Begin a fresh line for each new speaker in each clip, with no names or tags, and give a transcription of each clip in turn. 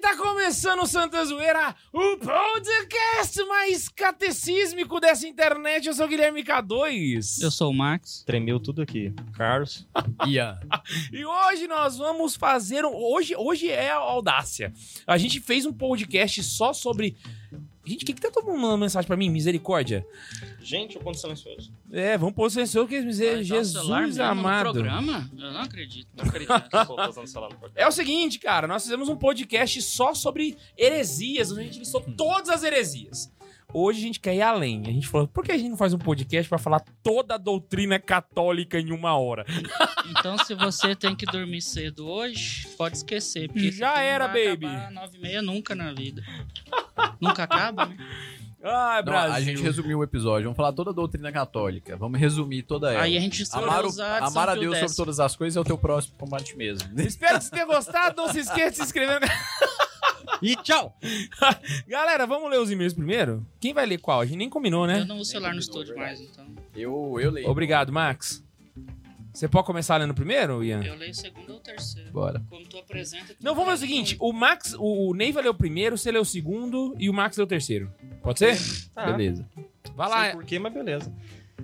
Tá começando o Santa Zoeira, o podcast mais catecísmico dessa internet. Eu sou o Guilherme K2.
Eu sou o Max.
Tremeu tudo aqui. Carlos.
Ian.
E hoje nós vamos fazer. um- Hoje, hoje é a audácia. A gente fez um podcast só sobre. Gente, o que, que tá todo mundo mandando mensagem pra mim? Misericórdia.
Gente, eu ponto silencioso.
É, vamos pôr o sensor que eles me
tá
dizem. Jesus
No
amado.
programa? Eu não acredito. Não acredito.
Tá
É o seguinte, cara, nós fizemos um podcast só sobre heresias, onde a gente listou
Hum.
todas as heresias. Hoje a gente quer ir além. A gente falou, por que a gente não faz um podcast pra falar toda a doutrina católica em uma hora?
então, se você tem que dormir cedo hoje, pode esquecer. Porque isso
Já
aqui não
era,
vai
baby.
acabar Nove e meia nunca na vida. nunca acaba, né?
Ai,
Não,
Brasil.
a gente resumiu o episódio. Vamos falar toda a doutrina católica. Vamos resumir toda ela.
Aí a gente escolheu
É, amar, o-
usar de São
amar a
Pio
Deus
X.
sobre todas as coisas é o teu próximo combate mesmo.
Espero que vocês tenham gostado. Não se esqueça de se inscrever. no-
E tchau!
Galera, vamos ler os e-mails primeiro? Quem vai ler qual? A gente nem combinou,
Eu
né?
não uso celular no
combinou,
estúdio mais, então.
Eu, eu leio.
Obrigado, Max. Você pode começar lendo primeiro, Ian?
Eu leio segundo ou terceiro.
Bora.
Como tu apresenta. tu um
Não, vamos fazer o
lê.
seguinte: o Max, o, o Ney vai ler o primeiro, você lê o segundo e o Max lê o terceiro. Pode ser?
Tá.
Tá.
Beleza.
Vai
Não sei
lá.
porquê, mas beleza.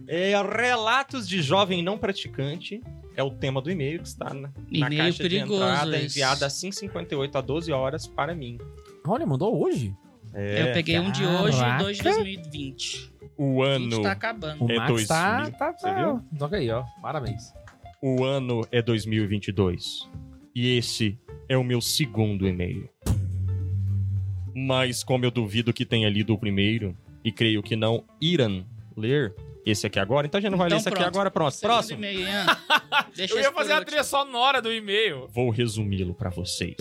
É, relatos de jovem não praticante é o tema do e-mail que está na, na
E-mail
caixa de
perigoso
entrada, é
esse.
enviada às 5h58 a 12 horas para mim. É
Olha, mandou hoje?
Eu peguei um de hoje e
Caraca.
dois de 2020.
O
A gente tá acabando.
O
É
Max
dois
tá,
mil.
tá,
Você
tá-
viu?
Toca aí, ó. Parabéns.
O ano é 2022 e esse é o meu segundo e-mail. Mas como eu duvido que tenha lido o primeiro e creio que não irão ler esse aqui agora, então a gente não vai
Então
ler esse aqui
pronto.
agora, pronto.
Segundo
Próximo.
e-mail, Ian. Deixa
Eu
esse
ia
por
fazer a
último.
trilha sonora do e-mail.
Vou resumi-lo pra vocês.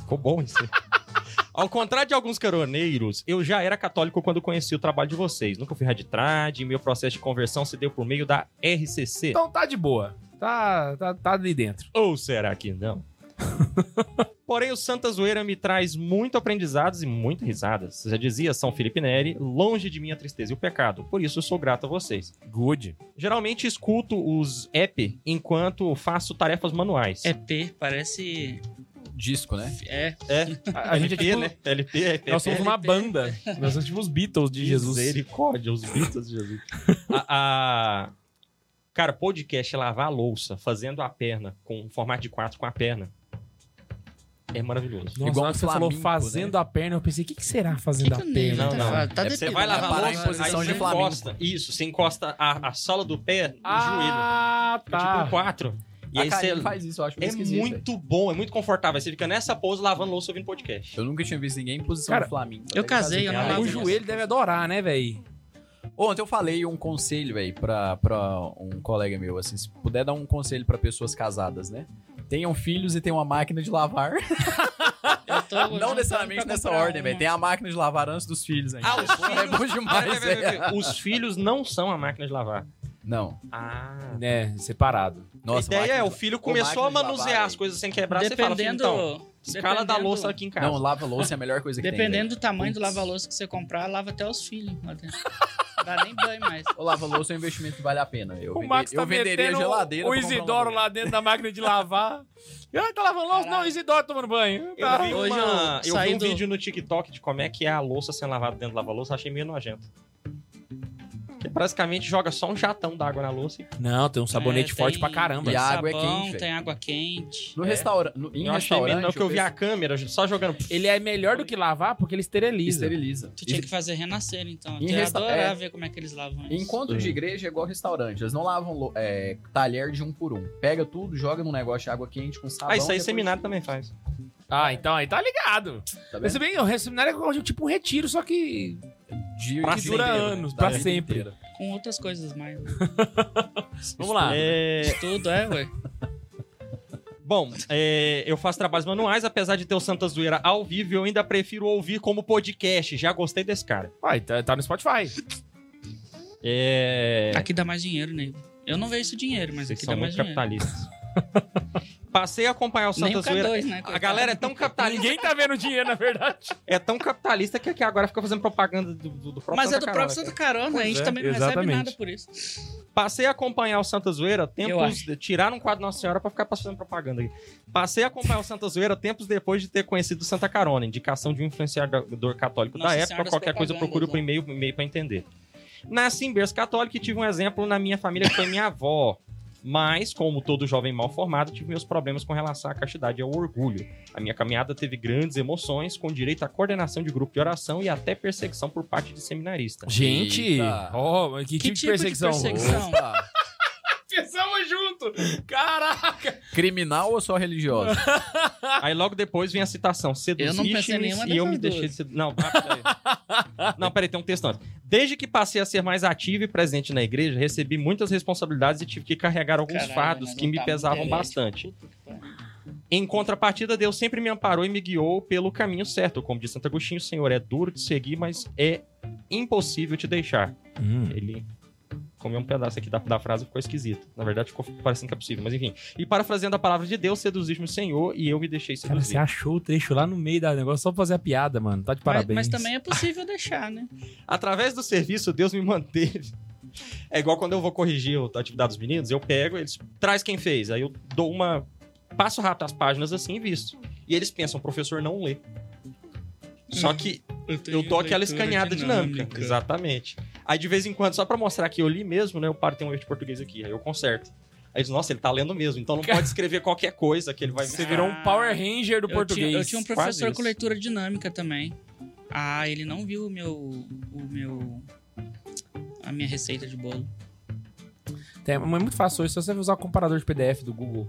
Ficou bom isso. aí. Ao contrário de alguns caroneiros, eu já era católico quando conheci o trabalho de vocês. Nunca fui raditrade e meu processo de conversão se deu por meio da RCC.
Então tá de boa. Tá, tá, tá ali dentro.
Ou será que não? Porém, o Santa Zoeira me traz muito aprendizados e muitas risadas. Já dizia São Felipe Neri, longe de mim a tristeza e o pecado. Por isso, eu sou grato a vocês.
Good.
Geralmente, escuto os EP enquanto faço tarefas manuais.
É,
EP, É parece.
Disco, né?
É,
A, a gente é tipo,
né? LP, EP,
Nós somos uma
LP.
banda. Nós somos tipo os Beatles de Jesus.
Misericórdia, os Beatles de Jesus. a, a- Cara, podcast é lavar a louça, fazendo a perna, com um formato de quatro com a perna. É maravilhoso.
Nossa,
Igual
Igual
um
você falou
flamenco,
fazendo a perna, eu pensei, o que, que será
que
fazendo
que
a
o Ney
perna?
tá
Não, não.
falando? Tá
É, você
depilado.
vai lavar a
Parar
louça, em posição
aí
de
você-
Flamengo.
Encosta, isso, você encosta a, a sola do
É
pé no
tipo
joelho.
Ah,
Fica tipo
tá.
um quatro. E
a
aí você.
Karine faz isso, eu acho
É
meio esquisito, velho.
muito bom, é muito confortável. Aí Você fica nessa pose lavando louça ouvindo podcast.
Eu nunca tinha visto ninguém em posição
Cara,
de Flamengo.
eu casei, eu não
Ah,
o
lavo
mas-
joelho deve adorar, né, velho?
Ontem eu falei um conselho, velho, pra, pra um colega meu, assim, se puder dar um conselho pra pessoas casadas, né? Tenham filhos e tenham uma máquina de lavar.
Eu tô
Não
juntando
necessariamente
tá pra
nessa
comprar um
ordem,
uma.
velho. Tem a máquina de lavar antes dos filhos ainda.
Ah, os
Porra, É bom demais,
Pera, pera,
velho.
pera, pera. Os filhos não são a máquina de lavar.
Não.
Ah.
Né, separado.
Nossa,
a ideia
máquina
é, o
de-
filho começou a
máquina de
manusear
lavar,
as coisas sem quebrar, você
assim,
fala, filho,
Dependendo.
então, escala da
dependendo-
louça aqui em casa.
Não, lava louça é a melhor coisa que tem.
Dependendo do tamanho do
Putz.
lava-louça que você comprar, lava até os filhos. lá dentro. Não dá nem banho mais.
velho. O lava louça é um investimento que vale a pena. Eu,
O
vende-
Max tá
eu venderia
metendo
a geladeira.
o
pra comprar um
Isidoro
lava-louça.
lá dentro da máquina de lavar. Ah, tá lavando louça? Não,
Caralho.
o Isidoro tomando banho.
Eu
Tá.
vi,
Hoje
uma-
eu
eu vi
saí
um
do-
vídeo no TikTok de como é que é a louça sendo lavada dentro do lava-louça, achei meio nojento. Que basicamente joga só um jatão d'água na louça e
Não, tem um sabonete
É,
forte
tem
pra caramba.
E a água é
sabão,
quente,
Tem
velho.
água quente.
No restaurante. no- Em
É. eu achei meio
restaurante.
não, que eu vi a
penso-
câmera só jogando.
Tá
Ele é melhor do que lavar porque ele esteriliza.
Esteriliza.
Tu tinha que fazer renascer, então.
Em
Eu ia
resta-
adorar
é.
ver como é que eles lavam
E-
isso.
Encontros de igreja é igual restaurante. Eles não lavam lo- é, talher de um por um. Pega tudo, joga num negócio de água quente com sabão.
ah, isso aí
depois-
seminário também faz.
Ah, então aí tá ligado.
Tá
Mas
vendo?
se bem, o seminário é como tipo um retiro, só que.
De-
pra
de
sempre,
inteiro,
né?
né?
anos,
Da
pra
vida
sempre.
inteira.
Com outras coisas mais.
Vamos
Ah,
lá.
É,
Tudo, é, ué.
Bom, é, eu faço trabalhos manuais, apesar de ter o Santa Zoeira ao vivo, eu ainda prefiro ouvir como podcast. Já gostei desse cara.
Vai, tá, tá no Spotify.
É.
É.
Aqui dá mais dinheiro, nego. Eu não vejo isso dinheiro, mas
Vocês
aqui
são
dá
muito
mais dinheiro.
capitalistas. Passei a acompanhar o
Nem o
Santa Zoeira.
K2, né?
A galera é tão capitalista,
Ninguém tá vendo dinheiro, na verdade.
é tão capitalista que aqui agora fica fazendo propaganda do, do, do próprio
Mas é
Santa
do
Carona,
próprio Santa
cara.
Carona, a gente
é,
também não
exatamente.
recebe nada por isso.
Passei a acompanhar o Santa Zoeira
Eu
tempos.
acho.
De, tiraram um quadro Nossa Senhora pra ficar fazendo propaganda aqui. Passei a acompanhar o Santa Zoeira tempos depois de ter conhecido o Santa Carona, indicação de um influenciador católico
Nossa
da
Senhora
época.
das
Qualquer coisa,
propagandas,
procure o
né?
e-mail, e-mail pra entender. Nasci em berço católico e tive um exemplo na minha família que foi minha avó. Mas, como todo jovem mal formado, tive meus problemas com relação à castidade e ao orgulho. A minha caminhada teve grandes emoções, com direito à coordenação de grupo de oração e até perseguição por parte de seminaristas.
Gente,
Eita.
ó, mas que,
Que
tipo de
tipo de
perseguição?
perseguição?
Opa,
Pensamos junto! Caraca!
criminal ou só religiosa?
Aí logo depois vem a citação.
Eu não pensei em
Seduziste-me
nenhuma
e eu me
dessas
deixei
duas.
de seduzir. Não, pá, peraí. não, peraí, tem um texto antes. Desde que passei a ser mais ativo e presente na igreja, recebi muitas responsabilidades e tive que carregar alguns
Caralho,
fardos
mas
que
não
me
tá muito
pesavam
elétrico.
bastante.
Puta que pariu.
Em contrapartida, Deus sempre me amparou e me guiou pelo caminho certo. Como diz Santo Agostinho, Senhor, é duro de seguir, mas é impossível te deixar.
Hum.
Ele comeu um pedaço aqui da, da frase e ficou esquisito. Na verdade, ficou parecendo que é possível, mas enfim. E parafraseando a palavra de Deus, seduziste-me o Senhor e eu me deixei
Cara,
seduzir.
você achou o trecho lá no meio da negócio só pra fazer a piada, mano. Tá de
Mas,
parabéns.
mas também é possível deixar, né?
Através do serviço, Deus me manteve. É igual quando eu vou corrigir a atividade dos meninos, eu pego, eles traz quem fez. Aí eu dou uma. Passo rápido as páginas assim e visto. E eles pensam, o professor não lê. Só que eu dou aquela escaneada dinâmica. Exatamente. Aí de vez em quando, só pra mostrar que eu li mesmo, né? Eu paro, tem um erro de português aqui, aí eu conserto. Aí eles, nossa, ele tá lendo mesmo, então não pode escrever qualquer coisa que ele vai
Você
Ah,
virou um Power Ranger do
eu
português.
Tinha, eu tinha um
quase
professor
isso.
com leitura dinâmica também. Ah, ele não viu o meu. o meu. a minha receita de bolo.
Tem- mas é muito fácil hoje, se você usar o comparador de PDF do Google.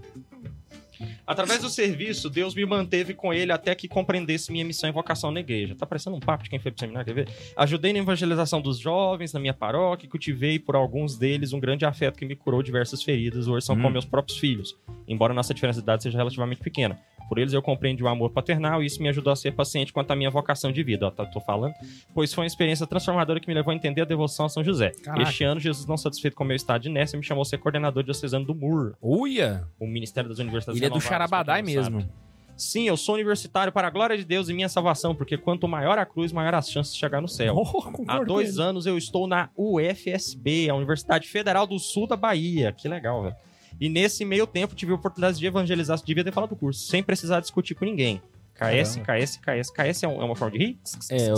Através do serviço, Deus me manteve com ele até que compreendesse minha missão e vocação na igreja. Tá parecendo um papo de quem foi pro seminário, quer ver? Ajudei na evangelização dos jovens, na minha paróquia, e cultivei por alguns deles um grande afeto que me curou diversas feridas. Hoje são
Hum.
como meus próprios filhos, embora nossa diferença de idade seja relativamente pequena. Por eles eu compreendi o amor paternal e isso me ajudou a ser paciente quanto à minha vocação de vida, ó, tá- tô falando, pois foi uma experiência transformadora que me levou a entender a devoção a São José.
Caraca.
Este ano, Jesus, não satisfeito com o meu estado de inércia, me chamou a ser coordenador diocesano do MUR,
Uia!
o Ministério das Universidades
Ele é do
Renovadas, pra quem
Charabadai
não sabe.
mesmo.
Sim, eu sou universitário para a glória de Deus e minha salvação, porque quanto maior a cruz, maior as chances de chegar no céu.
Oh, concordo
Há
com
dois
ele.
anos eu estou na UFSB, a Universidade Federal do Sul da Bahia. Que legal, velho. E nesse meio tempo tive a oportunidade de evangelizar, devia ter falado do curso, sem precisar discutir com ninguém. KS, KS, KS, KS é um- é uma forma de rir?
É, eu...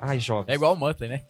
Ai, jovem.
É igual o Muttley, né?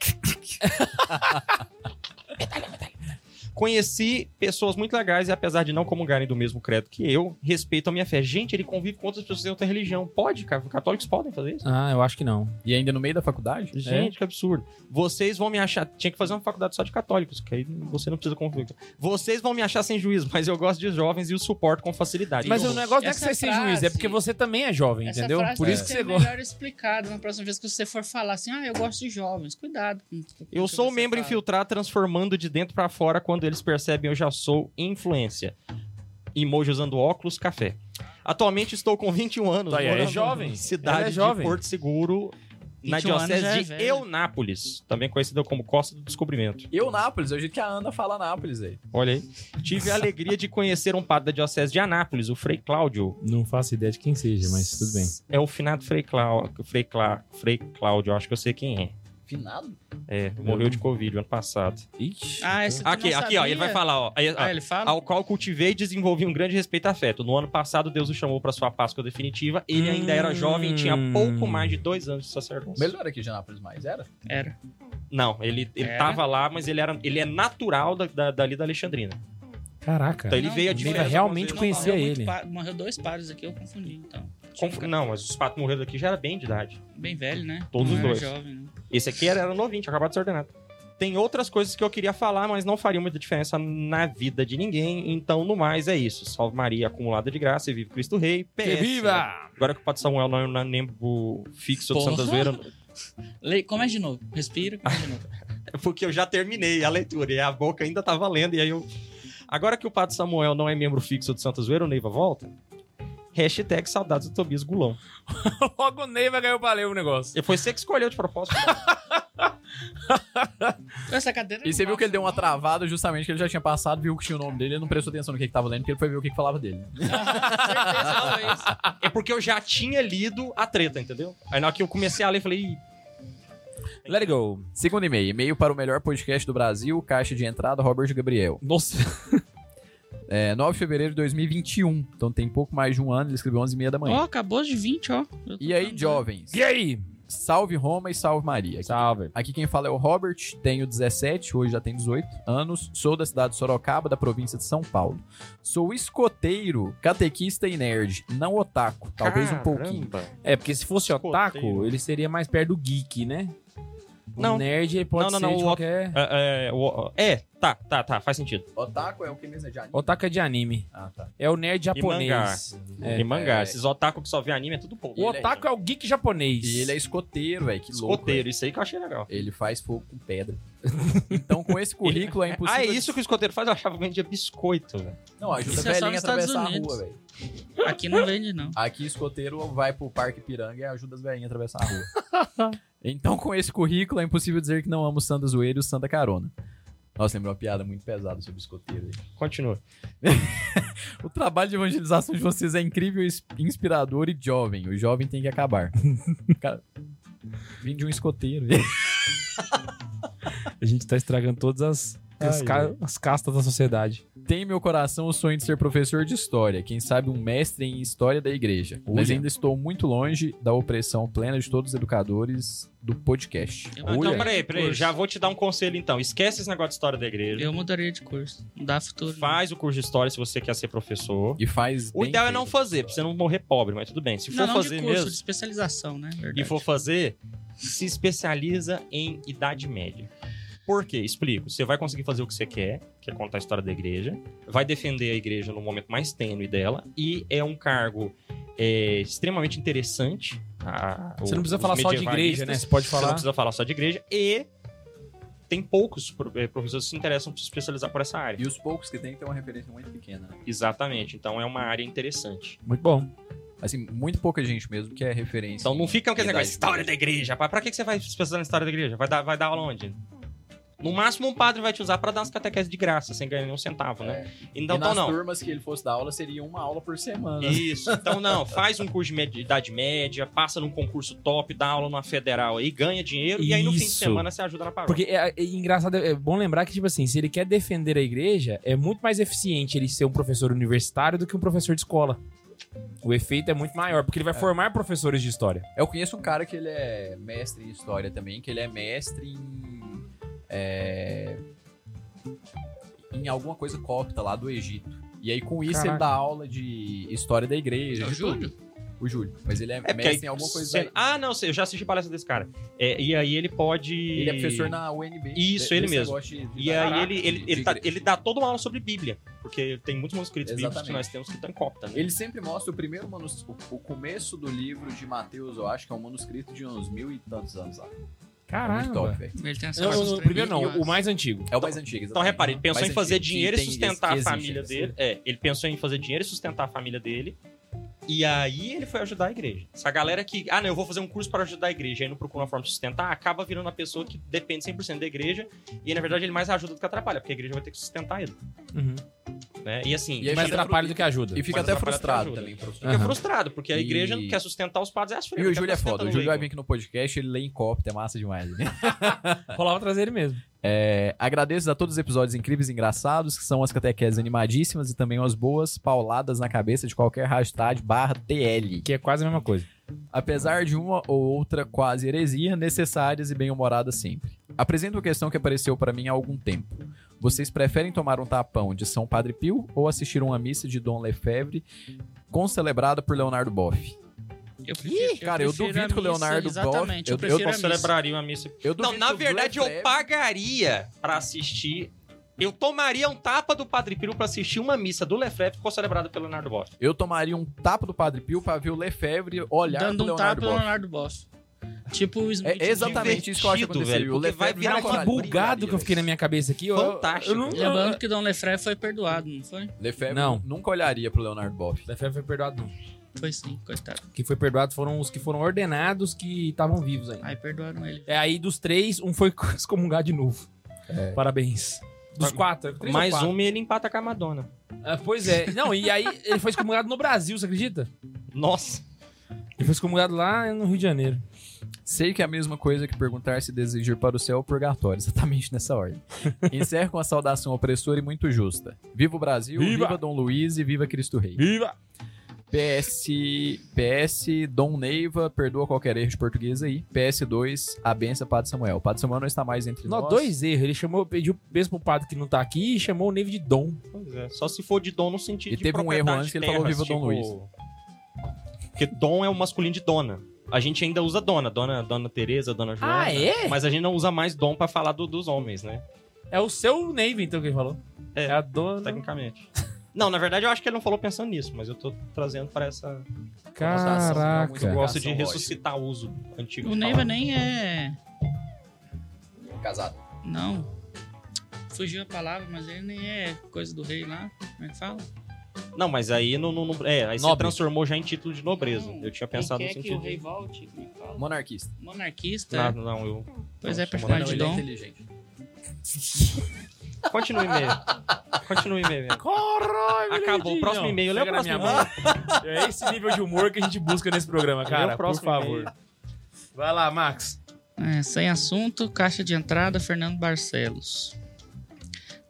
Conheci pessoas muito legais e apesar de não comungarem do mesmo credo que eu, respeitam a minha fé. Gente, ele convive com outras pessoas de outra religião. Pode, cara. Católicos podem fazer isso?
Ah, eu acho que não.
E ainda no meio da faculdade?
É.
Gente, que absurdo. Vocês vão me achar. Tinha que fazer uma faculdade só de católicos, que aí você não precisa confundir. Vocês vão me achar sem juízo, mas eu gosto de jovens e o suporto com facilidade.
Mas
eu
o negócio não é que
Essa
você seja
frase-
juiz, é porque você também é jovem,
Essa
entendeu?
frase é
Por
tem
isso que
que
você
ser
gosta.
melhor explicada na próxima vez que você for falar assim, ah, eu gosto de jovens. Cuidado. com o que
Eu sou o
você
membro
tá-
fala.
infiltrado transformando de dentro pra fora quando eles percebem eu já sou influência. Emoji usando óculos, café. Atualmente estou com 21 anos.
Tá aí,
morando
é jovem.
na Cidade
Ela é jovem.
de Porto Seguro, na
21 anos já é
diocese de
velho.
Eunápolis, também conhecida como Costa do Descobrimento.
Eu, Nápoles, é o jeito que a Ana fala Nápoles aí.
Olha aí. Tive a alegria de conhecer um padre da diocese de Anápolis, o Frei Cláudio.
Não faço ideia de quem seja, mas tudo bem.
É o finado Frei Cláudio, Frei, Clá, Frei Cláudio, eu acho que eu sei quem é.
Finado?
É, morreu de Covid ano passado.
Ixi.
Ah, essa tu não
Aqui, aqui, ó, ele vai
sabia?
falar, ó. Aí, ó,
Ah, ele fala?
Ao qual cultivei e desenvolvi um grande respeito e afeto. No ano passado, Deus o chamou para sua Páscoa definitiva. Ele ainda
Hum.
era jovem e tinha pouco mais de dois anos de sacerdócio.
Melhor aqui de Nápoles mais, era?
Era.
Não, ele, ele
Era?
tava lá, mas ele, era, ele é natural da, da, dali da Alexandrina.
Caraca.
Então ele
Não,
veio a
ele
diferença.
realmente
algumas
conheceu.
vezes.
Conhecia
morreu muito
ele.
pa- Morreu dois pares aqui, eu confundi, então. Tinha um
Conf- Não, mas os patos morreram daqui já era bem de idade.
cara Bem velho, né?
Todos
Não
os
era
dois.
jovem, né?
Esse aqui era, era novinho, tinha acabado de ser ordenado. Tem outras coisas que eu queria falar, mas não faria muita diferença na vida de ninguém. Então, no mais, é isso. Salve Maria, acumulada de graça, e vive Cristo Rei. PS,
Que
né?
viva!
Agora que o Padre Samuel não é um membro fixo do
Porra.
Santa Zoeira,
Lei, começa de novo. Respira, começa de novo.
é porque eu já terminei a leitura e a boca ainda tá valendo. E aí eu... Agora que o Padre Samuel não é membro fixo do Santa Zoeira, o Neiva volta. Hashtag saudades do Tobias Gulão.
Logo o Neiva ganhou pra ler o negócio.
E foi você que escolheu de propósito.
Essa cadeira
E você viu que ele deu uma
trabalho.
travada justamente que ele já tinha passado, viu que tinha o nome dele, ele não prestou atenção no que, que tava lendo, porque ele foi ver o que, que falava dele.
É porque eu já tinha lido a treta, entendeu? Aí na hora que eu comecei a ler, eu falei, "Ih,
Let it go.
Segundo e-mail, e-mail para o melhor podcast do Brasil, caixa de entrada, Robert Gabriel.
Nossa.
É, 9 de fevereiro de 2021, então tem pouco mais de um ano, ele escreveu 11h30 da
Ó,
manhã.
acabou de 20, ó. Eu tô
E aí,
falando.
jovens,
E aí?
salve Roma e salve Maria. Aqui-
Salve.
Aqui quem fala é o Robert, tenho 17, hoje já tenho 18 anos, sou da cidade de Sorocaba, da província de São Paulo. Sou escoteiro, catequista e nerd, não otaku, talvez um pouquinho.
É, porque se fosse otaku,
Escoteiro.
ele seria mais perto do geek, né?
Não.
O nerd ele pode
Não, não,
ser
não,
de
o
qualquer...
É, é, o- é, tá, tá, tá, faz sentido.
Otaku é o que mesmo é de anime?
Otaku é de anime.
Ah, tá.
É o nerd
mangá.
japonês. É,
e mangá,
é.
esses otaku que só vê anime é tudo pouco.
O
Ele é-
otaku é o geek japonês.
E ele é escoteiro, velho, que louco.
Escoteiro, isso aí que eu achei legal.
velho. Ele faz fogo com pedra. então, com esse currículo é impossível.
Ah, é isso que o escoteiro faz? Eu achava que vendia biscoito, velho.
Não, ajuda
Isso
a
é só
velhinha a
nos Estados
atravessar
Unidos.
a rua, velho.
Aqui não vende, não.
Aqui, escoteiro vai pro Parque Piranga e ajuda as velhinhas a atravessar a rua. então, com esse currículo, é impossível dizer que não amo o Santa Zoeira e o Santa Carona. Nossa, lembrou uma piada muito pesada sobre escoteiro. velho.
Continua.
O trabalho de evangelização de vocês é incrível, ins- inspirador e jovem. O jovem tem que acabar. Cara, vim de um escoteiro. velho.
A gente tá estragando todas as, as,
Ai,
ca-
ai.
as castas da sociedade.
Tem em meu coração o sonho de ser professor de história, quem sabe um mestre em história da igreja. Mas
Olha.
ainda estou muito longe da opressão plena de todos os educadores do podcast.
Eu
Olha.
Então,
mudaria
peraí,
de
peraí,
curso.
já vou te dar um conselho então. Esquece esse negócio de história da igreja.
Eu mudaria de curso. Não dá futuro. não.
Faz o curso de história se você quer ser professor.
E faz.
O
bem
ideal é
feito.
não fazer, pra você não morrer pobre, mas tudo bem. Se
não,
for
não
fazer
de curso,
mesmo
de especialização, né? Verdade.
e for fazer, se especializa em Idade Média. Por quê? Explico. Você vai conseguir fazer o que você quer, que é contar a história da igreja, vai defender a igreja no momento mais tênue dela, e é um cargo é, extremamente interessante. a-
Você não precisa
os
falar só de igreja,
medievalistas.
né? Você pode
Você não
falar...
precisa falar só de igreja, e tem poucos pro- eh, professores que se interessam por se especializar por essa área.
E os poucos que tem tem uma referência muito pequena. né?
Exatamente. Então é uma área interessante.
Muito bom.
Assim, muito pouca gente mesmo que é referência.
Então não fica com aquele
Idade
negócio, história da igreja. Pra, pra que que você vai se especializar na história da igreja? Vai dar, vai dar aula onde? No máximo, um padre vai te usar pra dar umas catequeses de graça, sem ganhar nenhum centavo, né?
É.
Então, então
e nas
não.
turmas né? que ele fosse dar aula, seria uma aula por semana.
Isso, então não. Faz um curso de med- de idade média, passa num concurso top, dá aula numa federal aí, ganha dinheiro, e aí no fim de
Isso.
semana você ajuda na paróquia.
Porque é, é engraçado, é bom lembrar que, tipo assim, se ele quer defender a igreja, é muito mais eficiente ele ser um professor universitário do que um professor de escola. O efeito é muito maior, porque ele vai formar professores de história.
Eu conheço um cara que ele é mestre em história também, que ele é mestre em. é, em alguma coisa copta lá do Egito. E aí, com isso, ele
Caraca.
dá aula de história da igreja.
É o
de tudo. O Júlio. Mas ele é,
É porque
mestre
aí,
em alguma coisa.
você-
da-
Ah, não, sei, eu já assisti palestra desse cara. É, e aí ele pode.
Ele é professor na UNB.
Isso,
de-
ele
desse
mesmo.
negócio de- de-
E aí
Caraca,
ele, ele,
de-
ele,
de
tá-
igreja.
ele dá toda uma aula sobre Bíblia. Porque tem muitos manuscritos bíblicos que
Exatamente.
nós temos que estão em copta, né?
Ele sempre mostra o primeiro manuscrito, o começo do livro de Mateus, eu acho que é um manuscrito de uns mil e tantos anos lá. É muito top,
Caramba.
velho.
Ele tem essa
Não,
coisa
não, o
estranha,
primeiro não,
mas-
o mais antigo.
É o mais antigo,
Então,
exatamente.
repare, ele pensou
Mais
em fazer
antigo,
dinheiro
que
e
tem-
sustentar
que
a
existe,
família
né?
dele. É, ele pensou em fazer dinheiro e sustentar a família dele. E aí ele foi ajudar a igreja. Essa galera que, ah, não, eu vou fazer um curso para ajudar a igreja, aí não procura uma forma de sustentar, acaba virando uma pessoa que depende 100% da igreja. E aí, na verdade ele mais ajuda do que atrapalha, porque a igreja vai ter que sustentar ele.
Uhum.
Né? E assim,
E aí
mas
Mais
fica
atrapalha
fruto-
do que ajuda.
E fica
Mas
até
atrapalha
frustrado
ajuda.
também, professor.
fica
Aham.
frustrado, porque a
E-
igreja não quer sustentar os padres e as tá
E
freiras.
o
quer
Júlio é
sustentar
foda.
no
O Júlio vai vir
leigo.
aqui no podcast, ele lê em copta, é massa demais. Né?
Rolava trazer ele mesmo.
É, agradeço a todos os episódios incríveis e engraçados, que são as catequeses animadíssimas e também umas boas pauladas na cabeça de qualquer hashtag barra TL.
Que é quase a mesma coisa.
apesar de uma ou outra quase heresia, necessárias e bem-humoradas sempre. Apresento uma questão que apareceu para mim há algum tempo. Vocês preferem tomar um tapão de São Padre Pio ou assistir uma missa de Dom Lefebvre concelebrada por Leonardo Boff?
Eu prefiro,
Cara, eu
prefiro
duvido
a
que o
missa,
Leonardo
Exatamente,
Boff-
eu,
eu-
prefiro
eu
a
Eu
missa.
celebraria uma missa
Eu
Não,
duvido
na
que o
verdade
é
eu
Lefebvre-
pagaria pra assistir. Eu tomaria um tapa do Padre Pio pra assistir uma missa do Lefebvre que ficou celebrada pelo Leonardo Boff.
Eu tomaria um tapa do Padre Pio para ver o Lefebvre olhar
Dando
pro
um tapa
Leonardo
pro
Boff.
Leonardo Boff. Tipo o Smith.
É exatamente isso que eu acho que
Divertido,
aconteceu.
velho,
o
porque vai
Lefebvre
virar
na
uma
coragem,
Bugado
brigaria,
que eu fiquei na
velho.
minha cabeça aqui. eu-
Fantástico.
Eu, não- eu,
Lembrando que Dom Lefré foi perdoado, não foi?
Lefebvre
Não.
nunca olharia pro Leonardo Boff.
Lefebvre foi perdoado. não.
Foi sim, coitado.
Que foi perdoado foram os que foram ordenados que estavam vivos ainda.
Aí perdoaram ele.
É, aí dos três, um foi excomungado de novo.
É.
Parabéns. Dos quatro. três ou
Mais
quatro.
um e ele empata com a Madonna.
Ah, pois é. Não, e aí ele foi excomungado no Brasil, você acredita?
Nossa.
Ele foi excomungado lá no Rio de Janeiro.
Sei que é a mesma coisa que perguntar se deseja ir para o céu ou purgatório, exatamente nessa ordem. Encerro com a saudação opressora e muito justa. Viva o Brasil,
Viva!
viva, Dom Luiz e viva Cristo Rei.
Viva!
PS, PS, Dom Neiva, perdoa qualquer erro de português aí. PS2, a benção é Padre Samuel. Padre Samuel não está mais entre
Não,
nós.
dois erros. Ele chamou, pediu mesmo pro padre que não tá aqui e chamou o Neve de Dom.
Pois é. Só se for de dom no sentido
E
de
teve um
propriedade
erro antes que ele
de
falou
terras,
Viva Dom
Porque dom é o masculino de dona. A gente ainda usa dona, dona, dona Teresa, dona Joana.
Ah, é?
Mas a gente não usa mais dom pra falar do- dos homens, né?
É o seu Neve, então, que ele falou.
É.
a dona.
Tecnicamente. Não, na verdade eu acho que ele não falou pensando nisso, mas eu tô trazendo pra essa.
É.
Eu
Cara.
Caraca.
gosto de ressuscitar o uso antigo.
O
de
Neiva
falar.
nem é.
Casado.
Não. Fugiu a palavra, mas ele nem é coisa do rei lá. Como é que fala?
Não, mas aí não. não- não- é, aí se
Nobre.
transformou já em título de nobreza.
Não,
eu tinha pensado
quem
no
quer que
sentido.
o rei É.
de-
volte? Como é que fala?
Monarquista.
Monarquista?
Nada, não, eu.
Pois
não,
é,
sou
personagem de
monarquista.
dom.
inteligente.
Continua o e-mail. Continua o e-mail. mesmo.
Caralho,
É. Acabou.
Leandinho.
O próximo e-mail. Lê o
Chega na
próximo
minha
e-mail.
mão. É esse nível de humor que a gente busca nesse programa,
Lê
cara.
o
Por
próximo
favor.
e-mail.
Vai lá, Max.
É, sem assunto, caixa de entrada, Fernando Barcelos.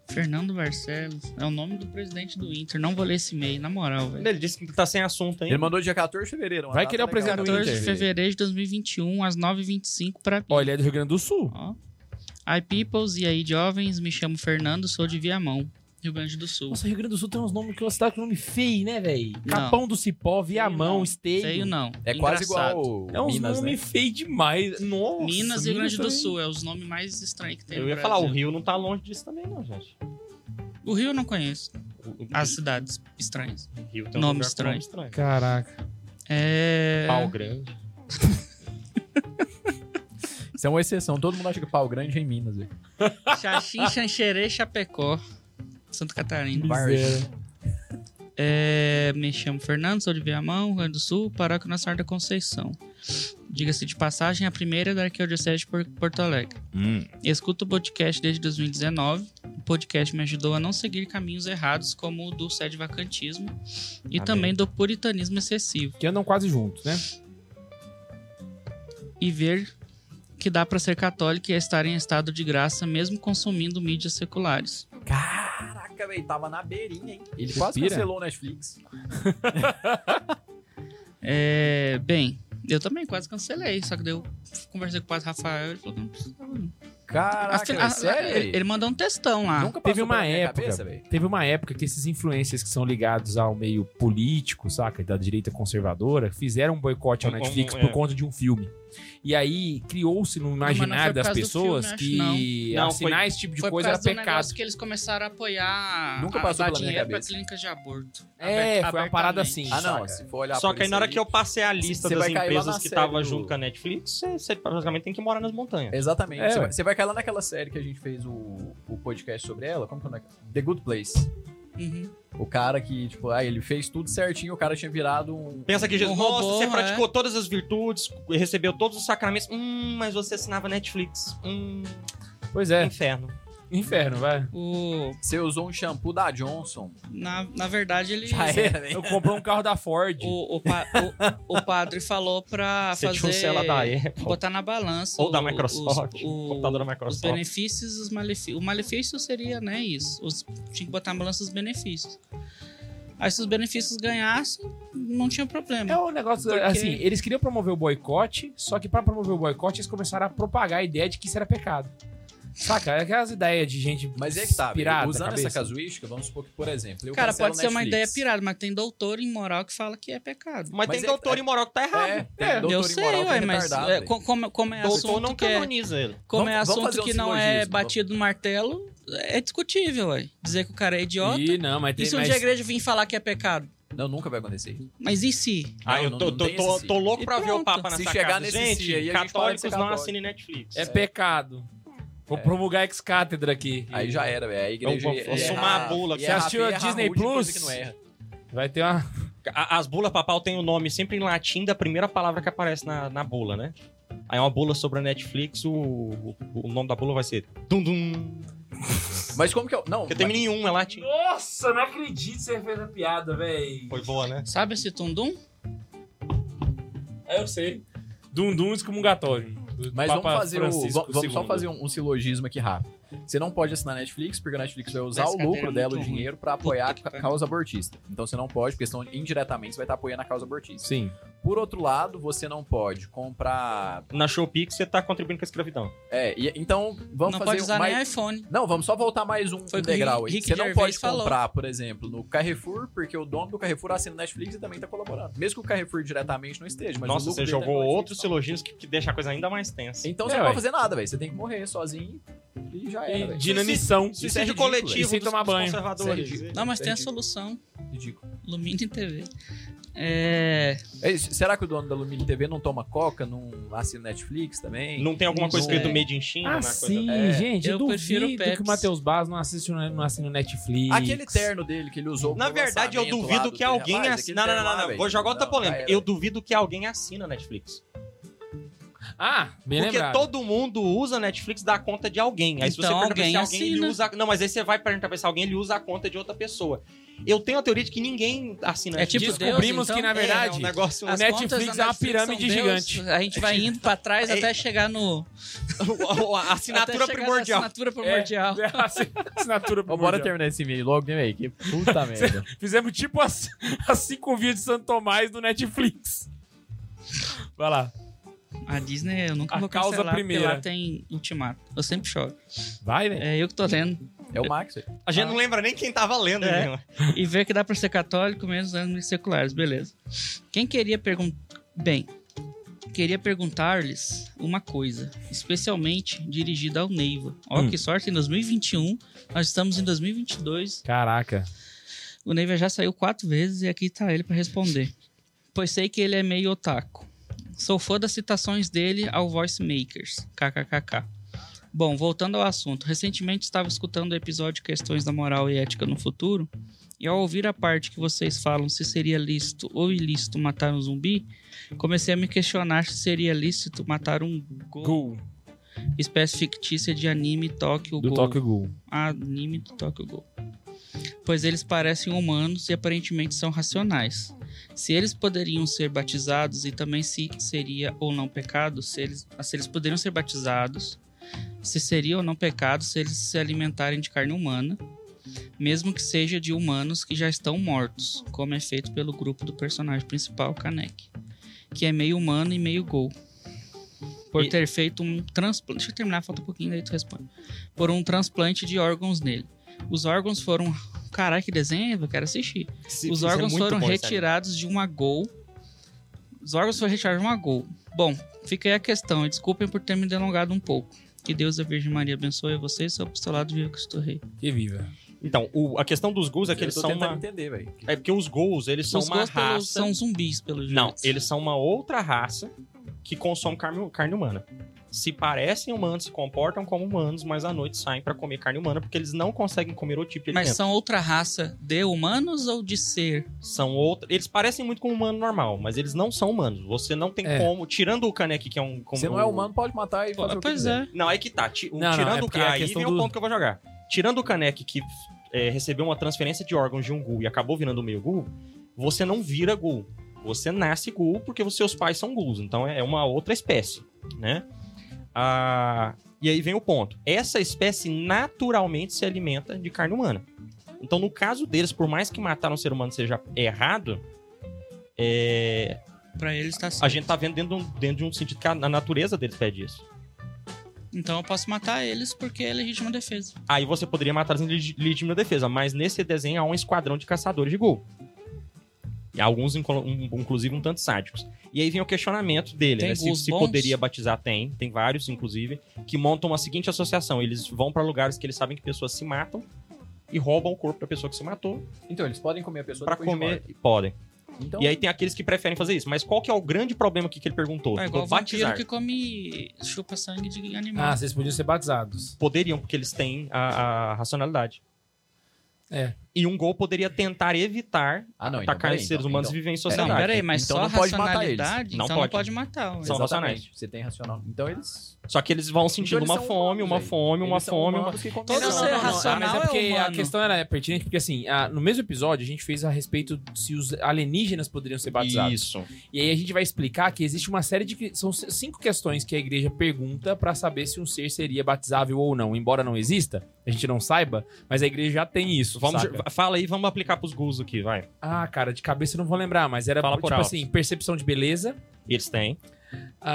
Fernando Barcelos é o nome do presidente do Inter. Não vou ler esse e-mail, na moral, velho.
Ele disse que tá sem assunto, hein?
Ele mandou dia 14 de fevereiro. uma
Vai
data
querer o
legal.
presente do
14 de
Inter.
fevereiro de 2021, às 9h25 pra mim.
Ó, ele é do Rio Grande do Sul.
Ó. Hi, peoples, e aí, jovens? Me chamo Fernando, sou de Viamão, Rio Grande do Sul.
Nossa, Rio Grande do Sul tem uns nomes que é uma cidade com nome feio, né, velho?
Não.
Capão do Cipó, Viamão,
não.
Esteio.
Feio não.
É quase
engraçado.
igual
É uns
Minas, né?
nomes feios demais. Nossa.
Minas e Rio Grande do
também.
Sul, é os nomes mais estranhos que tem
Eu
no
ia
Brasil.
falar, o Rio não tá longe disso também, não, gente.
O Rio eu não conheço.
O, o-
Ah,
As cidades estranhas.
o Rio tem um
nome
lugar com
estranho.
nome estranho.
Caraca.
É...
Pau grande.
Isso é uma exceção. Todo mundo acha que pau grande é em Minas. velho.
Xaxim, Xanxerê, Chapecó. Santa Catarina.
Miséria.
É, me chamo Fernando, sou de Viamão, Rio Grande do Sul, paróquia Nossa Senhora da Conceição. Diga-se de passagem, a primeira é da Arquidiocese de Por- Porto Alegre.
Hum.
Escuto o podcast desde 2019. O podcast me ajudou a não seguir caminhos errados, como o do sede vacantismo e
Amém.
também do puritanismo excessivo,
Que andam quase juntos, né?
e ver que dá para ser católico e estar em estado de graça mesmo consumindo mídias seculares.
Caraca, velho. Tava na beirinha, hein? Ele quase
Respira.
cancelou o Netflix.
É, bem, eu também quase cancelei, só que daí eu conversei com o padre Rafael e ele falou que não precisava. não.
Caraca,
Assim,
velho,
a-
sério?
ele, ele mandou um textão lá.
Nunca
Teve
passou
uma
pela minha
época,
cabeça, velho.
teve uma época que esses influencers que são ligados ao meio político, saca, da direita conservadora, fizeram um boicote ao
Um- um-
Netflix
é.
por conta de um filme. E aí criou-se no
Não, mas não
imaginário
foi por
das
causa do
pessoas
filme, acho,
que
não. Não,
assinar esse tipo de
Foi
coisa
por
era
causa do
pecado.
negócio que eles começaram a apoiar
Nunca
a-
passou
a
pela minha
dinheiro pra
cabeça.
clínica de aborto.
É,
Aberta-
foi uma parada assim.
abertamente.
Ah, não.
saca?
Se for olhar
Só
por
que aí
isso
na hora que eu passei a lista
Você
das
vai cair lá
empresas
na
que
série
tava
do-
junto com a Netflix, você, você praticamente tem que morar nas montanhas.
Exatamente.
É,
você,
ué.
vai, você vai cair lá naquela série que a gente fez o, o podcast sobre ela. Como que é? o nome? The Good Place.
Uhum.
O cara que, tipo, ah, ele fez tudo certinho, o cara tinha virado um.
Pensa que Jesus,
Um
nossa,
robô,
você
né?
praticou todas as virtudes, recebeu todos os sacramentos, hum, mas você assinava Netflix, hum,
Pois é,
inferno.
inferno, vai.
O,
Você usou um shampoo da Johnson.
na, na verdade, ele.
Já era, né?
Eu comprei um carro da Ford.
O, o, pa- o- o padre falou pra
Você tinha um
fazer.
celular da Apple,
botar na balança.
ou da
o-
Microsoft,
os- o-
computador da
os
Microsoft.
benefícios e os malefícios. O malefício seria, né, isso. Os, tinha que botar na balança os benefícios. Aí se os benefícios ganhassem, não tinha problema.
É um negócio
Porque-
assim, eles queriam promover o boicote, só que pra promover o boicote eles começaram a propagar a ideia de que isso era pecado. Saca? Aquelas ideias de gente
Mas é que tá,
pirada
velho. usando
na cabeça.
essa casuística, vamos supor que, por exemplo, eu
Cara,
cancelo
pode ser uma
Netflix.
ideia pirada, mas tem doutor em moral que fala que é pecado.
Mas,
Mas
tem
é-
doutor
é-
imoral que tá errado.
É, tem
É,
doutor
eu
em
sei,
moral que é
ué, mas
retardado,
é,
velho.
co- como, como é
doutor
assunto
não
que é,
canoniza ele.
como é
Vamos- vamos
assunto
fazer um
que não é
silogismo,
então.
vamos.
batido no martelo, é discutível, ué. Dizer que o cara é idiota.
Ih, não, mas tem
E se um
mas-
dia a igreja vir falar que é pecado?
Não, nunca vai acontecer.
Mas e se?
Ah,
Não,
eu
não-
tô,
não
tô-
tem
tô-
esse
tô louco
sítio.
pra
E
ver o
pronto.
Papa nessa
Se chegar
casa.
nesse
gente,
sítio aí, a gente para de
católicos
ser
não
católico.
assinem Netflix.
É pecado. Vou promulgar ex-cátedra aqui.
É. Aí já é. era, velho. A igreja.
Eu vou- vou
ia
somar
errar-
a bula
ia
aqui.
errar
Você assistiu a
feio, errar
Disney
rude, coisa
Plus?
que não erra.
Vai ter uma.
A- as bulas papal têm o nome sempre em latim da primeira palavra que aparece na, na bula, né? Aí uma bula sobre a Netflix, o, o, o nome da bula vai ser Dum Dum.
Mas como que eu. Não,
Porque tem nenhum, é latim.
Nossa, não acredito que você fez a piada, véi.
Foi boa, né?
Sabe esse tundum?
É, eu sei. Dundum excomulgatório. Do
Mas
Papa
vamos fazer o,
Francisco
vamos- vamos só
II.
fazer um, um silogismo aqui rápido. Você não pode assinar Netflix, porque a Netflix vai usar
Essa
o
cadeira
lucro
é
dela, o
muito ruim.
dinheiro, pra apoiar a
que pariu.
causa abortista. Então você não pode, porque senão indiretamente você vai estar apoiando a causa abortista.
Sim.
Por outro lado, você não pode comprar.
Na Showpix você tá contribuindo com a escravidão.
É, e- então vamos
não
fazer
pode usar
um
mais...
nem iPhone.
Não, vamos só voltar mais um
Foi o que
degrau aí.
Rick
Você não
Gervais
pode
falou.
comprar, por exemplo, no Carrefour, porque o dono do Carrefour assina Netflix e também tá colaborando. Mesmo que o Carrefour diretamente não esteja, mas o
Nossa,
lucro
você
dele tá
jogou
com a Netflix,
outros
não.
silogismos que, que deixa a coisa ainda mais tensa.
Então você
É,
não pode
ué.
fazer nada, velho. Você tem que morrer sozinho e já era,
E
velho.
dinanição.
Isso é
Suicídio
ridículo,
e
coletivo
sem
dos
tomar banho.
conservadores.
Isso é ridículo.
Não, mas tem a
Entendi.
solução.
Ridículo.
Lumina em TV. É...
É isso. Será que o dono da Lumini TV não toma coca, não assina Netflix também?
Não é. tem alguma coisa
Não.
escrita Made in China?
Ah,
na
sim,
coisa...
É,
gente. Eu,
eu prefiro
duvido
Pepsi.
que o Matheus Bas não assiste não assina Netflix.
Aquele terno dele que ele usou
Na
pro
verdade, eu
lançamento lá
duvido
do
que
trem.
alguém
Rapaz,
assine.
aquele
Não, não,
terno
não,
lá,
não, não.
velho,
Vou jogar outra
não,
polêmica.
cara,
Eu duvido que alguém assina Netflix.
Ah, bem
Porque
lembrado.
todo mundo usa Netflix da conta de alguém. Aí se você
Então,
pergunta pra
alguém
se alguém ele
assina.
usa. Não, mas aí você vai perguntar pra se alguém ele usa a conta de outra pessoa. Eu tenho a teoria de que ninguém assina
É
Netflix.
tipo
Descobrimos
Deus, então?
que, na verdade,
é, um negócio.
As- Netflix
contas da
é uma
Netflix
pirâmide
são Deus.
gigante.
A gente vai indo pra trás
É.
até chegar no...
a assinatura
até chegar na
primordial.
Assinatura primordial.
É, a assinatura
Ó, Bora
primordial.
terminar esse vídeo logo, né, velho? Que puta merda.
Fizemos tipo as, as cinco vias de Santo Tomás do Netflix. Vai lá.
A Disney eu nunca
A
vou
causa
cancelar, porque
primeira.
lá tem ultimato. Eu sempre choro.
Vai, velho.
É eu que tô lendo.
É o Max, velho.
A gente não lembra nem quem tava lendo.
É.
né?
E ver que dá pra ser católico mesmo usando meios seculares, beleza. Quem queria perguntar... Bem, queria perguntar-lhes uma coisa, especialmente dirigida ao Neiva. Ó,
Hum.
que sorte, em 2021, nós estamos em 2022,
Caraca.
O Neiva já saiu quatro vezes e aqui tá ele pra responder. Pois sei que ele é meio otaku. Sou fã das citações dele ao Voice Makers. KKKK. Bom, voltando ao assunto. Recentemente estava escutando o episódio Questões da Moral e Ética no Futuro. E ao ouvir a parte que vocês falam se seria lícito ou ilícito matar um zumbi, comecei a me questionar se seria lícito matar um gol,
Gol.
espécie fictícia de anime Tokyo
Do
Ghoul
Tokyo Ghoul.
anime do Tokyo Ghoul. Pois eles parecem humanos e aparentemente são racionais. Se eles poderiam ser batizados e também se seria ou não pecado, se eles, ah, se eles poderiam ser batizados, se seria ou não pecado se eles se alimentarem de carne humana, mesmo que seja de humanos que já estão mortos, como é feito pelo grupo do personagem principal, Kanek, que é meio humano e meio gol. Por
E-
ter feito um transplante. Deixa eu terminar, falta um pouquinho, daí tu responde por um transplante de órgãos nele. Os órgãos foram. Caralho, que desenho, eu quero assistir.
Esse-
Os
isso é
órgãos
muito
foram
bom, esse anime.
retirados de uma Gol. Os órgãos foram retirados de uma Gol. Bom, fica aí a questão. e Desculpem por ter me delongado um pouco. Que Deus e a Virgem Maria abençoe você e seu apostolado viva Cristo Rei.
Que viva.
Então, o- a questão dos gols é que eles
eu tô
são
tentando
uma.
entender, velho.
É porque os gols, eles são
Os
uma
gols pelos-
raça.
são zumbis, pelo jeito.
Não, eles são uma outra raça que consome carne, carne humana. Se parecem humanos, se comportam como humanos, mas à noite saem pra comer carne humana porque eles não conseguem comer o tipo de
Mas
alimento.
são outra raça de humanos ou de ser?
São outra... Eles parecem muito com um humano normal, mas eles não são humanos. Você não tem
É.
como. Tirando o Kanek, que é um. Como
Você não é humano, pode matar e fazer o que
pois
quiser.
é.
Não, é que tá. Ti- o-
Não, não,
tirando
é
o
porque
cara,
a
aí
questão
vem o
do-
ponto que eu vou jogar. Tirando o Kanek, que é, recebeu uma transferência de órgãos de um ghoul e acabou virando meio ghoul, você não vira ghoul. Você nasce ghoul porque os seus pais são ghouls. Então é uma outra espécie, né? Ah, e aí vem o ponto. Essa espécie naturalmente se alimenta de carne humana. Então, no caso deles, por mais que matar um ser humano seja errado, é,
Pra eles tá certo.
a gente tá vendo dentro de um, dentro de um sentido que a a natureza deles pede isso.
Então eu posso matar eles porque é legítima defesa.
Aí você poderia matar em leg- legítima defesa, mas nesse desenho há um esquadrão de caçadores de gol. E alguns, inco- um- inclusive, um tanto sádicos. E aí vem o questionamento dele,
Tem
né? Se,
ghouls
se
bons?
poderia batizar, tem. Tem vários, inclusive, que montam a seguinte associação. Eles vão pra lugares que eles sabem que pessoas se matam e roubam o corpo da pessoa que se matou
Então, eles podem comer a
é.
pessoa
pra
depois de
comer.
morta.
e podem.
Então,
E aí tem aqueles que preferem fazer isso. Mas qual que é o grande problema aqui que ele perguntou?
É igual
Do
vampiro
batizar.
que come chupa sangue de animal.
Ah, vocês podiam ser batizados.
Poderiam, porque eles têm a, a racionalidade.
É.
E um gol poderia tentar evitar
Ah, não. então,
atacar
peraí,
esses seres
então,
humanos
então,
e viver
É,
em
Não,
sociedade.
Será?
peraí, mas
Então
só
não pode matar
racionalidade?
Não
Então não
pode.
pode matar. ué.
São
exatamente.
racionais.
Você tem racional. Então eles. então,
Só que eles vão
Então
sentindo
eles
uma
são
fome, uma
humanos,
fome, uma
eles são
fome, uma
humanos que
Todo
condenam.
ser racional
mas é porque
é
a
humano.
questão era pertinente, porque assim, a- no mesmo episódio a gente fez a respeito de se os alienígenas poderiam ser batizados.
Isso.
E aí a gente vai explicar que existe uma série de. que- São c- cinco questões que a igreja pergunta pra saber se um ser seria batizável ou não. Embora não exista, a gente não saiba, mas a igreja já tem isso.
Vamos,
saca?
fala aí, vamos aplicar pros gus aqui, vai.
Ah, cara, de cabeça eu não vou lembrar, mas era
Fala por
tipo
alto.
assim: percepção de beleza.
Eles têm.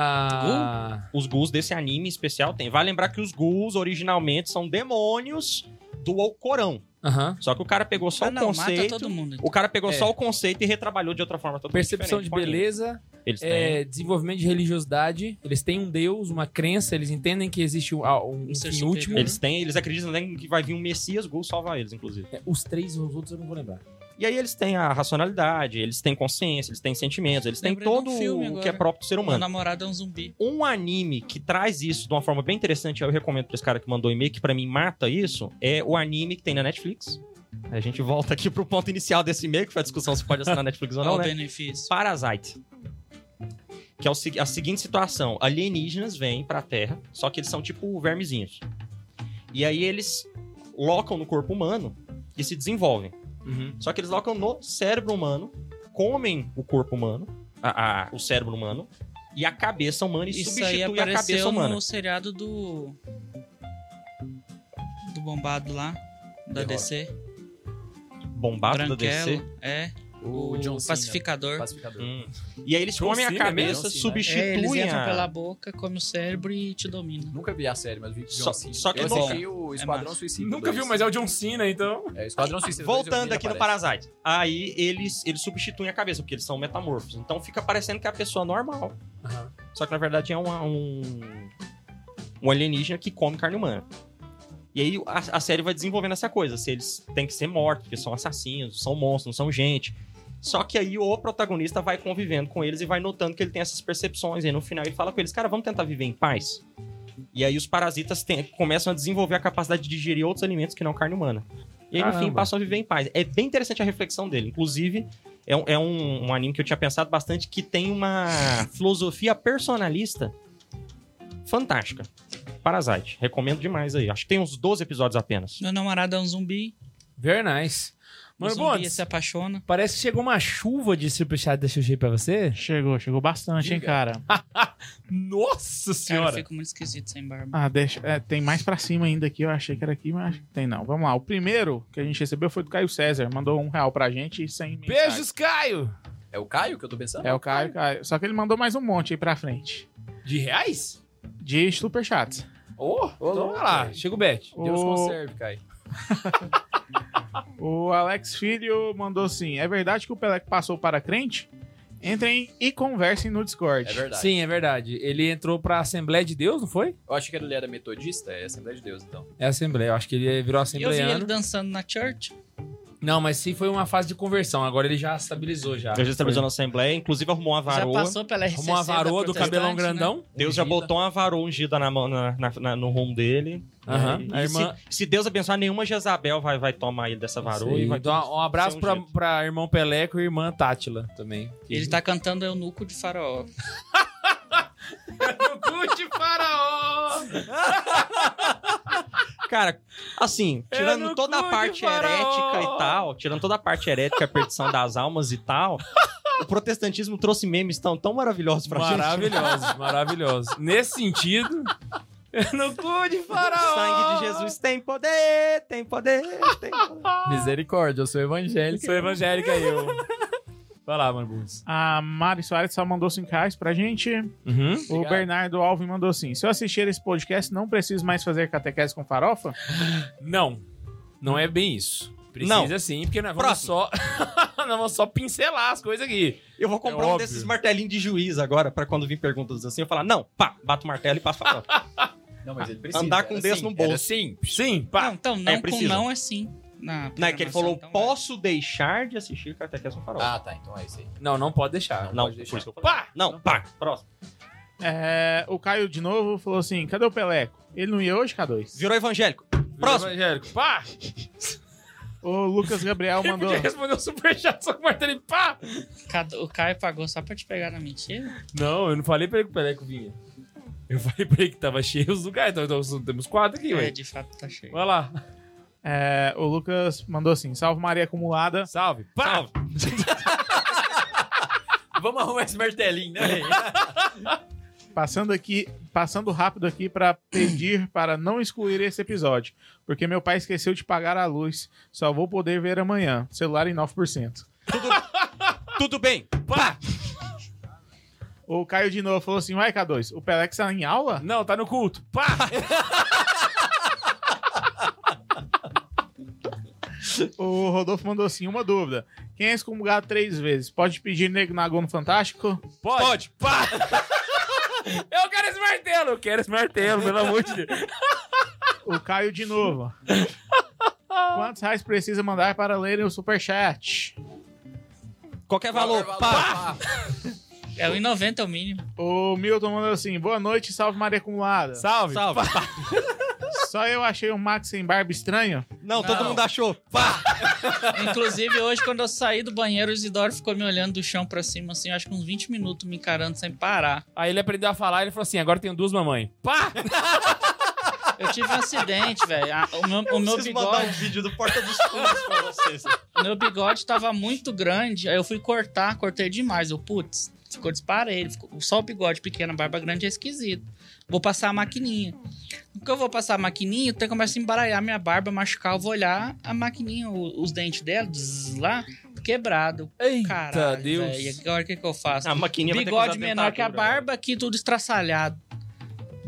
Ah,
Os gus desse anime especial tem. Vai lembrar que os gus originalmente são demônios do Alcorão.
Aham.
Só que o cara pegou só
Ah,
o
não, mata
um conceito.
todo mundo.
O cara pegou
É.
só o conceito e retrabalhou de outra forma totalmente
Percepção de
diferente com anime.
beleza,
Eles têm.
é, desenvolvimento de religiosidade. Eles têm um Deus, uma crença, eles entendem que existe um, ah, um
Um ser
fim
superior.
último.
Eles têm, eles acreditam até que vai vir um Messias Gol salvar eles, inclusive.
É, Os três, os outros eu não vou lembrar.
E aí eles têm a racionalidade, eles têm consciência, eles têm sentimentos, eles têm
Lembrei de um
todo
filme
o que é
agora.
próprio do ser
Meu
humano.
namorado é um zumbi.
Um anime que traz isso de uma forma bem interessante, eu recomendo pra esse cara que mandou e-mail, que pra mim mata isso, é o anime que tem na Netflix. A gente volta aqui pro ponto inicial desse e-mail, que foi a discussão se pode assinar Netflix ou
Olha
não,
o
né?
benefício.
Parasite. Que é o se- a seguinte situação: alienígenas vêm pra Terra, só que eles são tipo vermezinhos. E aí eles locam no corpo humano e se desenvolvem.
Uhum.
Só que eles locam no cérebro humano, comem o corpo humano, a- a- o cérebro humano, e a cabeça humana e
Isso aí
substitui a cabeça
apareceu
humana.
no seriado do. Do bombado lá. Da
The Rock.
DC.
Bombado da DC.
Branquelo. É.
Ah,
O,
Cena,
pacificador.
pacificador.
Hum. E aí eles
John
comem a
Cena mesmo?
cabeça,
assim, É,
John Cena.
eles
substituem
entram
a-
pela boca, come o cérebro e te domina.
Nunca vi a série, mas vi que
Só- só que
eu
não- é.
assisti o Esquadrão
massa.
Suicida.
Nunca viu, mas é o John Cena, então.
É, o Esquadrão Suicida. dois, eu vi
Voltando
ele
aqui no
aparece.
Parasite. Aí eles, eles substituem a cabeça, porque eles são metamorfos. Então fica parecendo que é a pessoa normal. Só que na verdade é uma- um, um alienígena que come carne humana. E aí a, a série vai desenvolvendo essa coisa. Se eles têm que ser mortos, porque são assassinos, são monstros, não são gente. Só que aí o protagonista vai convivendo com eles e vai notando que ele tem essas percepções. E aí no final ele fala com eles, cara, vamos tentar viver em paz? E aí os parasitas têm- começam a desenvolver a capacidade de digerir outros alimentos que não carne humana. E aí, no fim,
Caramba.
passam a viver em paz. É bem interessante a reflexão dele. Inclusive, é um, é um- um anime que eu tinha pensado bastante que tem uma filosofia personalista fantástica. Parasite. Recomendo demais aí. Acho que tem uns 12 episódios apenas.
Meu namorado é um zumbi.
Very nice.
O
Mano,
zumbi
Bontes,
se apaixona.
parece que chegou uma chuva de superchat da Xuxi pra você.
Chegou, chegou bastante, hein,
Diga.
cara.
Nossa
Cara, eu
senhora!
fico muito esquisito sem barba.
Ah, deixa. é, tem mais pra cima ainda aqui. Eu achei que era aqui, mas acho que tem não. Vamos lá. O primeiro que a gente recebeu foi do Caio César. Mandou um real pra gente e sem. mensagem.
Beijos, Caio!
É o Caio que eu tô pensando?
É o Caio, Caio. Só que ele mandou mais um monte aí pra frente.
De reais?
De superchats.
Oh, então
louco,
vai lá,
velho.
chega o bet.
Deus
O-
conserve, Caio.
O Alex Filho mandou assim: é verdade que o Pelé que passou para crente? Entrem e conversem no Discord.
É verdade.
Sim, é verdade. Ele entrou pra Assembleia de Deus, não foi?
Eu achei que ele era metodista, é Assembleia de Deus, então.
É Assembleia, eu acho que ele virou
Eu vi ele
assembleiano.
dançando na church.
Não, mas sim foi uma fase de conversão, agora ele já estabilizou já.
Eu já estabilizou na Assembleia, inclusive arrumou uma
Já
varoa.
passou pela RCC
Arrumou uma
da
varoa do
protestante,
cabelão
né?
grandão.
Deus já
Ungida.
botou uma varoa ungida na mão, na- na- na- no rumo dele. É,
Aham,
E
a irmã-
se, se Deus abençoar, nenhuma Jezabel vai, vai tomar ele dessa varoa
Sim,
e vai.
então, um abraço
ser um
pra,
jeito.
pra irmão Peleco e irmã Tátila também.
Ele tá cantando Eunuco de Faraó.
no um cu de faraó!
Cara, assim,
É
tirando
no
toda a
cu de
parte
faraó.
herética e tal, tirando toda a parte herética, a perdição das almas e tal, o protestantismo trouxe memes tão, tão maravilhosos pra gente.
Maravilhosos, maravilhosos. Nesse sentido, no cu de faraó.
O sangue de Jesus tem poder, tem poder, tem poder.
Misericórdia, eu sou evangélico.
Sou evangélica e eu. Vai lá, mano. Bundes.
A Mari Soares só mandou 5 reais pra gente.
Uhum.
O
Obrigado.
Bernardo Alves mandou assim: se eu assistir esse podcast, não preciso mais fazer catequese com farofa?
Não, não é bem isso. Precisa sim, porque nós vamos
Próximo.
só. nós vamos só pincelar as coisas aqui.
Eu vou comprar
É
um
óbvio.
desses martelinhos de juiz agora, pra quando vir perguntas assim, eu falar, não, pá, bato o martelo e passo a farofa.
Não, mas ele precisa.
Andar com
era
o dedo
assim,
no bolso.
era assim.
Sim,
Não,
pá.
então, não com
precisa.
não é sim. Na
Não, é que ele
programação,
falou,
então,
posso deixar de assistir Catequese com Farol.
Ah, tá, então é isso aí.
Não, não pode deixar.
não,
pode
por
deixar.
isso que eu falei.
Pá!
Não, pá, próximo.
É, o Caio de novo falou assim: cadê o Peleco? Ele não ia hoje, K2?
Virou evangélico. Próximo.
Evangélico, pá!
O Lucas Gabriel
Ele
mandou.
podia responder o superchat só com o martelo e pá!
Cada- Então, O Caio pagou só pra te pegar na mentira?
Não, eu não falei pra ele que o Peleco vinha. Eu falei pra ele que tava cheio os lugares, então, então temos quatro aqui,
É,
ué.
de fato tá cheio.
Vai lá,
É, o Lucas mandou assim: salve Maria acumulada.
salve. Pá!
Salve.
Vamos arrumar esse martelinho, né?
Passando aqui, passando rápido aqui pra pedir para não excluir esse episódio, porque meu pai esqueceu de pagar a luz. Só vou poder ver amanhã. Celular em 9%.
Tudo bem.
Pá!
O Caio de novo falou assim: "Uai, K2, o Pelex tá em aula?"
Não, tá no culto. Pá!
O Rodolfo mandou assim: "Uma dúvida. Quem é excomungado três vezes pode pedir nego na Gol no Fantástico?"
Pode!
Pode.
Pá! Eu quero esse martelo! Eu quero esse martelo, pelo amor de Deus.
O Caio de novo. Quantos reais precisa mandar para lerem o superchat?
Qualquer valor. Pá.
É 1,90 o mínimo.
O Milton mandou assim: boa noite, salve Maria Acumulada.
Salve!
Salve. Pá.
Só eu achei o Max sem barba estranho.
Não, todo
Não.
mundo achou. Pá.
Inclusive, hoje, quando eu saí do banheiro, o Isidoro ficou me olhando do chão pra cima, assim, acho que uns 20 minutos me encarando sem parar.
Aí ele aprendeu a falar e ele falou assim: agora tenho duas mamães. Pá!
Eu tive um acidente, velho. Ah, O meu, o
Eu
meu
preciso mandar um
bigode,
vídeo do Porta dos Fundos pra vocês.
meu bigode tava muito grande, aí eu fui cortar, cortei demais. Eu, putz, ficou disparelho. Ficou, só o bigode pequeno, a barba grande é esquisito. Vou passar a maquininha. No que eu vou passar a maquininha, até começa a embaralhar minha barba, machucar. Eu vou olhar a maquininha, o- os dentes dela, zzz, lá, quebrado.
Eita,
Caralho,
Deus!
velho, E agora o que, que eu faço?
A maquininha vai ter que usar
Bigode menor que a
dentadura, né?
barba, aqui tudo estraçalhado.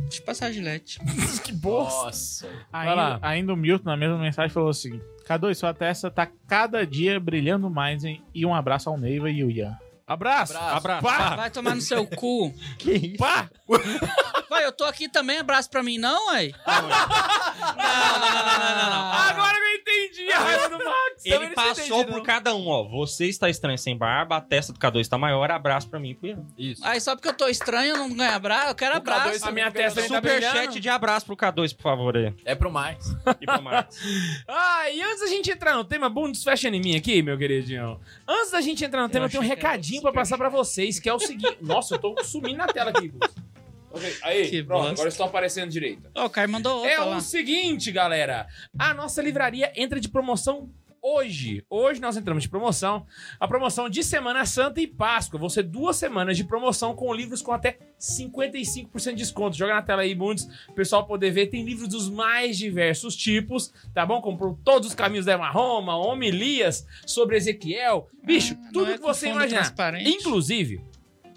Deixa eu passar a gilete.
Que bosta! lá.
Ainda, ainda o Milton, na mesma mensagem, falou assim: K2, sua testa tá cada dia brilhando mais, hein? E um abraço ao Neiva e o Ian.
Abraço!
Abraço.
Abraço! Pá!
Vai tomar no seu cu.
Pá!
Vai, eu tô aqui também, abraço pra mim, não, ué? Não, não,
Tá
Ah.
Agora eu entendi a raiva do Max! Também
Ele
não
passou
entendi,
por
não.
cada um, ó. Você está estranho sem barba, a testa do K2 está maior, abraço pra mim. e pro Ian.
Isso.
Aí só porque eu tô estranho, eu não ganho abraço, eu quero
O
Um abraço.
K2
um
A minha testa também tá brilhando.
Superchat de abraço pro K2, por favor. Aí.
É pro mais.
E pro Marcos.
Ah, e antes da gente entrar no tema, bom, desfecha em mim aqui, meu queridinho. Antes da gente entrar no tema, eu tenho um
achei que é era
recadinho pra passar pra vocês, que é o seguinte. Nossa, eu tô sumindo na tela aqui, Gus. Ok, aí,
Que
pronto,
bosta.
agora eu estou aparecendo direito.
Ô, o Caio mandou outra
É
lá.
o seguinte, galera. A nossa livraria entra de promoção hoje. Hoje nós entramos de promoção. A promoção de Semana Santa e Páscoa. Vão ser duas semanas de promoção com livros com até 55% de desconto. Joga na tela aí, Bundes, o pessoal poder ver. Tem livros dos mais diversos tipos, tá bom? Comprou todos os caminhos da Emma Roma, homilias sobre Ezequiel. Bicho, tudo
Não é
que
com
você
fundo
imaginar.
transparente.
Inclusive,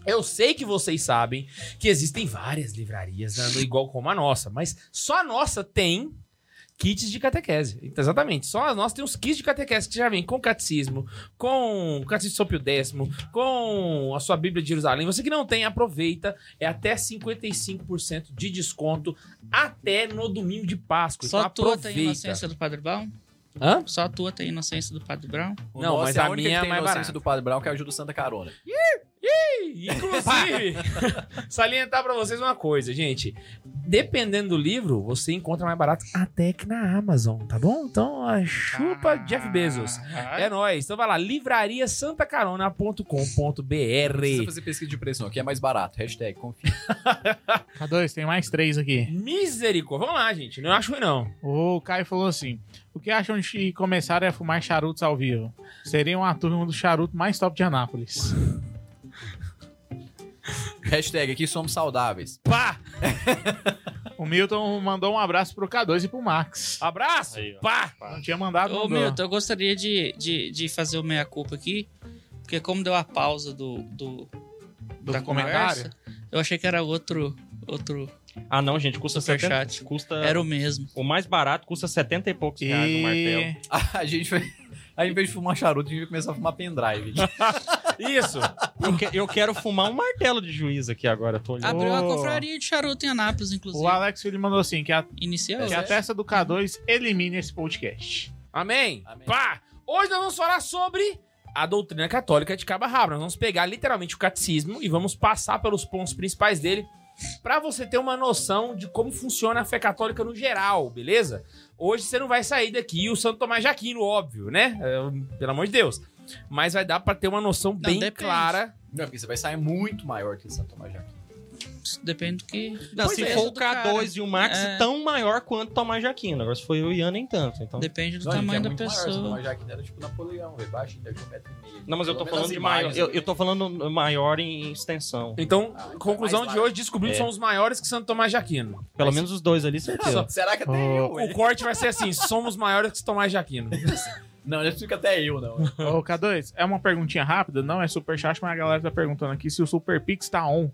eu sei que vocês sabem que existem várias livrarias dando igual como a nossa, mas só a nossa tem kits de catequese. Então, Exatamente, só a nossa tem os kits de catequese que já vem com catecismo, com o catecismo sobre o décimo, com a sua Bíblia de Jerusalém. Você que não tem, aproveita. É até 55% de desconto até no domingo de Páscoa.
Só
então,
tua tem
aproveita.
inocência do Padre Brown?
Hã?
Só tua tem inocência do Padre Brown?
O
Não,
nosso
mas
é
a
única
minha é
que tem
mais
inocência
barata.
do Padre Brown, que ajuda o Santa Carona.
Inclusive, salientar pra vocês uma coisa, gente. Dependendo do livro, você encontra mais barato até que na Amazon, tá bom? Então, ó, chupa Jeff Bezos. É nóis. Então vai lá,
Não precisa
livrariasantacarona.com.br.
fazer pesquisa de preço, não. Aqui é mais barato. Hashtag confia.
K2, tem mais três aqui.
Misericórdia. Vamos lá, gente. Não acho ruim, não.
O Caio falou assim: o que acham de começar a fumar charutos ao vivo? Seria uma turma do charuto mais top de Anápolis.
Hashtag aqui somos saudáveis.
Pá!
O Milton mandou um abraço pro K2 e pro Max.
Abraço!
Aí, ó.
Pá!
Não tinha
Tá
mandado
Ô,
mandou.
Milton, eu gostaria de, de, de fazer o meia-culpa aqui, porque como deu a pausa do, do,
do
da
comentário.
tá conversa, eu achei que era outro, outro
Ah, não, gente, custa
Superchat.
70. Custa...
era o mesmo.
o... mais barato custa 70 e poucos reais o martelo.
E
A gente foi... Aí, em vez de fumar charuto, a gente vai começar a fumar pendrive.
Isso!
Eu, que- eu quero fumar um martelo de juiz aqui agora, eu tô olhando.
Abriu uma
Ô.
confraria de charuto em Anápolis, inclusive.
o Alex Filho mandou assim: que a,
Inicial.
É.
que a testa do K2 elimine esse podcast.
Amém?
Amém.
Pá! Hoje nós vamos falar sobre a doutrina católica de Cabo a Rabo. Nós vamos pegar literalmente o catecismo e vamos passar pelos pontos principais dele Pra você ter uma noção de como funciona a fé católica no geral, beleza? Hoje você não vai sair daqui o Santo Tomás de Aquino, óbvio, né? É, Pelo amor de Deus. Mas vai dar pra ter uma noção bem
depende.
clara.
Não, porque você vai sair muito maior que Santo Tomás de Aquino.
Isso depende do que.
Não,
do
se
peso
for o
do cara.
K2 e o Max,
É.
tão maior quanto Tomás Jaquino. Agora se foi eu e Ian, nem tanto. Então...
Depende do
Não, ele
tamanho
é
da
muito maior, Santo
pessoa.
Tomás de Aquino era tipo Napoleão, velho, baixo, ainda tinha um metro e meio.
Não, mas eu tô
Pelo menos
falando de
as
maior.
imagens,
Eu,
né?
eu tô falando maior em extensão.
Então,
Ah, então
conclusão
mais
de
largo.
hoje, descobrimos que
É.
são os maiores que Santo Tomás de Aquino.
Pelo
Mas-
menos os dois ali,
Só-
certeza.
Será que até
Oh.
eu?
O
velho?
corte vai ser assim: somos maiores que Santo Tomás de Aquino.
Não, não é possível que até eu, não.
Hum.
Ô, K2, é uma perguntinha rápida, não é super chat, mas a galera tá perguntando aqui se o Super Pix tá on.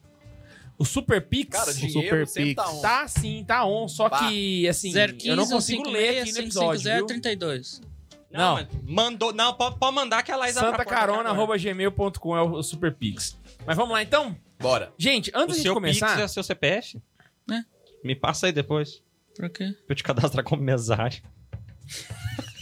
O Super Pix.
Cara,
de-
dinheiro
Super
sempre tá
Pix.
on.
Tá sim, tá on, só
Pá. um
que, assim,
015,
eu não consigo ler aqui no episódio, viu?
32.
Não.
mas mandou. Não, pode, pode mandar que a Laís arroba.
santacarona.gmail.com é o Super Pix. Mas vamos lá, então?
Bora.
Gente,
O
antes de
seu
começar...
Pix é o seu CPF?
É.
Me passa aí depois.
Pra quê?
Pra eu te cadastrar como mesário.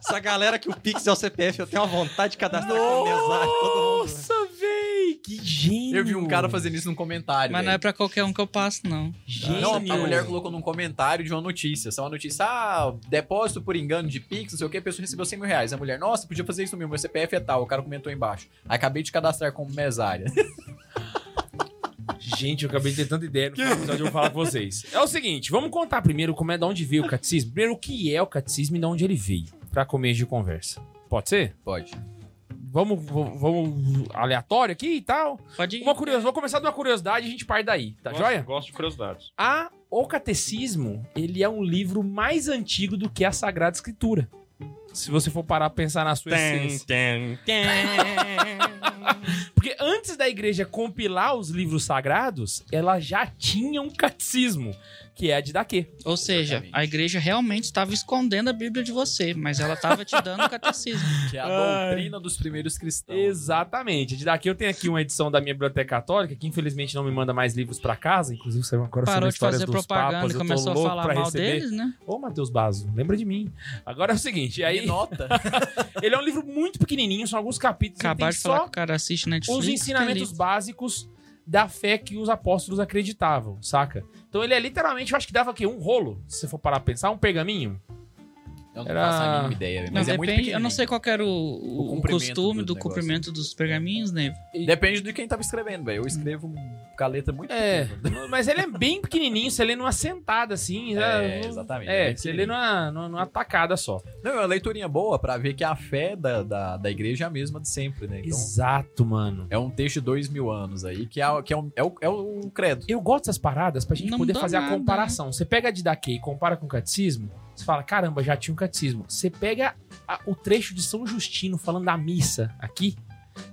Essa galera que o Pix é o CPF, eu tenho uma vontade de cadastrar como mesário. Todo mundo.
Nossa, véi! Que gênio!
né? Eu vi um cara fazendo isso num comentário.
Mas não é pra qualquer um que eu passo, não.
Gênio!
Não, a mulher colocou num comentário de uma notícia. Só uma notícia, ah, depósito por engano de Pix, não sei o que, a pessoa recebeu 100 mil reais. A mulher, nossa, podia fazer isso mesmo, meu CPF é tal. O cara comentou embaixo. Acabei de cadastrar como mesária.
Gente, eu acabei de ter tanta ideia no final do episódio, eu vou falar com vocês. É o seguinte, vamos contar primeiro como é de onde veio o catecismo. Primeiro, o que é o catecismo e de onde ele veio, pra começo de conversa. Pode ser?
Pode.
Vamos, vamos- vamos aleatório aqui e tal?
Pode ir.
Uma curiosidade, vou começar de uma curiosidade e a gente parte daí, tá joia?
Gosto de curiosidades.
A, o Catecismo, ele é um livro mais antigo do que a Sagrada Escritura. Se você for parar pra pensar na sua
Tem,
essência.
tem, É tem.
Porque antes da igreja compilar os livros sagrados, ela já tinha um catecismo, que é a Didaquê.
Ou seja,
Exatamente.
a igreja realmente estava escondendo a Bíblia de você, mas ela estava te dando o catecismo.
Que é a
Ai.
doutrina dos primeiros cristãos. né?
Exatamente. A Didaquê, eu tenho aqui uma edição da minha biblioteca católica, que infelizmente não me manda mais livros pra casa, inclusive saiu agora sobre
Parou de
histórias
fazer
dos
propaganda
papas,
e
eu tô
começou
louco
a falar
pra
mal
receber.
deles, né?
Ô, Matheus Basso, lembra de mim. Agora é o seguinte,
E
aí
nota.
ele é um livro muito pequenininho, são alguns capítulos, ele
Acabar
tem
de falar
só
que o cara assiste Netflix.
os ensinamentos
feliz.
básicos da fé que os apóstolos acreditavam, saca? Então ele é literalmente, eu acho que dava o quê? Um rolo, se você for parar pra pensar, um pergaminho.
Eu não
Era-
faço a mínima ideia, velho,
Não,
mas é muito
depende,
pequenininho.
eu não sei qual que era o, o-
O
o
comprimento
costume
do
do,
negócio.
cumprimento dos pergaminhos, né? Neiva.
é- Depende de quem tava escrevendo, velho. Eu escrevo com a letra muito
É,
pequena.
mas ele é bem pequenininho, você lê numa sentada assim.
É,
já-
exatamente, é
É,
bem
você lê numa, numa, numa tacada só.
Não, é uma leiturinha boa pra ver que a fé da, da, da igreja é a mesma de sempre, né? Então,
Exato, mano.
é um texto de dois mil anos aí, que é, que é, um- é o, é o credo.
Eu gosto dessas paradas pra gente
Não
poder
dá
fazer a
nada. né?
comparação. Você pega a Didaquê e compara com o catecismo, você fala, caramba, já tinha um catecismo. Você pega a- o trecho de São Justino falando da missa aqui,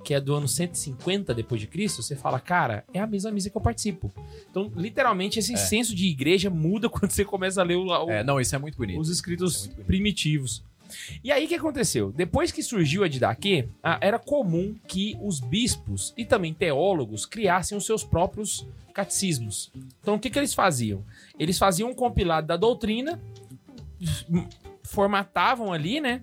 que é do ano 150 depois de Cristo, você fala, cara, é a mesma missa que eu participo. Então, literalmente, esse
É.
senso de igreja muda quando você começa a ler o- o-
É, não, isso é muito bonito.
os escritos
Isso é muito bonito.
primitivos. E aí, o que aconteceu? Depois que surgiu a Didaquê, a- era comum que os bispos e também teólogos criassem os seus próprios catecismos. Então, o que, que eles faziam? Eles faziam um compilado da doutrina, m- formatavam ali, né?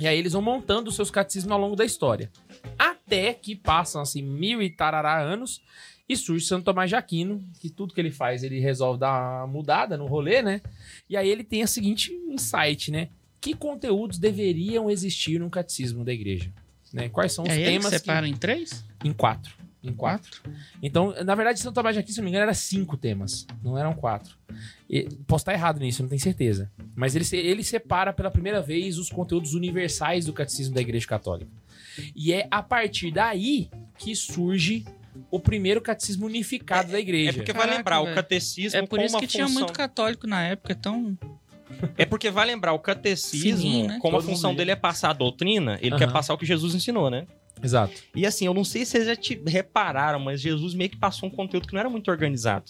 E aí eles vão montando os seus catecismos ao longo da história. Até que passam, assim, mil e tarará anos e surge Santo Tomás de Aquino, que tudo que ele faz, ele resolve dar uma mudada no rolê, né? E aí ele tem a seguinte insight, né? Que conteúdos deveriam existir num catecismo da igreja? Né? Quais são os
É ele que
temas
separa em três?
que... em quatro? Em quatro. Então, na verdade, Santo Tomás de Aquino, se não me engano, era cinco temas, não eram quatro. E- posso estar errado nisso, eu não tenho certeza. Mas ele, se- ele separa pela primeira vez os conteúdos universais do catecismo da Igreja Católica. E é a partir daí que surge o primeiro catecismo unificado da
É
igreja.
porque vai
Caraca,
lembrar o
velho.
catecismo
É por
com
isso
uma
que tinha
função-
muito católico na época, então
É porque vai lembrar o catecismo,
Sininho, né?
como a
Todo mundo
função
lê.
dele é passar a doutrina, ele
Aham.
quer passar o que Jesus ensinou, né?
Exato.
E assim, eu não sei se vocês já te repararam, mas Jesus meio que passou um conteúdo que não era muito organizado.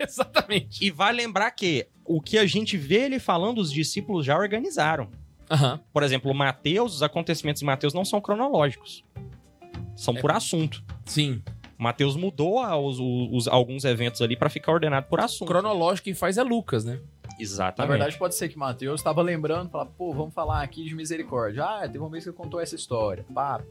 Exatamente.
e vai lembrar que o que a gente vê ele falando, os discípulos já organizaram.
Aham.
Por exemplo, Mateus, os acontecimentos de Mateus não são cronológicos. São por assunto.
Sim.
Mateus mudou aos- os- alguns eventos ali pra ficar ordenado por
O
assunto.
cronológico que faz é Lucas, né?
Na
Exatamente.
verdade, pode ser que Mateus tava um lembrando, falar, pô, vamos falar aqui de misericórdia. Ah, teve uma vez que eu contou essa história. Pá,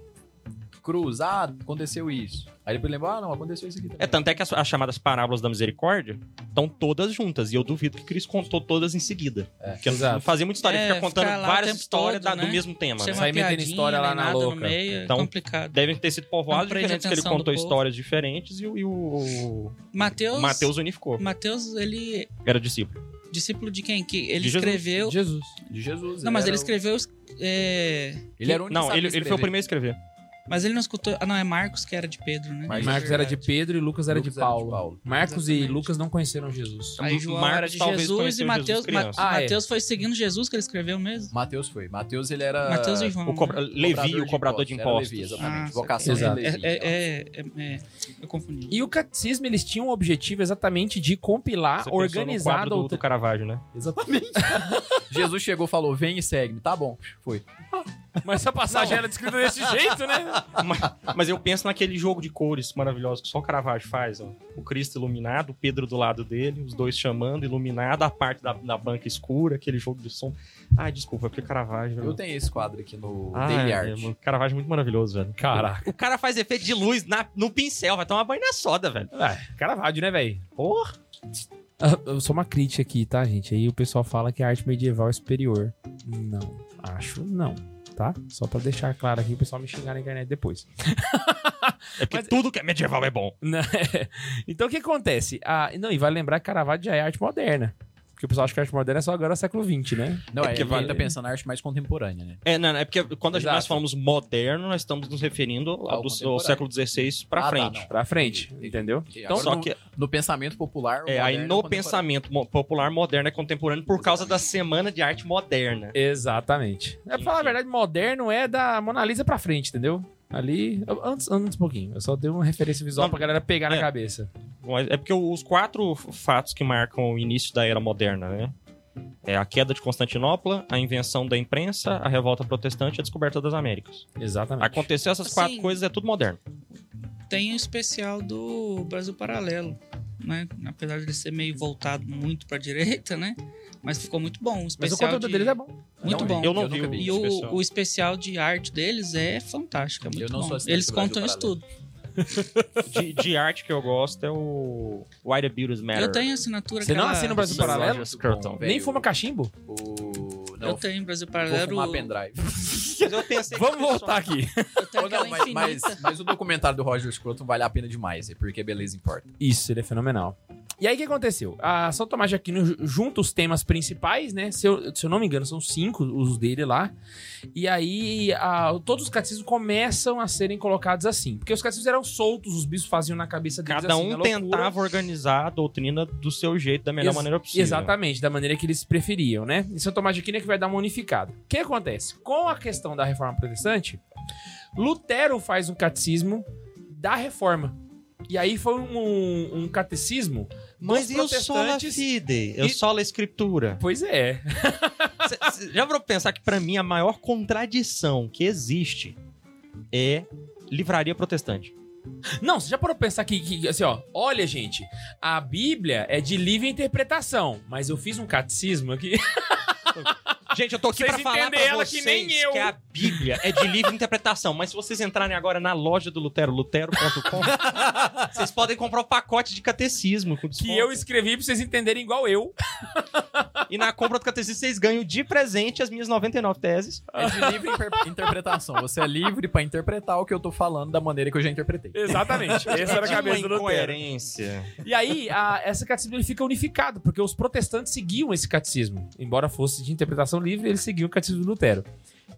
cruz, ah, aconteceu isso. Aí depois lembra, ah, não, aconteceu isso aqui também.
É, tanto é que as, as chamadas parábolas da misericórdia estão todas juntas. E eu duvido que Cristo contou todas em seguida.
É,
Porque não
exato.
fazia muita história,
É,
ele fica contando
ficar lá o
várias
tempo
histórias
todo,
da- do
né?
mesmo tema.
Sem
né?
uma
Sai metendo
piadinha,
história lá
nem
na
nada
louca.
No meio,
Então,
é complicado.
Devem ter sido povoados
Não prende
diferentes, que ele
atenção do
contou
povo.
histórias diferentes e, o- e o
Mateus,
Mateus unificou.
Mateus, ele
Era discípulo.
discípulo de quem? Que ele
De Jesus.
escreveu.
Jesus. De Jesus.
Não, mas
era
ele
o-
escreveu. é,
Ele era o único que
Não,
sabia
ele, ele foi o
escrever.
primeiro a escrever.
Mas ele não escutou. Ah, não, é Marcos que era de Pedro, né?
Mas-
Marcos era de Pedro e Lucas era
Lucas
de Paulo. Marcos e
Exatamente.
Lucas não conheceram Jesus.
Aí João
Marcos
era de
talvez
Jesus
conheceu
e
Jesus
Mateus. Ma
criança.
Ah, é.
Mateus foi seguindo Jesus que ele escreveu mesmo.
Mateus foi. Mateus, ele era...
Mateus e João.
O cobra-
né?
Levi, o cobrador de
Era
impostos.
Levi, exatamente.
Ah,
Vocação de
saquei.
Levi.
É, é, é, é, eu confundi.
E o catecismo, eles tinham o objetivo exatamente de compilar,
Você pensou no
organizar
quadro do, do Caravaggio, né?
Exatamente. Jesus chegou, falou, vem e segue-me. Tá bom, foi.
Mas essa passagem era descrita desse jeito, né?
mas, mas eu penso naquele jogo de cores maravilhoso que só o Caravaggio faz, ó. O Cristo iluminado, o Pedro do lado dele, os dois chamando, iluminado, a parte da, da banca escura, aquele jogo do som. Ai, desculpa, é porque Caravaggio...
Eu tenho esse quadro aqui no
Ah,
Daily
é,
Art.
mano, Caravaggio é muito maravilhoso, velho.
Caraca.
O cara faz efeito de luz na- no pincel, vai tomar banho na soda, velho.
É, Caravaggio, né, velho?
Porra!
Ah, Eu sou uma crítica aqui, tá, gente? Aí o pessoal fala que a arte medieval é superior. Não, acho não, tá? Só pra deixar claro aqui, o pessoal me xingar na internet depois.
É porque tudo que é medieval é bom.
Né? então o que acontece? Ah, não, e vai lembrar que Caravaggio já é arte moderna. Porque o pessoal acha que a arte moderna é só agora século XX, né?
Não,
É
é,
porque
ele
vale-
tá pensando na arte mais contemporânea, né?
É, não, não, é porque quando a gente-
Exato.
nós falamos moderno, nós estamos nos referindo ao,
Ao
do- ao
contemporâneo.
século XVI pra
Ah, tá,
frente.
não.
Pra frente, entendeu?
Então,
Só
no,
que
no pensamento popular... o
é, aí
moderno
no
contemporâneo.
pensamento mo- popular moderno é contemporâneo por causa da Semana de Arte Moderna.
Exatamente. É, pra falar a verdade, moderno é da Mona Lisa pra frente, entendeu? Ali, eu- antes, antes um pouquinho. Eu só dei uma referência visual
Não,
pra galera pegar
é.
na cabeça.
Mas É porque os quatro fatos que marcam o início da era moderna, né? É a queda de Constantinopla, a invenção da imprensa, a revolta protestante e a descoberta das Américas.
Exatamente.
Aconteceu essas
Assim,
quatro coisas, é tudo moderno.
Tem o especial do Brasil Paralelo, né? Apesar de ele ser meio voltado muito pra direita, né? Mas ficou muito bom. O
Mas
especial
o conteúdo
de...
deles é
Então,
bom.
Muito
Não,
bom.
eu não
eu
vi,
nunca
o
vi.
E o,
especial.
o especial de arte deles é fantástico, é muito
Eu não
bom.
sou assinante
Eles
do Brasil
contam isso
Paralelo.
tudo.
De, de arte que eu gosto é o Why the Beauties Matter.
Eu tenho assinatura
Você não
aquela-
assina o Brasil
Esse episódio
Paralelo?
é muito
Curtão.
bom, velho.
Nem fuma cachimbo?
O... Não,
Eu tenho Brasil
vou
Paralelo.
fumar pendrive.
Mas eu pensei que
Vamos
você só-
voltar aqui.
Eu tenho
Ou não,
aquela
mas, mas,
é infinita.
mas o documentário do Roger Scruton vale a pena demais, é porque beleza importa.
Isso, ele é fenomenal. E aí o que aconteceu? A São Tomás de Aquino ju- junta os temas principais, né? Se eu, se eu não me engano, são cinco os dele lá. E aí a- todos os catecismos começam a serem colocados assim. Porque os catecismos eram soltos, os bispos faziam na cabeça deles
Cada
assim,
um
na loucura.
tentava organizar a doutrina do seu jeito, da melhor
Ex-
maneira possível.
Exatamente, da maneira que eles preferiam, né? E São Tomás de Aquino é que vai dar uma unificada. O que acontece? Com a questão da reforma protestante, Lutero faz um catecismo da reforma. E aí foi um, um catecismo.
Mas
dos
e o sola
protestantes-
fide? Eu
e-
sola escritura.
Pois é.
Cê- cê Já vou pensar que pra mim a maior contradição que existe é livraria protestante.
Não, você já parou pra pensar que, que, assim, ó, olha, gente, a Bíblia é de livre interpretação, mas eu fiz um catecismo aqui.
Gente, eu tô aqui
Vocês
pra falar pra
entendem ela que
vocês
nem eu.
a Bíblia é de livre interpretação, mas se vocês entrarem agora na loja do Lutero, lutero.com, vocês podem comprar o pacote de catecismo com
Que
desconto.
eu escrevi pra vocês entenderem igual eu.
E na compra do catecismo vocês ganham de presente as minhas 99 teses.
É de livre inter- interpretação. Você é livre pra interpretar o que eu tô falando da maneira que eu já interpretei.
Exatamente. Essa era a
É De uma
cabeça do Lutero.
incoerência.
E aí, a, essa catecismo ele fica unificado, porque os protestantes seguiam esse catecismo. Embora fosse de interpretação livre, eles seguiam o catecismo de Lutero.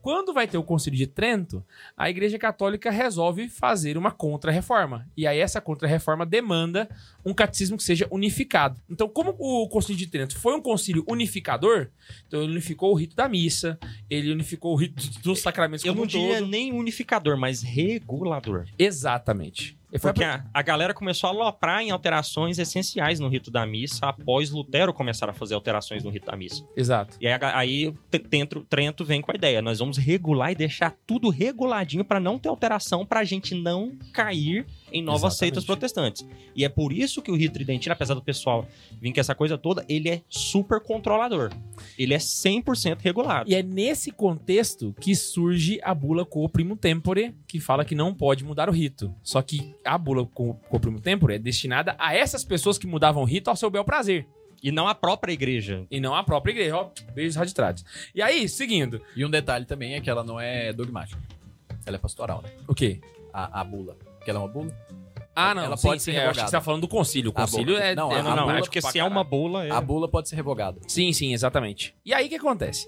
Quando vai ter o Concílio de Trento, a Igreja Católica resolve fazer uma contra-reforma. E aí, essa contra-reforma demanda um catecismo que seja unificado. Então, como o Concílio de Trento foi um concílio unificador, então ele unificou o rito da missa, ele unificou o rito dos sacramentos
Eu
como
não
um
diria
todo.
nem unificador, mas regulador.
Exatamente. Ele foi
Porque a, a galera começou a aloprar em alterações essenciais no rito da missa após Lutero começar a fazer alterações no rito da missa.
Exato.
E aí, a ga- aí T- Trento, Trento vem com a ideia: nós vamos regular e deixar tudo reguladinho pra não ter alteração, pra gente não cair em novas
Exatamente.
seitas protestantes. E é por isso que o rito tridentino, apesar do pessoal vir com essa coisa toda, ele é super controlador. Ele é 100% regulado.
E é nesse contexto que surge a bula co primo tempore, que fala que não pode mudar o rito. Só que a bula co co primo tempore é destinada a essas pessoas que mudavam o rito ao seu bel prazer,
E não a própria igreja.
e não à própria igreja. Ó, beijos raditrados. E aí, seguindo.
E um detalhe também é que ela não é dogmática. Ela é pastoral, né?
O quê?
A, a bula. Que ela é uma bula?
Ah, não.
Ela
sim,
pode ser
sim, eu acho que
revogada.
você tá falando do concílio. O
Ah,
concílio
bom.
é...
Não,
é
a-
não, não,
dogmático
é porque
pra
se é uma
caralho.
bula. É...
A bula pode ser revogada.
Sim, sim, exatamente. E aí o que acontece?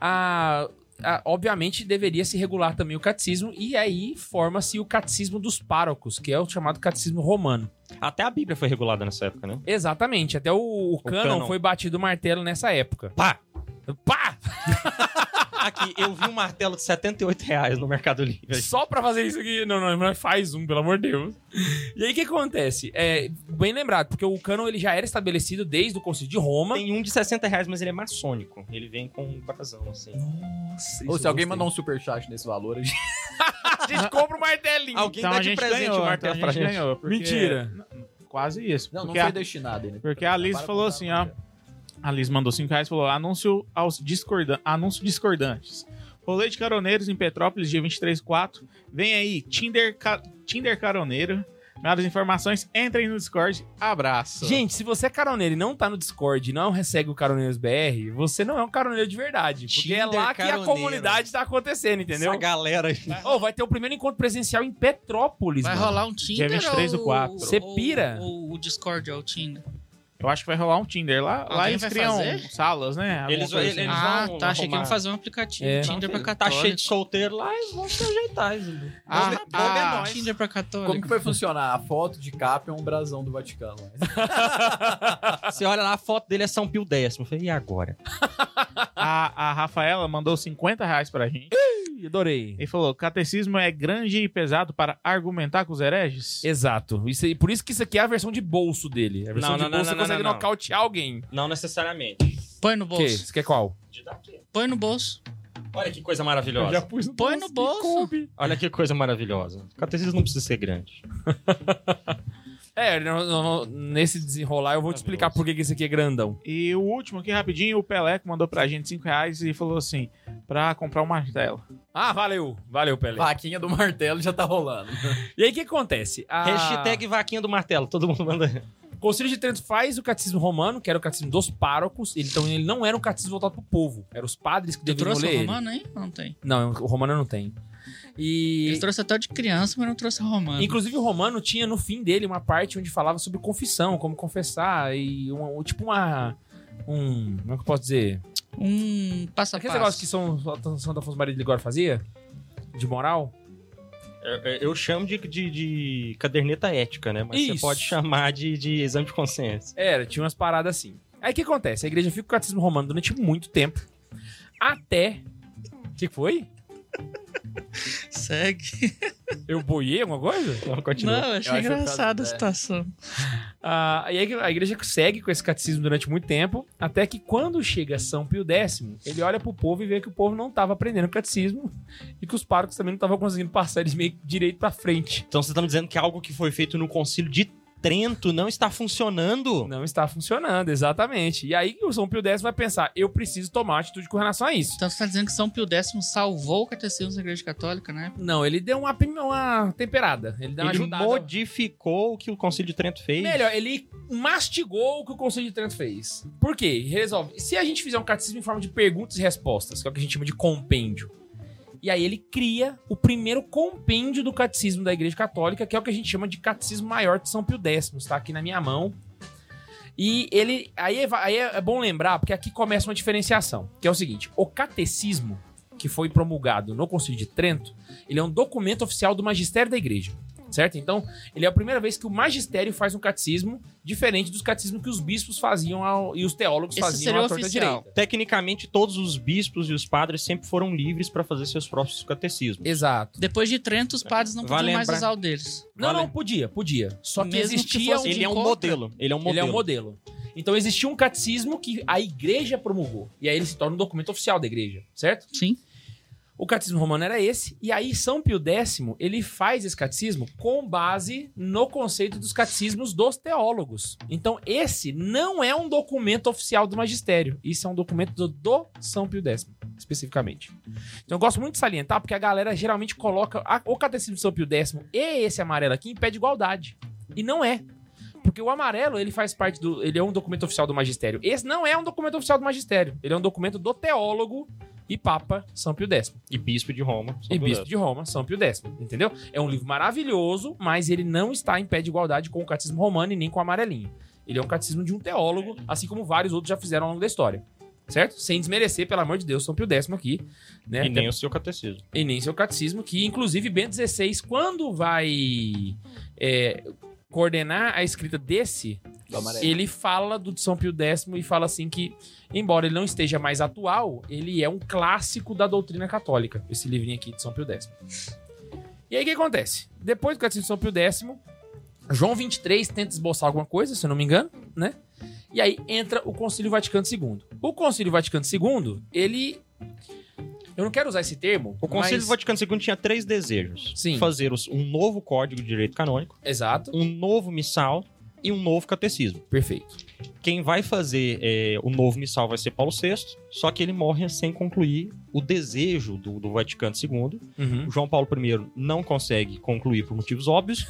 A, a- obviamente deveria se regular também o catecismo, e aí forma-se o catecismo dos párocos, que é o chamado catecismo romano.
Até a Bíblia foi regulada nessa época, né?
Exatamente, até o, o, cânon,
cânon.
foi batido o martelo nessa época.
Pá!
Pá!
Aqui, eu vi um martelo de R$ 78 reais no Mercado Livre.
Só pra fazer isso aqui. Não, não, mas faz um, pelo amor de Deus. E aí o que acontece? É, bem lembrado, porque o cânon ele já era estabelecido desde o Concílio de Roma.
Tem um de 60 reais, mas ele é maçônico. Ele vem com um brasão, assim.
Nossa,
Ou se alguém mandar um superchat nesse valor, a gente...
A gente compra o martelinho.
Alguém
Então
dá
a
de
gente
presente
ganhou,
o
então
martelo
a
pra
gente
gente.
ganhou. porque-
Mentira.
Quase isso.
Não, não
porque
foi
a-
destinado ainda.
porque a Liz
Para
falou
contar,
assim,
não
ó. A Liz mandou 5 reais e falou: anúncio aos discordan anúncio discordantes. Rolê de caroneiros em Petrópolis, dia 23 4. Vem aí, Tinder, ca- Tinder caroneiro. Maiores informações, entrem no Discord. Abraço.
Gente, se você é caroneiro e não tá no Discord e não recebe o Caroneiros BR, você não é um caroneiro de verdade. Porque é
Tinder
lá que a
caroneiro.
comunidade tá acontecendo, entendeu?
Essa galera aí.
Ô, vai ter o primeiro encontro presencial em Petrópolis,
Vai
mano.
rolar um Tinder
Dia 23
ou...
do quatro.
Você
ou-
pira?
Ou o Discord ou o Tinder?
Eu acho que vai rolar um Tinder lá. lá
Alguém
eles
vai
criam
fazer?
salas, né? Alguma
Eles-
coisa
eles-
assim.
ah,
vão
tá. Achei que
arrumar.
iam fazer um aplicativo.
É.
Tinder pra
Tá
católico. tá.
cheio de solteiro lá, eles vão se ajeitar. eles vão-
Ah,
Bobe- Bobe
ah,
é nóis.
Tinder pra
Como
católico.
que vai funcionar? A foto de capa é um brasão do Vaticano. mas-
Você olha lá, a foto dele é São Pio X. Eu falei, e agora?
a, a Rafaela mandou 50 reais pra gente.
Ih, Adorei.
Ele falou: catecismo é grande e pesado para argumentar com os hereges?
Exato. Isso aí- por isso que isso aqui é a versão de bolso dele. A versão
Não,
de
não, não,
bolso você
não, não,
consegue
não, não.
nocautear alguém.
Não necessariamente.
Põe no
O quê?
bolso.
Você quer é qual?
De daqui.
Põe no bolso.
Olha que coisa maravilhosa.
pus no
Põe no bolso.
Olha que coisa maravilhosa. O catecismo não precisa ser grande.
É, não- não- não- nesse desenrolar eu vou te explicar por que que isso aqui é grandão.
E o último aqui, rapidinho, o Peleco mandou pra gente 5 reais e falou assim: pra comprar um martelo.
Ah, valeu. Valeu, Pelé.
Vaquinha do martelo já tá rolando.
E aí o que acontece?
Ah.
A-
Hashtag vaquinha do martelo. Todo mundo manda.
O Concílio de Trento faz o catecismo romano, que era o catecismo dos párocos. Ele- Então ele não era um catecismo voltado pro povo. Eram os padres que
Tu
deviam
trouxe
ler.
o
ele.
romano, hein? Não tem.
Não, o romano não tem. E.
Eles trouxeram até o de criança, mas não trouxe o romano.
Inclusive o romano tinha no fim dele uma parte onde falava sobre confissão, como confessar e uma- um- tipo uma um, como é que eu posso dizer?
Um passo a
Aqueles
passo.
negócios que São Santo Afonso Maria de Ligório fazia de moral?
Eu- Eu chamo de, de- de caderneta ética, né? Mas
Isso.
você pode chamar de, de exame de consciência.
Era, tinha umas paradas assim. Aí o que acontece? A igreja fica com o catecismo romano durante muito tempo. Até o que que foi?
Segue.
Eu boiei alguma coisa?
Não, continua.
Não,
Eu
achei
acho
engraçada a
que tá- é.
situação.
Ah, e aí a igreja segue com esse catecismo durante muito tempo, até que quando chega São Pio X, ele olha pro povo e vê que o povo não estava aprendendo o catecismo e que os párocos também não estavam conseguindo passar eles meio que direito pra frente.
Então vocês estão me dizendo que algo que foi feito no concílio de Trento não está funcionando?
Não está funcionando, exatamente. E aí o São Pio X vai pensar, eu preciso tomar atitude com relação a isso.
Então você tá dizendo que São Pio X salvou o catecismo da igreja católica, né?
Não, ele deu uma, pim- uma temperada, ele deu uma
ele
ajudada.
modificou o que o concílio de Trento fez.
Melhor, ele mastigou o que o Conselho de Trento fez. Por quê? Resolve. Se a gente fizer um catecismo em forma de perguntas e respostas, que é o que a gente chama de compêndio. E aí ele cria o primeiro compêndio do catecismo da Igreja Católica, que é o que a gente chama de catecismo maior de São Pio X. Está aqui na minha mão. E ele. Aí é, va- aí é bom lembrar, porque aqui começa uma diferenciação, que é o seguinte: o catecismo que foi promulgado no Concílio de Trento, ele é um documento oficial do magistério da igreja. certo? Então, ele é a primeira vez que o magistério faz um catecismo diferente dos catecismos que os bispos faziam ao- e os teólogos
Esse
faziam
seria
à
o
torta
oficial.
direita.
Tecnicamente, todos os bispos e os padres sempre foram livres para fazer seus próprios catecismos.
Exato.
Depois de Trento, os padres não
Vai
podiam mais
lembrar.
usar o deles.
Não,
Vale.
não, podia, podia. Só que
Mesmo que
existia
fosse
um
Ele é um
encontra-
modelo. Ele é um modelo.
Ele é um modelo. Então existia um catecismo que a igreja promulgou. E aí ele se torna um documento oficial da igreja, certo?
Sim.
O catecismo romano era esse, e aí São Pio X ele faz esse catecismo com base no conceito dos catecismos dos teólogos. Então, esse não é um documento oficial do magistério. Isso é um documento do, do São Pio X, especificamente. Então, eu gosto muito de salientar, porque a galera geralmente coloca a- o catecismo de São Pio X e esse amarelo aqui em pé de igualdade. E não é. Porque o amarelo, ele faz parte do. Ele é um documento oficial do magistério. Esse não é um documento oficial do magistério. Ele é um documento do teólogo e Papa São Pio X
E bispo de Roma.
e Bispo de Roma, São Pio X, entendeu? É um livro maravilhoso, mas ele não está em pé de igualdade com o catecismo romano e nem com o amarelinho. Ele é um catecismo de um teólogo, assim como vários outros já fizeram ao longo da história. Certo? Sem desmerecer, pelo amor de Deus, São Pio X aqui, né?
E nem o seu catecismo.
e nem seu catecismo, que inclusive Bento XVI, quando vai é, coordenar a escrita desse, ele fala do de São Pio X e fala assim que, embora ele não esteja mais atual, ele é um clássico da doutrina católica, esse livrinho aqui de São Pio X. E aí o que acontece? Depois do Catecismo de São Pio X, João 23 tenta esboçar alguma coisa, se eu não me engano, né? E aí entra o Concílio Vaticano II. O Concílio Vaticano II, ele... Eu não quero usar esse termo,
O Conselho
mas...
Vaticano II tinha três desejos:
Sim.
fazer os- um novo código de direito canônico,
Exato,
um novo missal e um novo catecismo.
perfeito.
Quem vai fazer é, o novo missal vai ser Paulo VI, só que ele morre sem concluir o desejo do, do Vaticano II.
Uhum.
O João Paulo I não consegue concluir por motivos óbvios.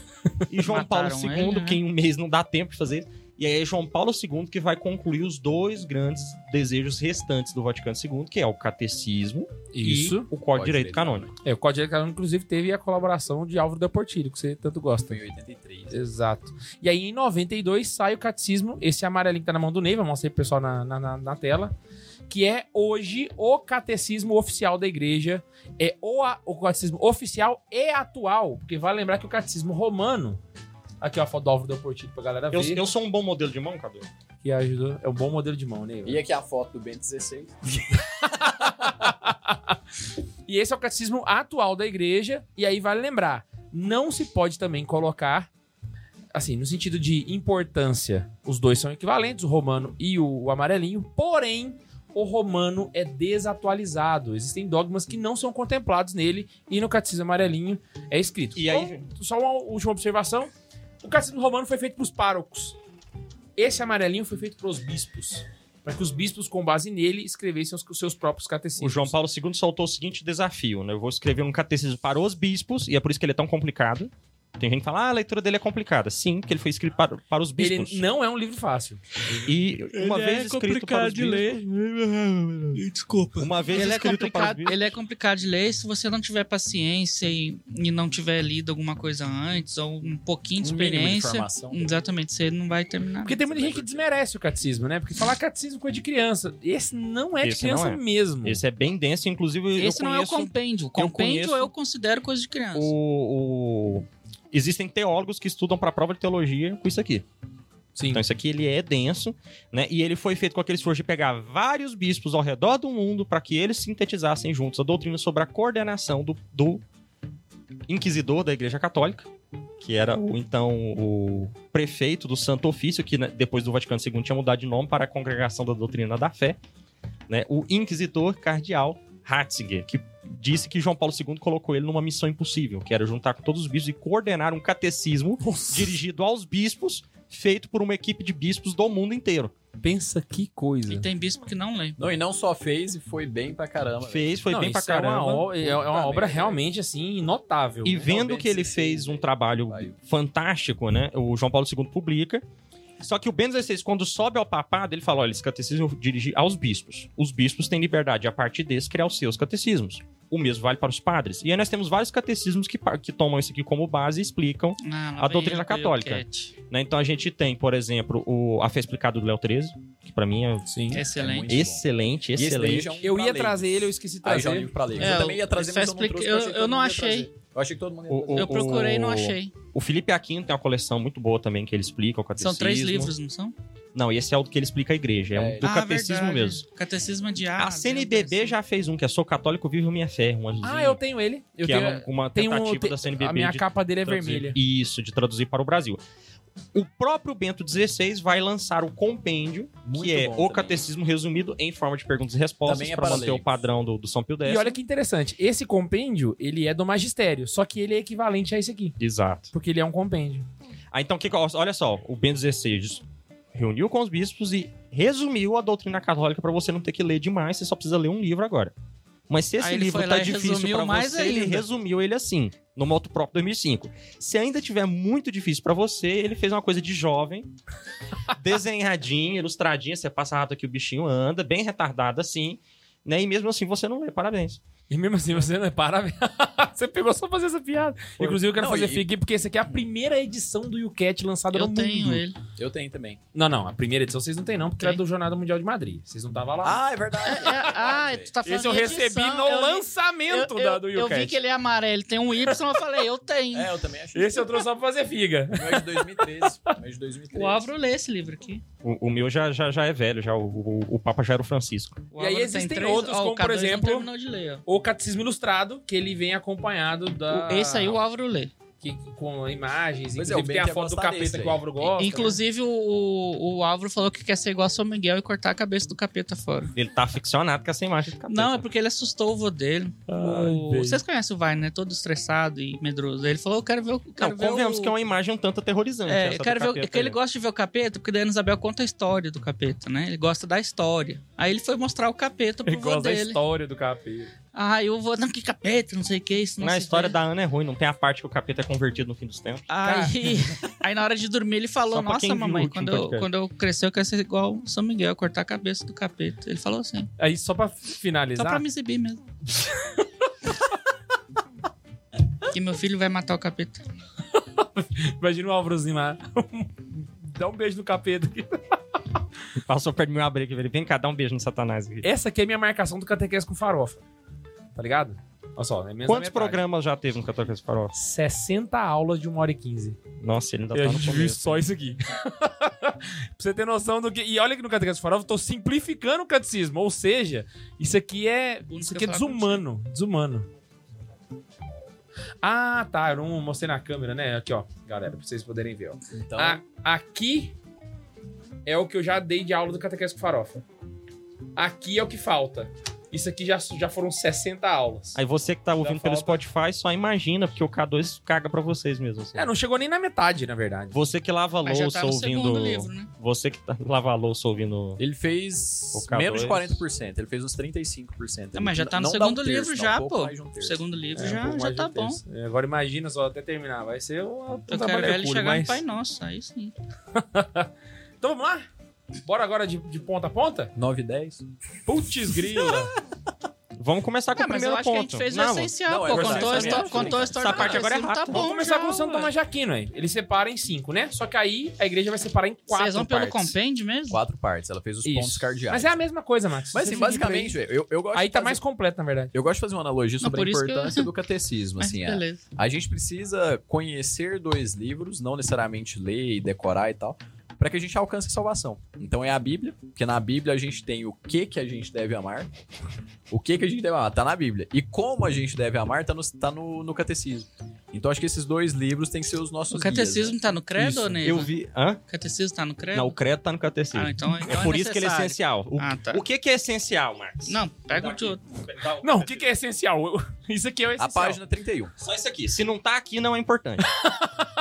E João Paulo
Mataram
II,
ele, né?
que em um mês não dá tempo de fazer. E aí é João Paulo II que vai concluir os dois grandes desejos restantes do Vaticano II, que é o catecismo e
Isso.
o Código
Código
de Direito
Direito
Canônico.
É, o Código Direito Canônico, inclusive, teve a colaboração de Álvaro da Portilho, que você tanto gosta.
Foi em 83.
Exato. E aí, em 92, sai o catecismo, esse amarelinho que tá na mão do Ney, vou mostrar pro pessoal na, na, na- na tela, que é hoje o catecismo oficial da igreja. É o, a- o catecismo oficial e atual, porque vale lembrar que o catecismo romano. Aqui, ó, a foto do Álvaro Del Portilho pra galera ver.
Eu, eu sou um bom modelo de mão, Cadu?
Que ajudou. É um bom modelo de mão, Ney.
E aqui a foto do Um Bento 16.
E esse é o catecismo atual da igreja. E aí vale lembrar, não se pode também colocar, assim, no sentido de importância, os dois são equivalentes, o romano e o amarelinho, porém. O romano é desatualizado. Existem dogmas que não são contemplados nele e no catecismo amarelinho é escrito.
E aí,
Então, só uma última observação: o catecismo romano foi feito para os párocos. Esse amarelinho foi feito para os bispos, para que os bispos, com base nele, escrevessem os, os seus próprios
o
catecismos.
João Paulo II soltou o seguinte desafio, né? Eu vou escrever um catecismo para os bispos, e é por isso que ele é tão complicado. Tem gente que fala, ah, a leitura dele é complicada. Sim, que ele foi escrito para, para os
Ele
bispos.
não é um livro fácil.
E uma
Ele
vez
é
escrito para
complicado
os
de
bispos,
ler. Desculpa.
uma vez
Ele é,
escrito para os
complicado,
bispos,
ele é complicado de ler. e Se você não tiver paciência e, e não tiver lido alguma coisa antes, ou um pouquinho de
Um mínimo de
experiência,
informação.
exatamente, você não vai terminar.
Porque tem muita gente que desmerece o catecismo, né? Porque falar catecismo é coisa de criança. Esse não é de
Esse
criança
não é.
mesmo.
Esse é bem denso, inclusive eu
Esse não é o
conheço um-
compêndio. O compêndio eu,
conheço-
considero coisa de criança.
o- o- Existem teólogos que estudam para a prova de teologia com isso aqui.
Sim.
Então isso aqui ele é denso, né? E ele foi feito com aquele esforço de pegar vários bispos ao redor do mundo para que eles sintetizassem juntos a doutrina sobre a coordenação do, do inquisidor da Igreja Católica, que era o, então o prefeito do Santo Ofício, que né, depois do Vaticano II tinha mudado de nome para a Congregação da Doutrina da Fé, né? O inquisidor cardeal Ratzinger, que disse que João Paulo II colocou ele numa missão impossível, que era juntar com todos os bispos e coordenar um catecismo dirigido aos bispos, feito por uma equipe de bispos do mundo inteiro.
Pensa que coisa.
E tem bispo que não lê.
Não, e não só fez e foi bem pra caramba. velho.
Fez, foi
Não,
bem pra
isso é uma
caramba.
o- É é uma,
Puta
obra
merda.
realmente, assim, notável.
E
né?
vendo
bem
que ele
sim,
fez
sim,
um
velho.
trabalho
Vai.
fantástico, né? O João Paulo II publica. Só que o Bento XVI, quando sobe ao papado, ele fala: olha, esse catecismo eu dirigi aos bispos. Os bispos têm liberdade, a partir desse, criar os seus catecismos. O mesmo vale para os padres. E aí nós temos vários catecismos que, pa- que tomam isso aqui como base e explicam.
Ah, lá
A
vem
doutrina
o
católica.
Bellcat.
né? Então a gente tem, por exemplo, o A Fé Explicada do Léo XIII, que pra mim é
Sim.
Excelente.
muito bom.
excelente,
E esse daí
excelente.
já é um
Eu
pra
ia
leigos.
trazer ele, eu esqueci de
Aí já é um
trazer.
livro pra leigos.
É,
eu também ia trazer,
só
mas eu não
explica-
trouxe.
eu-
achei que
eu não
mundo ia
achei.
trazer. Eu achei que todo mundo ia
O-
fazer.
o-
Eu procurei e não achei.
um-
O Felipe Aquino tem uma coleção muito boa também que ele explica o catecismo.
São três livros, não são?
Não, esse é o que ele explica a igreja, é um
É,
do
Ah,
catecismo
verdade.
mesmo.
Catecismo de A.
a
assim.
CNBB já fez um, que é Sou Católico, Vivo Minha Fé, um anzinho,
Ah, Ah, eu tenho ele. Eu
que
tenho,
é uma, uma
tem um-
tentativa
tem-
da CNBB
a minha
de
capa dele é
traduzir-
vermelha.
Isso, de traduzir para o Brasil. O próprio Bento XVI vai lançar o compêndio,
Muito
que é
bom
o
também.
catecismo resumido em forma de perguntas e respostas,
Também é
para
para
manter o
leigos.
padrão do, do São Pio X.
E olha que interessante, esse compêndio, ele é do magistério, só que ele é equivalente a esse aqui,
Exato.
porque ele é um compêndio.
Ah, então, que, que- olha só, o Bento XVI reuniu com os bispos e resumiu a doutrina católica para você não ter que ler demais, você só precisa ler um livro agora. Mas se esse
Aí ele
livro
foi
tá
lá e
difícil
resumiu
para
mais
você, ele
ainda.
resumiu ele assim, no Motoprop 2005. Se ainda tiver muito difícil para você, ele fez uma coisa de jovem, desenhadinha, ilustradinha, você passa rápido aqui o bichinho anda, bem retardado assim, né? E mesmo assim você não lê, parabéns.
E mesmo assim, você não é parabéns. você pegou só pra fazer essa piada.
Foi.
Inclusive, eu quero
Não,
fazer
e-
fica aqui, porque esse aqui é a primeira edição do UCAT lançada
Eu
no
tenho
mundo.
ele.
Eu tenho também.
Não, não, a primeira edição vocês não tem não, porque
Tem.
era do Jornada Mundial de Madrid. Vocês não estavam lá.
Ah, é verdade.
Ah, tu tá falando
esse eu
de
recebi
edição,
no
eu li-
lançamento
eu,
da-
eu-
do
Eu vi
UCAT.
que ele é amarelo, tem um Y, eu falei, eu tenho.
É, eu também achei.
Esse eu trouxe só pra fazer figa.
O meu é de 2013. O meu é de 2013.
O Álvaro lê esse livro aqui.
O, o meu já, já, já é velho, já o, o, o Papa já era o Francisco.
O
E aí
Álvaro tem
existem
três-
outros,
ó, o
como, por
K2 não
exemplo,
terminou de ler, ó.
Ou Catecismo Ilustrado, que ele vem acompanhado da...
O- Esse aí o Álvaro lê.
que- com imagens,
Pois é,
inclusive
o Ben
tem a
quer
foto do
gostar
capeta
desse
que
aí.
o Álvaro gosta. né?
Inclusive, o, o, o Álvaro falou que quer ser igual a São Miguel e cortar a cabeça do capeta fora.
Ele tá aficionado com essa imagem do capeta. né?
Não, é porque ele assustou o vô dele. O- Vocês conhecem o Vine, né? Todo estressado e medroso. Ele falou: Eu quero ver o. eu Quero
Não,
ver
convenhamos
o...
que é uma imagem um tanto aterrorizante.
É,
essa
eu
do
quero ver. o-
capeta
é que ele
aí.
gosta de ver o capeta, porque daí a Ana Isabel conta a história do capeta, né? Ele gosta da história. Aí ele foi mostrar o capeta pro
Ele
vô
gosta da
dele.
história do capeta.
Aí o vô, não, que capeta, não sei o que, isso não
Na
sei o
história
quê.
da Ana é ruim, não tem a parte que o capeta é convertido no fim dos tempos.
Aí, aí na hora de dormir ele falou:
Só pra quem
Nossa,
viu o
mamãe,
último
quando eu,
podcast."
quando eu crescer eu quero ser igual o São Miguel, cortar a cabeça do capeta. Ele falou assim:
Aí, só pra
Só
finalizar...
pra me exibir mesmo. que meu filho vai matar o capeta.
Imagina o Álvarozinho lá. Dá um beijo no capeta.
E passou perto de mim abrir aqui, ele vem cá, dá um beijo no satanás. aqui.
Essa aqui é a minha marcação do catequese com farofa. Tá ligado? Olha só, é menos da
Quantos
metade.
programas já teve no Católicas Farol?
60 aulas de 1 hora e 15.
Nossa, ele ainda
E
tá
a
no
gente viu
começo.
só isso aqui. pra você ter noção do que. E olha que no Catequese Farofa eu tô simplificando o catecismo. Ou seja, isso aqui é.
Não
Isso aqui
quer
é
falar
desumano. Desumano. Ah, tá. Eu não mostrei na câmera, né? Aqui, ó, galera, pra vocês poderem ver, ó.
Então,
Ah.
A- aqui é o que eu já dei de aula do Catequese com Farofa. Aqui é o que falta. Isso aqui já, já foram 60 aulas.
Aí você que tá ouvindo pelo
falta.
Spotify, só imagina, porque o K2 caga pra vocês mesmo. assim.
É, não chegou nem na metade, na verdade.
Você que lava
Mas já
louça
tá no
ouvindo...
segundo livro, né?
Você que tá... lava louça ouvindo...
ele fez
O K2.
menos de 40%. Ele fez uns 35%.
Não, mas já
Ele
tá no
não dá um
segundo
terço,
livro
dá um
já,
pouco
pô.
mais de um terço.
segundo livro
É, um
já,
pouco
já
mais
tá
de
bom.
terço. É, agora imagina só até terminar. Vai ser um, um
Eu quero
trabalho
ver ele
hercúleo,
chegar
mas-
no Pai Nosso, aí sim.
Então vamos lá? Bora agora de, de ponta a ponta?
9 e 10?
Putz grila.
Vamos começar com
Ah,
o
mas eu
primeiro
acho que a
ponto.
gente fez o
Não,
essencial,
não, é
pô.
verdade,
Contou a
também
histó-
acho.
contou a história
Essa
do
parte agora é
catecismo, Tá
rápida.
bom,
vamos começar
já,
com Santo
ué.
Tomás de Aquino, hein? Ele separa em cinco, né? Só que aí a igreja vai separar em quatro
Vocês vão pelo
partes.
compêndio mesmo?
Quatro partes. Ela fez os
Isso.
pontos cardeais.
Mas é a mesma coisa, Max.
Mas
Você
assim,
divide por aí.
basicamente, eu, eu gosto
Aí
de
tá
fazer-
mais completo, na verdade.
Eu gosto de fazer uma analogia
Não,
sobre
por
a
isso que eu-
importância do catecismo.
Mas
Assim, é,
beleza.
a gente precisa conhecer dois livros, não necessariamente ler e decorar e tal, para que a gente alcance a salvação. Então é a Bíblia, porque na Bíblia a gente tem o que que a gente deve amar, o que que a gente deve amar, tá na Bíblia. E como a gente deve amar, tá no, tá no, no catecismo. Então acho que esses dois livros têm que ser os nossos né?
O catecismo tá no credo
Isso,
ou nele?
né? Eu vi... Hã?
O catecismo tá no credo?
Não, o credo tá no catecismo.
Ah, então, então
É por isso que ele é
necessário.
essencial. O,
Ah, tá.
o que que é essencial, Marcos?
Não, pega o de outro.
Não, o que, que é essencial? Eu- Isso aqui é o
guias, né? A
essencial.
página 31.
Só isso aqui. Se não tá aqui, não é importante.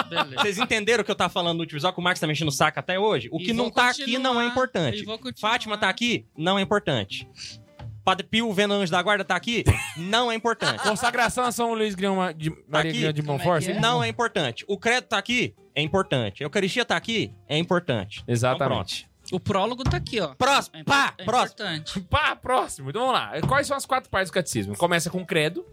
Beleza.
Vocês entenderam o que eu tava falando no último episódio, que o Marcos tá mexendo o saco até hoje? O
E
que
vou
não tá aqui não é
continuar,
importante.
e vou continuar.
Fátima tá aqui? Não é importante. Padre Pio vendo anjo da guarda tá aqui? Não é importante.
Consagração a São Luís Grão Ma- de Maria
aqui?
Grão de assim?
Como é que
Bonfort?
é?
sempre-
Não é importante. O credo tá aqui? É importante. A Eucaristia tá aqui? É importante.
Exatamente.
O prólogo tá aqui, ó. É
Próximo.
impor-
Pá!
é
Próximo.
importante.
Pá, próximo. Então vamos lá. Quais são as quatro partes do catecismo? Começa com o credo,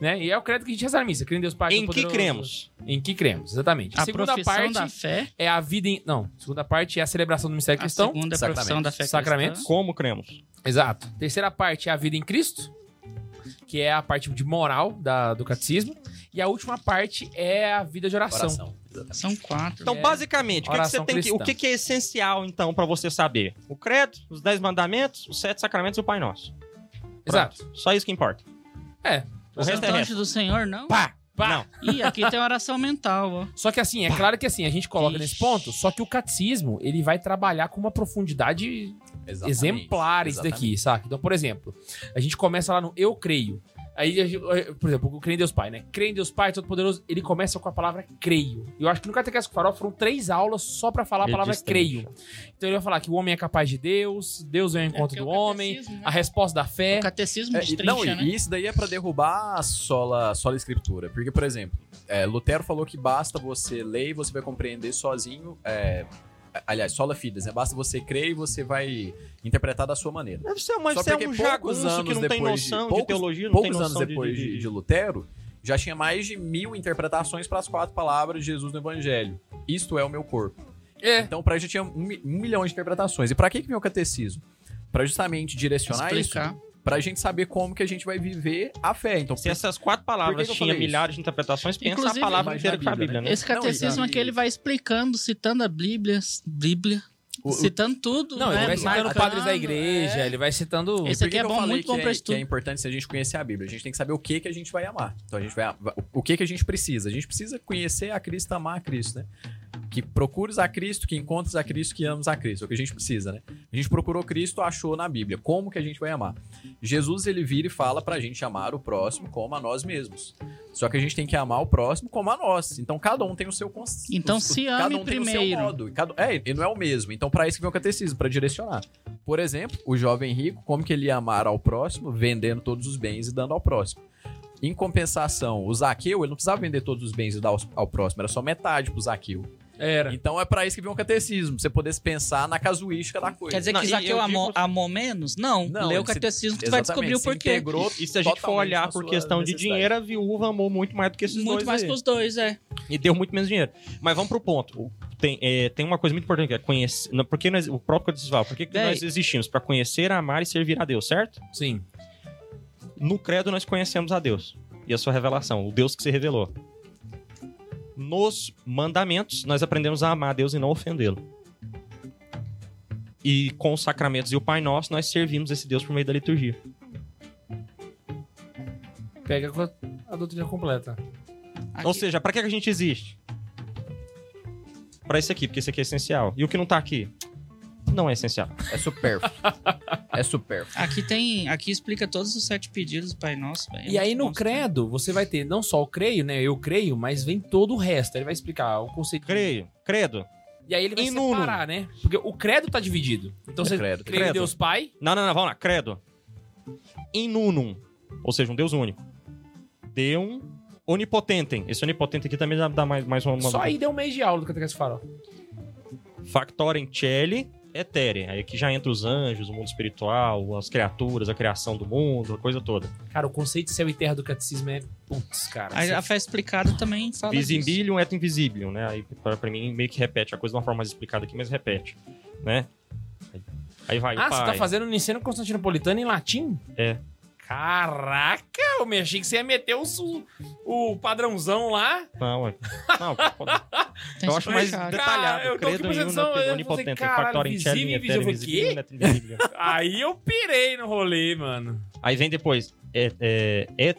né? E é o credo que a gente reza na missa. Crê em Deus Pai.
Em que
Todo-Poderoso.
cremos?
Em que cremos, exatamente.
A
segunda
profissão
parte
da fé.
é a vida em... Não, segunda parte é a celebração do mistério
A
cristão.
segunda é a
sacramentos.
profissão da fé
Sacramentos.
cristã.
Como cremos?
Exato. Terceira parte é a vida em Cristo, que é a parte de moral da- do catecismo. E a última parte é a vida de oração.
Oração. Exatamente.
São quatro.
Então,
É.
basicamente, o que, que você
Oração
tem que, o
cristã.
que, que é essencial, então, pra você saber? O credo, os dez mandamentos, os sete sacramentos e o Pai Nosso.
Exato.
Só isso que importa.
Os
O
Então,
resto é
anjos
resto.
do Senhor, não?
Pá, pá.
Não.
Ih, aqui tem oração mental, ó.
Só que assim, é claro que assim, a gente coloca nesse ponto, só que o catecismo, ele vai trabalhar com uma profundidade exemplar isso
Exatamente.
daqui, saca? Então, por exemplo, a gente começa lá no eu creio. Aí, a gente- eh, por exemplo, o creio em Deus Pai, né? Creio em Deus Pai, Todo-Poderoso, ele começa com a palavra creio. Eu acho que no Catequese com Farol foram três aulas só pra falar a
Ele
palavra
destrincha.
creio. Então ele vai falar que o homem é capaz de Deus, Deus é o encontro
porque
do
o
homem,
catecismo, né?
a resposta da fé.
O catecismo
É,
de
e- não, e-
né?
e isso daí é pra derrubar a sola, a sola escritura. Porque, por exemplo, é, Lutero falou que basta você ler e você vai compreender sozinho. é, aliás, sola fides, né? Basta você crer e você vai interpretar da sua maneira.
Deve ser, mas
Só
você é
porque
um
poucos
jagunço que
anos
não tem
depois de-
noção de,
poucos-
teologia, não tem
Poucos
noção
anos depois de, de Lutero, já tinha mais de mil interpretações para as quatro palavras de Jesus no Evangelho. Isto é o meu corpo.
É.
Então, para já tinha um, mi- um milhão de interpretações. E para que que vem o catecismo? Para justamente direcionar
Explicar.
é isso, para a gente saber como que a gente vai viver a fé. Então,
Se essas quatro palavras
que eu
tinham
falei
milhares de interpretações, pensa
Inclusive,
a palavra
mas
inteira
na
que tá a Bíblia,
Bíblia,
né?
Esse catecismo
Não, e-
aqui ele vai explicando, citando a Bíblia, Bíblia,
O- o-
citando tudo.
Não, ele
né?
vai citando
Marcando,
padres da igreja,
é.
ele vai citando.
Esse
Por
aqui
que
é
que eu
bom,
falei
muito bom
que
pra
é, que
estudo.
é importante se a gente conhecer a Bíblia. A gente tem que saber o que que a gente vai amar. Então a gente vai o que que a gente precisa. A gente precisa conhecer a Cristo, amar a Cristo, né? Que procures a Cristo, que encontres a Cristo, que ames a Cristo. É o que a gente precisa, né? A gente procurou Cristo, achou na Bíblia. Como que a gente vai amar? Jesus ele vira e fala pra gente amar o próximo como a nós mesmos. Só que a gente tem que amar o próximo como a nós. Então cada um tem o seu cons-
Então,
os- os-
se
cada
ame
um Tem o seu
primeiro.
modo. E cada- é, e não é o mesmo. Então pra isso que vem o catecismo, pra direcionar. Por exemplo, o jovem rico, como que ele ia amar ao próximo? Vendendo todos os bens e dando ao próximo. Em compensação, o Zaqueu, ele não precisava vender todos os bens e dar aos- ao próximo, era só metade pro Zaqueu.
Era.
Então é pra isso que vem o catecismo, pra você poder se pensar na casuística da coisa.
Quer dizer
Não,
que
e
Zaqueu
eu
amou,
digo-
amou menos? Não.
Não,
Lê o
ele se-
catecismo que tu vai descobrir o
Exatamente, se
porquê.
integrou
E se a gente for
totalmente
olhar
na
por
sua
questão de
necessidade.
dinheiro, a viúva amou muito mais do que esses
Muito
dois
mais
aí.
que os dois, é.
E deu muito menos dinheiro. Mas vamos pro ponto. O- Tem, é, tem uma coisa muito importante que é conhecer. não, Por que nós, o próprio Código Civil, por que, que
Véi.
nós existimos? Pra conhecer, amar e servir a Deus, certo?
Sim.
No credo nós conhecemos a Deus e a sua revelação, o Deus que se revelou. Nos mandamentos nós aprendemos a amar a Deus e não ofendê-lo. E com os sacramentos e o Pai Nosso nós servimos esse Deus por meio da liturgia.
Pega a doutrina completa.
Aqui.
Ou seja, pra que a gente existe? Pra isso aqui, porque isso aqui é essencial. E o que não tá aqui? Não é essencial.
É supérfluo. é supérfluo.
Aqui tem. Aqui explica todos os sete pedidos do Pai Nosso. velho. É
E aí
muito
no
bom.
credo, você vai ter não só o creio, né? Eu creio, mas vem todo o resto. Ele vai explicar o conceito. de-
Creio, credo.
E aí ele vai
E nulo.
separar, né? Porque o credo tá dividido. Então você
credo.
crê em
Credo.
Deus Pai,
Não, não, não, vamos lá, credo. In unum, ou seja, um Deus único. Deum onipotentem. Esse onipotente aqui também dá, dá mais, mais uma...
só aí deu um mês de aula do Catequese Farol.
Factorem celi etere. Aí que já entra os anjos, o mundo espiritual, as criaturas, a criação do mundo, a coisa toda.
Cara, o conceito de céu e terra do catecismo é. Putz, cara.
Aí a fé é explicada também fala. disso.
Visibilium et invisibilium, né? Aí pra, pra mim meio que repete a coisa de uma forma mais explicada aqui, mas repete, né? Aí- Aí vai
Ah,
o
você
pai.
tá fazendo no ensino constantinopolitano em latim?
É.
Caraca, eu me achei que você ia meter o, su- o padrãozão lá.
Não, é- não, pode-
Tem
eu acho mais
explicado.
detalhado.
Cara, Ah, eu tô aqui
credo
prestando
in
atenção, eu falei,
unum onipotente,
caralho,
factorem celi
visível,
etere
invisível,
invisibilium
quê?
et invisibilium.
Aí eu pirei no rolê, mano.
Aí vem depois, é, é, é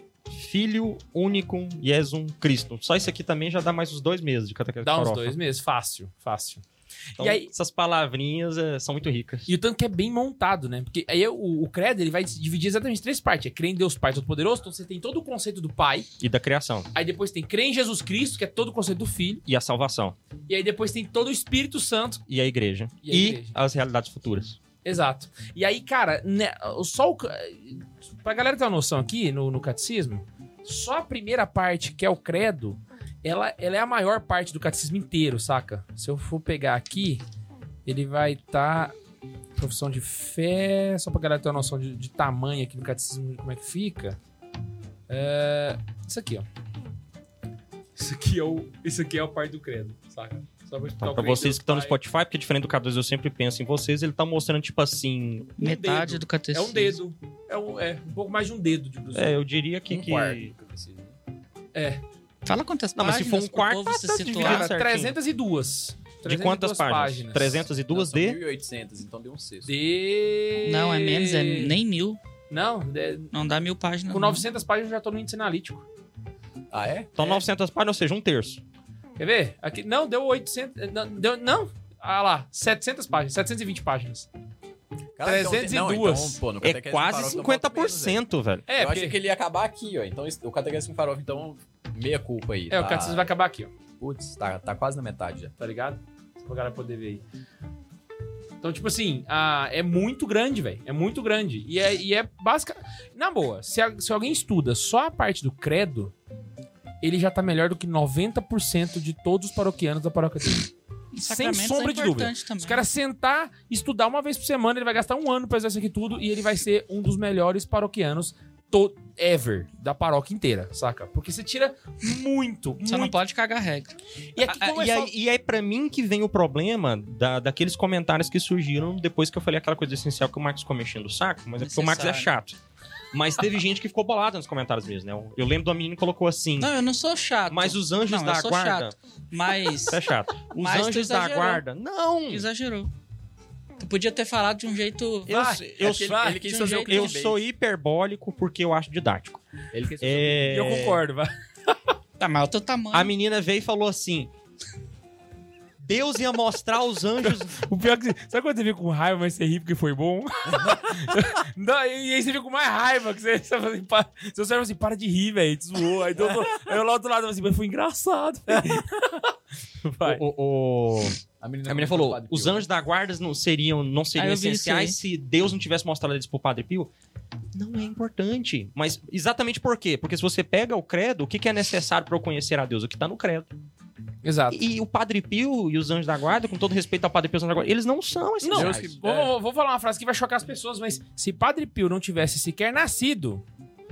filho unicum iesum Cristo. Só isso aqui também já dá mais uns dois meses de catequese
Dá uns
farofa.
dois meses, fácil, fácil.
Então,
E aí-
essas palavrinhas é, são muito ricas.
E o tanto que é bem montado, né? Porque aí o, o credo ele vai dividir exatamente em três partes. É crer em Deus Pai Todo-Poderoso, então você tem todo o conceito do Pai.
E da criação.
Aí depois tem crer em Jesus Cristo, que é todo o conceito do Filho.
E a salvação.
E aí depois tem todo o Espírito Santo.
E a igreja.
E a igreja.
as realidades futuras.
Exato. E aí, cara, né, só o... ca- Pra galera ter uma noção aqui, no, no catecismo, só a primeira parte, que é o credo, ela, ela é a maior parte do catecismo inteiro, saca? Se eu for pegar aqui, ele vai estar... profissão de fé... Só pra galera ter uma noção de, de tamanho aqui do catecismo, de como é que fica. É, Isso aqui, ó. Isso aqui é o... Isso aqui é a parte do credo, saca? Só pra explicar
Então,
o
pra
credo,
vocês que estão no
pai.
Spotify, porque diferente do K2 eu sempre penso em vocês, ele tá mostrando tipo assim...
Metade
dedo.
do
É
catecismo.
um dedo. É um, é um pouco mais de um dedo de
É, eu diria que...
Um
que
quarto do catecismo.
Fala quantas
Não, mas se
páginas
for um
pro
quarto,
povo se
tá
situar.
dividido.
Cara, 302.
De quantas
302
páginas? 302
Não, são
D?
1800, então deu um sexto.
De...
Não, é menos, é nem mil.
Não, de-
Não dá mil páginas.
com
não.
900 páginas eu já tô no índice analítico.
Ah, é?
Então 900 páginas, ou seja, um terço.
Quer ver? Aqui, não, deu 800... Não, deu, não. Ah lá, 700 páginas, 720 páginas.
Cara, então-
302.
não, então, pô, no
É
Catequese
quase
Farofa, então falta menos, velho.
50%, velho.
É,
eu
porque,
achei que ele ia acabar aqui, ó. Então o Catequese com Farofa, então, meia culpa aí.
é o
tá?
Ah.
catecismo vai acabar aqui, ó.
Putz, tá, tá quase na metade já.
Tá ligado? Pra galera poder ver aí. Então, tipo assim, a, é muito grande, velho. É muito grande. E é, e é básica. Na boa, se, a- se alguém estuda só a parte do credo, ele já tá melhor do que 90% de todos os paroquianos da paróquia dele. Sem
Sacramentos
sombra de
é
dúvida.
importante também.
Se o cara sentar, estudar uma vez por semana, ele vai gastar um ano pra fazer isso aqui tudo e ele vai ser um dos melhores paroquianos to ever da paróquia inteira, saca? Porque você tira muito,
Só não
muito.
pode cagar regra.
E, aqui
Ah,
é
começou- e aí, e aí pra mim que vem o problema da, daqueles comentários que surgiram depois que eu falei aquela coisa essencial que o Marcos ficou mexendo o saco, mas é porque o Marcos é chato. Mas teve gente que ficou bolada nos comentários mesmo, né? Eu lembro de uma menina que colocou
Hum.
assim,
Não, eu não sou chato.
mas os anjos
Não, eu
da
sou
guarda...
Mas
Isso é chato. Os
Mas tu
anjos da
exagerou.
guarda... Não!
exagerou. Tu podia ter falado de um jeito.
Eu,
Vai,
eu,
aquele-
sou-
Ah, é ele
quis fazer o
eu
clickbait.
sou hiperbólico porque eu acho didático.
Ele quer
É,
E eu concordo, vai.
Tá, mas o teu tamanho.
A menina veio e falou assim... Deus ia mostrar os anjos...
O pior é que. Sabe quando você fica com raiva, mas você ri porque foi bom? Não, e aí você fica com mais raiva. Que você, você fala assim, pa- seu cérebro fala assim, para de rir, velho. Te zoou. Aí, todo- aí eu lá do outro lado falo assim, mas foi engraçado. véi." Vai.
O- o-
A menina,
A menina
comentou
falou:
Padre
os
Pio.
anjos da guarda não seriam, não seriam
Ah, eu vi isso
essenciais se Deus não tivesse mostrado eles pro Padre Pio. Não é importante. Mas exatamente por quê? Porque se você pega o credo, o que, que é necessário para eu conhecer a Deus? O que tá no credo.
Exato.
E, e o Padre Pio e os anjos da guarda, com todo respeito ao Padre Pio e os anjos da guarda, eles não são esses
Não,
anjos.
vou, vou- vou falar uma frase que vai chocar as pessoas, mas se Padre Pio não tivesse sequer nascido,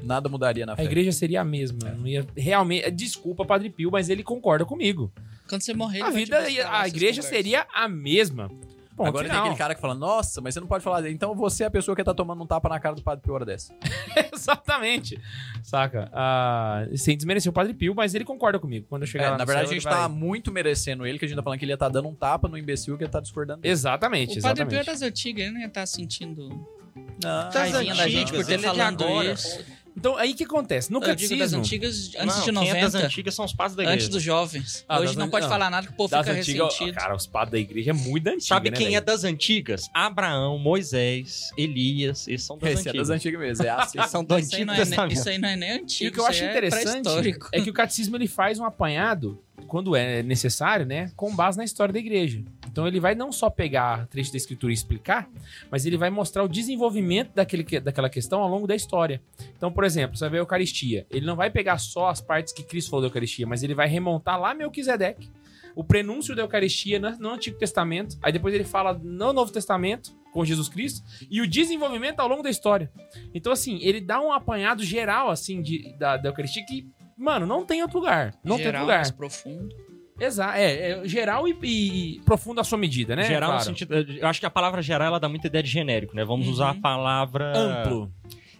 Nada mudaria na
a
fé.
igreja seria a
É.
mesma. Não ia realmente. Desculpa, Padre Pio, mas ele concorda comigo.
Quando você morrer,
a
ele vai te
vida,
buscar,
a
essas
igreja
conversas.
seria a mesma. Ponto
Agora tem
final.
aquele cara que fala, nossa, mas você não pode falar. Então você é a pessoa que tá tomando um tapa na cara do padre pior dessa.
Exatamente. Saca? Ah, sem desmerecer o Padre Pio, mas ele concorda comigo. Quando eu chegar
É,
lá
na
no
verdade,
céu,
a gente
ele vai-
tá muito merecendo ele, que a gente tá falando que ele ia tá dando um tapa no imbecil que ele tá discordando dele.
Exatamente,
O Padre Pio é
exatamente.
das antigas, ele não ia estar sentindo
Não,
Das
raivinha da gente por
antigas,
ter
ele é de
falando
agora.
isso.
Então, aí o que acontece? No
Eu digo das
catecismo...
antigas, antes
Não,
de
quem é das
90,
antigas são os padres da igreja.
antes dos jovens.
Ah,
Hoje
das
não
an-
pode
não.
falar nada que o povo
Das
fica
antigas,
ressentido.
cara, os padres da igreja é muito antigo,
Sabe
né,
quem é
velho?
das antigas? Abraão, Moisés, Elias, esses são das
Esse é
antigas.
das antigas mesmo. É assim.
Eles são do
Isso aí,
Antigo
não é, nem-
Testamento.
isso aí não é nem
E
antigo.
o que eu acho
isso aí É
interessante
pré-histórico.
é, que o catecismo ele faz um apanhado, quando é necessário, né? Com base na história da igreja. Então ele vai não só pegar trecho da escritura e explicar, mas ele vai mostrar o desenvolvimento daquele, que- daquela questão ao longo da história. Então, por exemplo, você vai ver a Eucaristia. Ele não vai pegar só as partes que Cristo falou da Eucaristia, mas ele vai remontar lá Melquisedeque, o prenúncio da Eucaristia na- no Antigo Testamento. Aí depois ele fala no Novo Testamento, com Jesus Cristo, e o desenvolvimento ao longo da história. Então, assim, ele dá um apanhado geral, assim, de, da, da Eucaristia que, mano, não tem outro lugar. Não tem outro
Geral,
lugar.
mais profundo.
Exato. É, é geral e, e profundo à sua medida, né?
Geral no
Claro.
sentido. eh, Eu acho que a palavra geral ela dá muita ideia de genérico, né? Vamos
Uhum.
usar a palavra.
Amplo,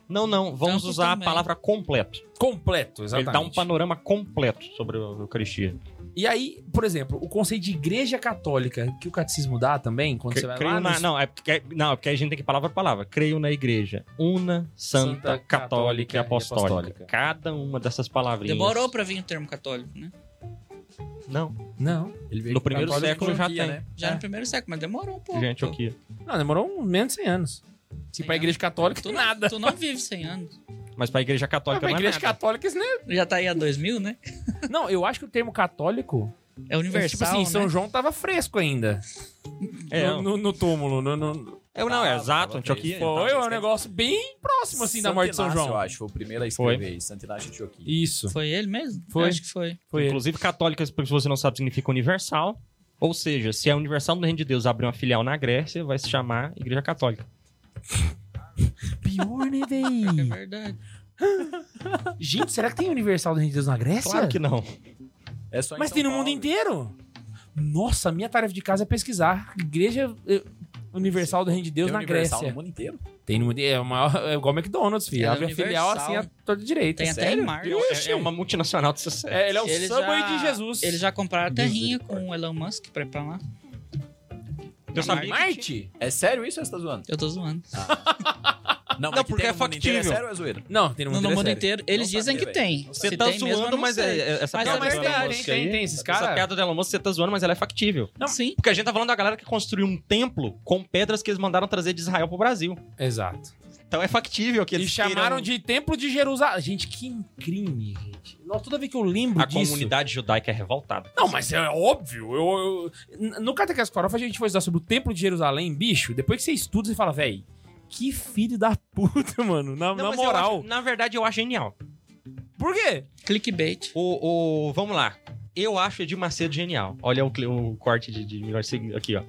Não, não. Vamos
Amplo
usar
também.
a palavra completo.
completo, exatamente.
Ele dá um panorama completo sobre a Eucaristia.
E aí, por exemplo, o conceito de igreja católica que o catecismo dá também, quando você vai
Creio
lá
na-
nos-
não, é porque, não, é porque aí a gente tem que palavra por palavra. Creio na igreja. Una, santa,
Santa, católica
católica
e
e apostólica.
apostólica.
Cada uma dessas palavrinhas.
Demorou pra vir o termo católico, né?
Não.
Não.
Ele veio
No
com
primeiro
católico
século já
franquia,
tem.
né?
Já
É.
no primeiro século, mas demorou um pouco.
Gente,
pô.
aqui.
Não, demorou um- menos de 100 anos. Se
Tipo,
Cem
pra
anos.
igreja católica,
Tu, não-
nada.
tu não vive 100 anos.
Mas pra igreja
Mas
católica
pra
não é
igreja
nada.
católica, isso né?
Já tá aí há 2000, né?
Não, eu acho que o termo católico.
É universal,
tipo assim, São
né?
João tava fresco ainda.
É,
no, Ah, no- no túmulo. No, no...
é, não, é
Tava,
exato.
tava
Antioquia.
Foi
Tá,
um negócio bem próximo, assim, da morte de São
Inácio, Eu
João.
acho, foi o primeiro a escrever isso. Santo Inácio de Antioquia.
Isso.
Foi ele mesmo?
Foi.
Eu acho que foi.
Foi ele.
Inclusive, católica, se você não sabe, significa universal. Ou seja, se a Universal do Reino de Deus abrir uma filial na Grécia, vai se chamar Igreja Católica.
Pior, né,
É
véi?
verdade.
Gente, será que tem Universal do Reino de Deus na Grécia?
Claro que não.
É só em
Mas
São
tem no
Paulo.
mundo inteiro. Nossa, minha tarefa de casa é pesquisar igreja eh, Universal do Reino de Deus
Tem um
na
Universal
Grécia.
no mundo inteiro?
Tem no mundo. É, o maior, é igual McDonald's, filho.
É
Abre a
Universal.
filial assim a toda direita.
Tem até em Marte.
Ixi.
É, é uma multinacional de sucesso.
É, ele é o
Eles
Subway
já-
de Jesus.
Eles já compraram a terrinha com o Elon Musk pra ir pra lá.
Eu sabia que tinha-
Marte? É sério isso ou você tá zoando?
Eu tô zoando.
Não,
Não, porque
tem
é
no mundo inteiro,
factível.
É sério ou é zoeira?
Não, tem no
No,
mundo,
no mundo
inteiro. é sério.
inteiro. Eles
Não
dizem
sabia,
que
velho.
tem.
Você
Se
tá
tem mesmo, eu
zoando,
não
mas
sei.
é- é- essa
Mas
Não,
piada
mas
do
tem,
Elon
tem,
Musk
tem,
aí-
tem esses
Essa
caras.
piada do Elon Musk, você tá zoando, mas ela é factível.
Não.
Sim.
Porque a gente tá falando da galera que construiu um templo com pedras que eles mandaram trazer de Israel pro Brasil.
Exato.
Então é factível que
E
eles
chamaram
queiram-
de Templo de Jerusalém. Gente, que crime, gente. Nossa, Toda vez que eu lembro
A
disso...
comunidade judaica é revoltada.
Não, mas é óbvio. Eu, eu... No Catequese Farofa, a gente foi estudar sobre o Templo de Jerusalém, bicho. Depois que você estuda, você fala, véi, que filho da puta, mano. Na,
Não,
na
mas eu
moral.
acho- na verdade, eu acho genial.
Por quê?
Clickbait.
O, o- vamos lá. Eu acho Edir Macedo genial. Olha o, cli- o corte de, de melhor seg- aqui, ó.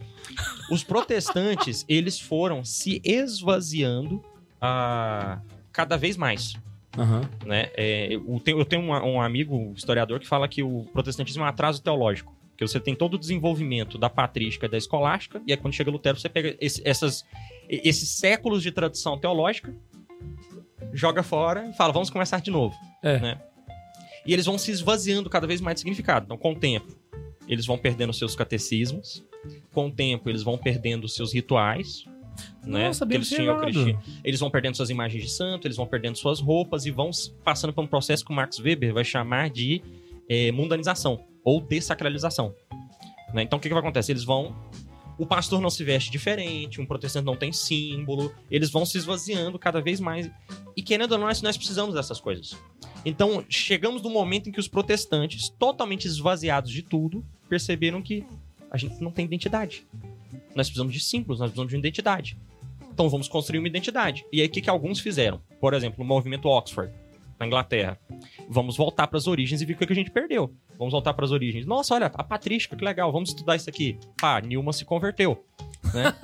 Os protestantes, eles foram se esvaziando ah, cada vez mais. Né? É, eu tenho, eu tenho uma- um amigo historiador que fala que o protestantismo é um atraso teológico. Porque você tem todo o desenvolvimento da patrística e da escolástica, e aí quando chega Lutero, você pega esse- essas, e- esses séculos de tradição teológica, joga fora e fala, vamos começar de novo.
É.
Né? E eles vão se esvaziando cada vez mais de significado. Então, com o tempo, eles vão perdendo seus catecismos, com o tempo, eles vão perdendo seus rituais. Né?
Nossa,
que
bem
eles tinham o
observado.
cristi- eles vão perdendo suas imagens de santo, eles vão perdendo suas roupas e vão s- passando por um processo que o Max Weber vai chamar de eh, mundanização ou dessacralização. Né? Então o que, que vai acontecer? Eles vão. O pastor não se veste diferente, um protestante não tem símbolo, eles vão se esvaziando cada vez mais. E querendo ou não, nós nós precisamos dessas coisas. Então chegamos no momento em que os protestantes, totalmente esvaziados de tudo, perceberam que a gente não tem identidade. Nós precisamos de símbolos, nós precisamos de uma identidade. Então vamos construir uma identidade. E aí o que, que alguns fizeram? Por exemplo, o movimento Oxford, na Inglaterra. Vamos voltar para as origens e ver o que que a gente perdeu. Vamos voltar para as origens. Nossa, olha, a patrística, que legal, vamos estudar isso aqui. Pá, Nilma se converteu. né?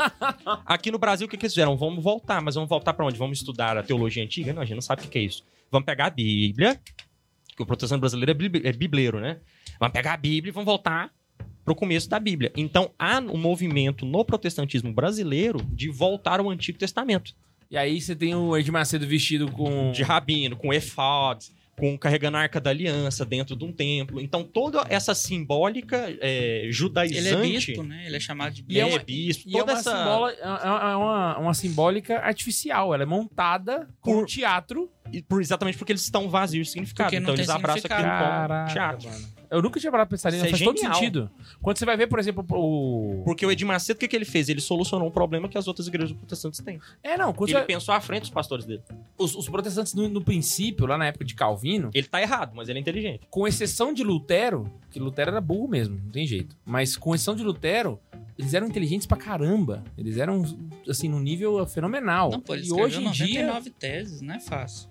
Aqui no Brasil, o que, que eles fizeram? Vamos voltar, mas vamos voltar para onde? Vamos estudar a teologia antiga? Não, a gente não sabe o que, que é isso. Vamos pegar a Bíblia, que o protestante brasileiro é, bib- é bibleiro, né? Vamos pegar a Bíblia e vamos voltar pro começo da Bíblia. Então há um movimento no protestantismo brasileiro de voltar ao Antigo Testamento,
E aí você tem o Ed Macedo vestido com...
de rabino, com efod, com carregando a arca da aliança dentro de um templo. Então toda essa simbólica é,
Ele
judaizante,
é bispo, né? Ele é chamado de
E é
bispo.
uma-
bispo,
E é
toda
uma,
essa
simbola- é- é uma- uma simbólica artificial. Ela é montada com
Por-
o teatro.
e por- exatamente porque eles estão vazios de significado.
Porque não
então
tem
eles abraçam aquilo
Caraca,
como teatro.
mano. Eu nunca tinha parado pra pensar nisso.
Isso é
Faz todo
genial.
sentido. Quando você vai ver, por exemplo, o...
Porque o Edir Macedo, o que, que ele fez? Ele solucionou um problema que as outras igrejas protestantes têm.
É, não. Quando
Ele
você-
pensou à frente dos pastores dele.
os, os protestantes, no, no princípio, lá na época de Calvino,
Ele tá errado, mas ele é inteligente.
com exceção de Lutero, que Lutero era burro mesmo, não tem jeito. Mas com exceção de Lutero, eles eram inteligentes pra caramba. Eles eram, assim, num nível fenomenal.
Não, pô, ele
e hoje
escreveu
em dia...
99 teses, não é fácil.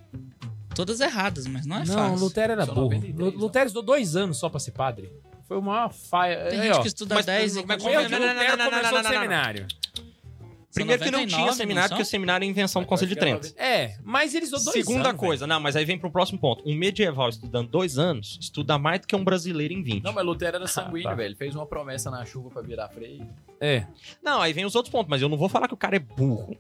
Todas erradas, mas não é
Não,
fácil.
Lutero era
São
burro.
93,
Lu- Lutero estudou dois anos só pra ser padre. Foi o maior faia.
Tem
Aí,
gente
é, ó,
que estuda
Mas-
10 e
mas
como é que
Não, não, não,
Lutero
não, não,
começou
não,
o
não, não, não.
seminário?
Primeiro que não tinha seminário, porque o
porque
seminário é invenção do Conselho de Trento.
É, mas ele estudou dois anos. né?
Segunda
velho.
coisa, não, mas aí vem pro próximo ponto. Um medieval estudando dois anos estuda mais do que um brasileiro em 20.
Não, mas Lutero era sanguíneo,
tá.
velho. Ele Fez uma promessa na chuva pra virar freio.
É.
Não, aí vem os outros pontos, mas eu não vou falar que o cara é burro.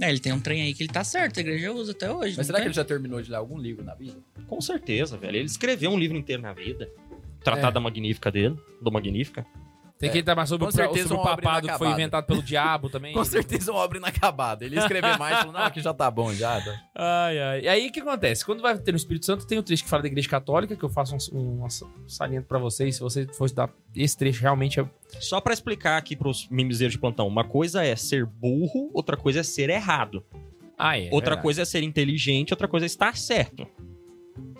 É, ele tem um trem aí que ele tá certo, a igreja usa até hoje.
Mas
não
será que
tem?
ele já terminou de ler algum livro na vida?
Com certeza, velho. Ele escreveu um livro inteiro na vida. Tratado
É.
da Magnífica dele, do Magnífica.
Tem que entrar mais sobre,
É. Com
o- sobre
certeza
o
uma obra
papado que foi
inacabada.
inventado pelo diabo também.
Com certeza uma obra inacabada. Ele ia escrever mais e falou, não, aqui já tá bom, já. tá.
Ai, ai. E aí o que acontece? Quando vai ter no Espírito Santo, tem o trecho que fala da Igreja Católica, que eu faço um, um, um saliento pra vocês. Se você fosse dar esse trecho, realmente é.
Só pra explicar aqui pros mimizeiros de plantão, uma coisa é ser burro, outra coisa é ser errado.
Ah, é.
outra
verdade.
coisa é ser inteligente, outra coisa é estar certo.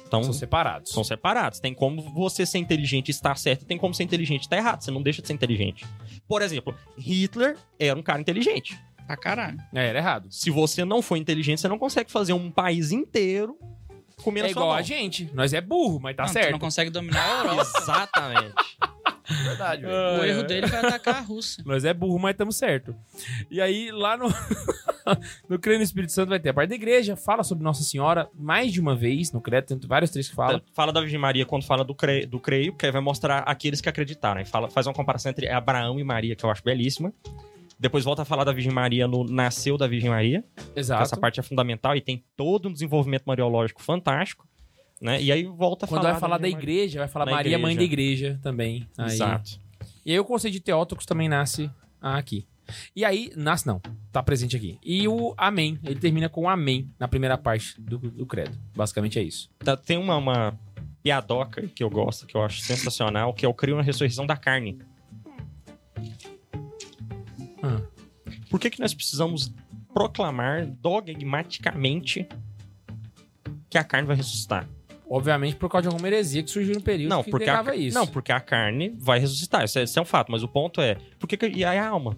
Então,
São separados.
São separados. Tem como você ser inteligente e estar certo, e tem como ser inteligente e estar errado. Você não deixa de ser inteligente. Por exemplo, Hitler era um cara inteligente.
Pra caralho.
É, era errado.
Se você não for inteligente, você não consegue fazer um país inteiro comer
É
na sua
igual
mão.
a gente. Nós é burro, mas tá
Não, tu
certo.
Não consegue dominar a Europa.
Exatamente.
É Verdade, velho.
o
Ai,
erro
ai.
dele vai atacar a Rússia.
Nós é burro, mas estamos certo. E aí, lá no. no Creio no Espírito Santo vai ter a parte da igreja, fala sobre Nossa Senhora mais de uma vez, no credo, tem vários trechos que fala.
fala da Virgem Maria quando fala do, cre... do creio, que aí vai mostrar aqueles que acreditaram. Aí fala... faz uma comparação entre Abraão e Maria, que eu acho belíssima. Depois volta a falar da Virgem Maria no Nasceu da Virgem Maria.
Exato.
Essa parte é fundamental e tem todo um desenvolvimento mariológico fantástico. Né? E aí volta a
Quando
falar.
vai falar da
Virgem Maria.
igreja, né? vai falar
Da
Maria, mãe da
igreja.
igreja também. Aí.
Exato.
E aí o conceito de Teótocos também nasce aqui. E aí, nasce não, tá presente aqui. E o Amém, ele termina com Amém na primeira parte do, do credo. Basicamente é isso.
Tá- tem uma, uma piadoca que eu gosto, que eu acho sensacional, que é o Crio na Ressurreição da Carne.
Ah.
Por que, que nós precisamos proclamar dogmaticamente que a carne vai ressuscitar?
Obviamente por causa de alguma heresia que surgiu no período
Não
que
porque, a,
negava isso.
não, porque a carne vai ressuscitar. Isso é, isso é um fato, mas o ponto é: por que, que e aí a alma?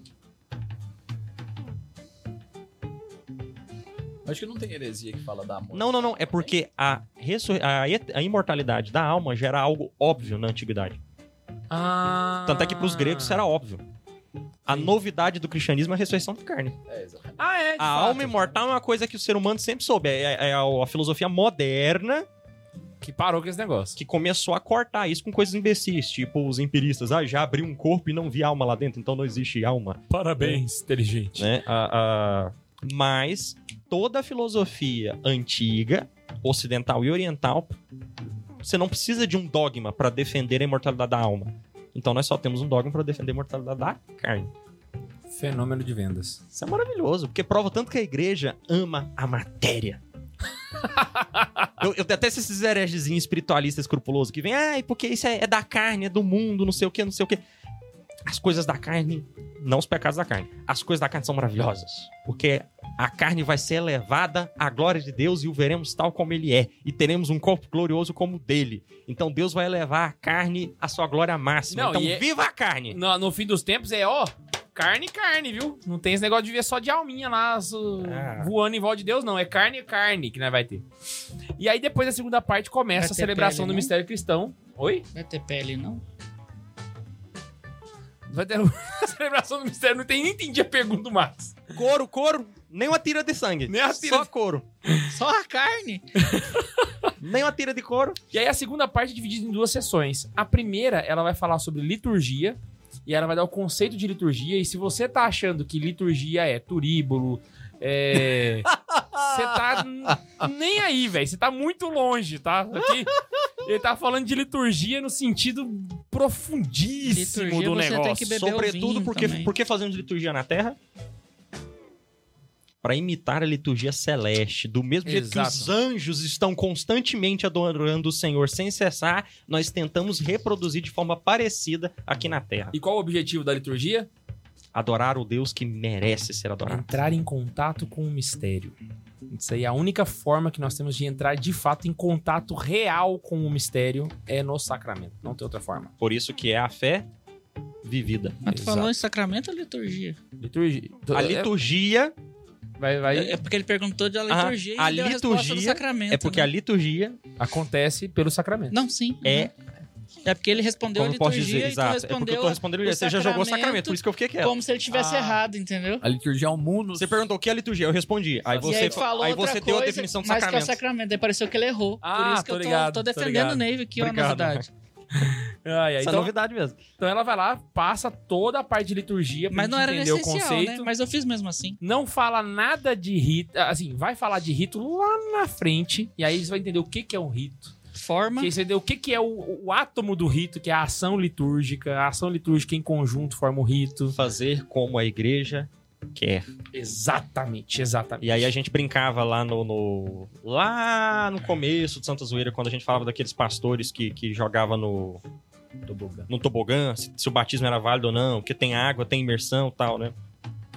Acho que não tem heresia que fala da morte.
Não, não, não. É porque a, ressur- a, et- a imortalidade da alma já era algo óbvio na antiguidade.
Ah.
Tanto é que pros gregos isso era óbvio. A novidade do cristianismo é a ressurreição da carne.
É, exato.
Ah, é. de
A
fato.
alma imortal é uma coisa que o ser humano sempre soube. É, é- é a, a filosofia moderna
Que parou com esse negócio.
que começou a cortar isso com coisas imbecis, tipo os empiristas. Ah, já abriu um corpo e não vi alma lá dentro, então não existe alma.
Parabéns, inteligente.
Né? A- a- Mas toda a filosofia antiga, ocidental e oriental, você não precisa de um dogma para defender a imortalidade da alma. Então nós só temos um dogma para defender a imortalidade da carne. É.
Fenômeno de vendas.
Isso é maravilhoso, porque prova tanto que a igreja ama a matéria. eu, eu detesto esses heregezinhos espiritualistas escrupulosos que vêm, ai, porque isso é, é da carne, é do mundo, não sei o que, não sei o que. As coisas da carne, não os pecados da carne, as coisas da carne são maravilhosas, porque a carne vai ser elevada à glória de Deus e o veremos tal como ele é, e teremos um corpo glorioso como o dele. Então Deus vai elevar a carne à sua glória máxima.
Não,
então
e é-
viva a carne!
No, no fim dos tempos é, ó, carne, carne, viu? Não tem esse negócio de ver só de alminha lá so-
Ah.
voando em volta de Deus, não. É carne, carne que nós vai ter. E aí depois da segunda parte começa
Vai
a
ter
celebração
pele,
do
né?
não?
mistério cristão. Oi?
Vai ter pele, não?
Vai ter a celebração do mistério. Não tem nem entendi a pergunta do Max.
Couro, couro, nem uma tira de sangue,
Nem uma tira
só couro.
Só a carne?
Nem uma tira de couro.
E aí a segunda parte é dividida em duas sessões. A primeira, ela vai falar sobre liturgia, e ela vai dar o conceito de liturgia, e se você tá achando que liturgia é turíbulo, é... Você tá n- nem aí, velho. Você tá muito longe, tá? Aqui, ele tá falando de liturgia no sentido profundíssimo
Liturgia
do
você tem
negócio.
que beber o
Sobretudo
vinho
porque,
também.
porque fazemos liturgia na Terra? Para imitar a liturgia celeste. Do mesmo jeito
Exato.
que os anjos estão constantemente adorando o Senhor sem cessar, nós tentamos reproduzir de forma parecida aqui na Terra.
E qual o objetivo da liturgia?
Adorar o Deus que merece ser adorado.
Entrar em contato com o mistério. Isso aí é a única forma que nós temos de entrar de fato em contato real com o mistério é no sacramento. Não tem outra forma.
Por isso que é a fé vivida.
Mas Ah, tu
Exato.
falou em sacramento ou liturgia?
Liturgia.
A liturgia
Vai, vai-
É porque ele perguntou de a
Ah,
liturgia
a
e deu a resposta do
liturgia
sacramento.
é porque a
né?
liturgia
Acontece pelo sacramento.
Não, sim. Uhum.
é,
É porque ele respondeu
como eu
a
posso
liturgia
dizer,
e tu
exato. É porque eu
respondeu
tô É. respondendo,
o
você já jogou o
sacramento
sacramento, por isso que eu fiquei quieto.
como se ele tivesse
Ah.
errado, entendeu?
A liturgia é um mundo.
Você perguntou o que é liturgia, eu respondi. Aí você,
e aí tu falou
aí
outra
você deu
coisa,
a definição de
mas que é o
sacramento.
sacramento. Aí pareceu que ele errou.
Ah,
por isso que
tô
eu tô,
ligado,
tô
tô
defendendo
ligado.
o Neve aqui, ó,
Obrigado,
na novidade.
Ai, ai,
Essa é
então,
novidade mesmo.
então ela vai lá, passa toda a parte de liturgia pra
Mas
gente
não era
entender o
essencial,
conceito.
né? Mas eu fiz mesmo assim.
Não fala nada de rito. Assim, vai falar de rito lá na frente. E aí você vai entender o que, que é um rito.
Forma.
Que aí você vai entender o que, que é o, o átomo do rito, que é a ação litúrgica. A ação litúrgica em conjunto forma o rito.
Fazer como a igreja quer.
Exatamente, exatamente.
E aí a gente brincava lá no, no- lá no começo de Santa Zoeira, quando a gente falava daqueles pastores que, que jogava no, no tobogã, se, se o batismo era válido ou não, porque tem água, tem imersão e tal, né?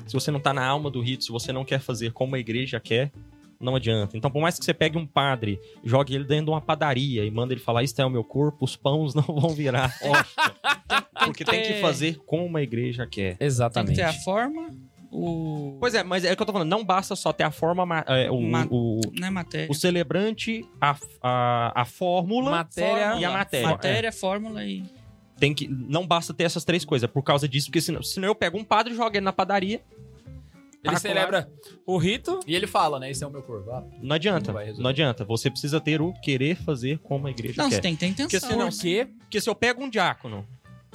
Se você não tá na alma do rito, se você não quer fazer como a igreja quer, não adianta. Então, por mais que você pegue um padre, jogue ele dentro de uma padaria e manda ele falar, isto é o meu corpo, os pãos não vão virar hóstia. porque tem que
ter-
fazer como a igreja quer.
Tem que
Exatamente.
ter a forma, o.
Pois é, mas é o que eu tô falando. Não basta só ter a forma. ma- é, o,
Ma-
o,
Né, matéria.
o celebrante, a, a, a fórmula.
Matéria
e a matéria.
Matéria, fórmula e.
Tem que, não basta ter essas três coisas. é Por causa disso, porque senão, senão eu pego um padre e jogo ele na padaria.
Ele
Ah,
celebra o rito.
E ele fala, né? Esse é o meu corpo. Ah,
Não adianta.
Não vai
Não,
resolver.
adianta. Você precisa ter o querer fazer como a igreja
Não,
quer.
você tem que ter intenção.
Porque senão-
né?
Porque
Porque se eu pego um diácono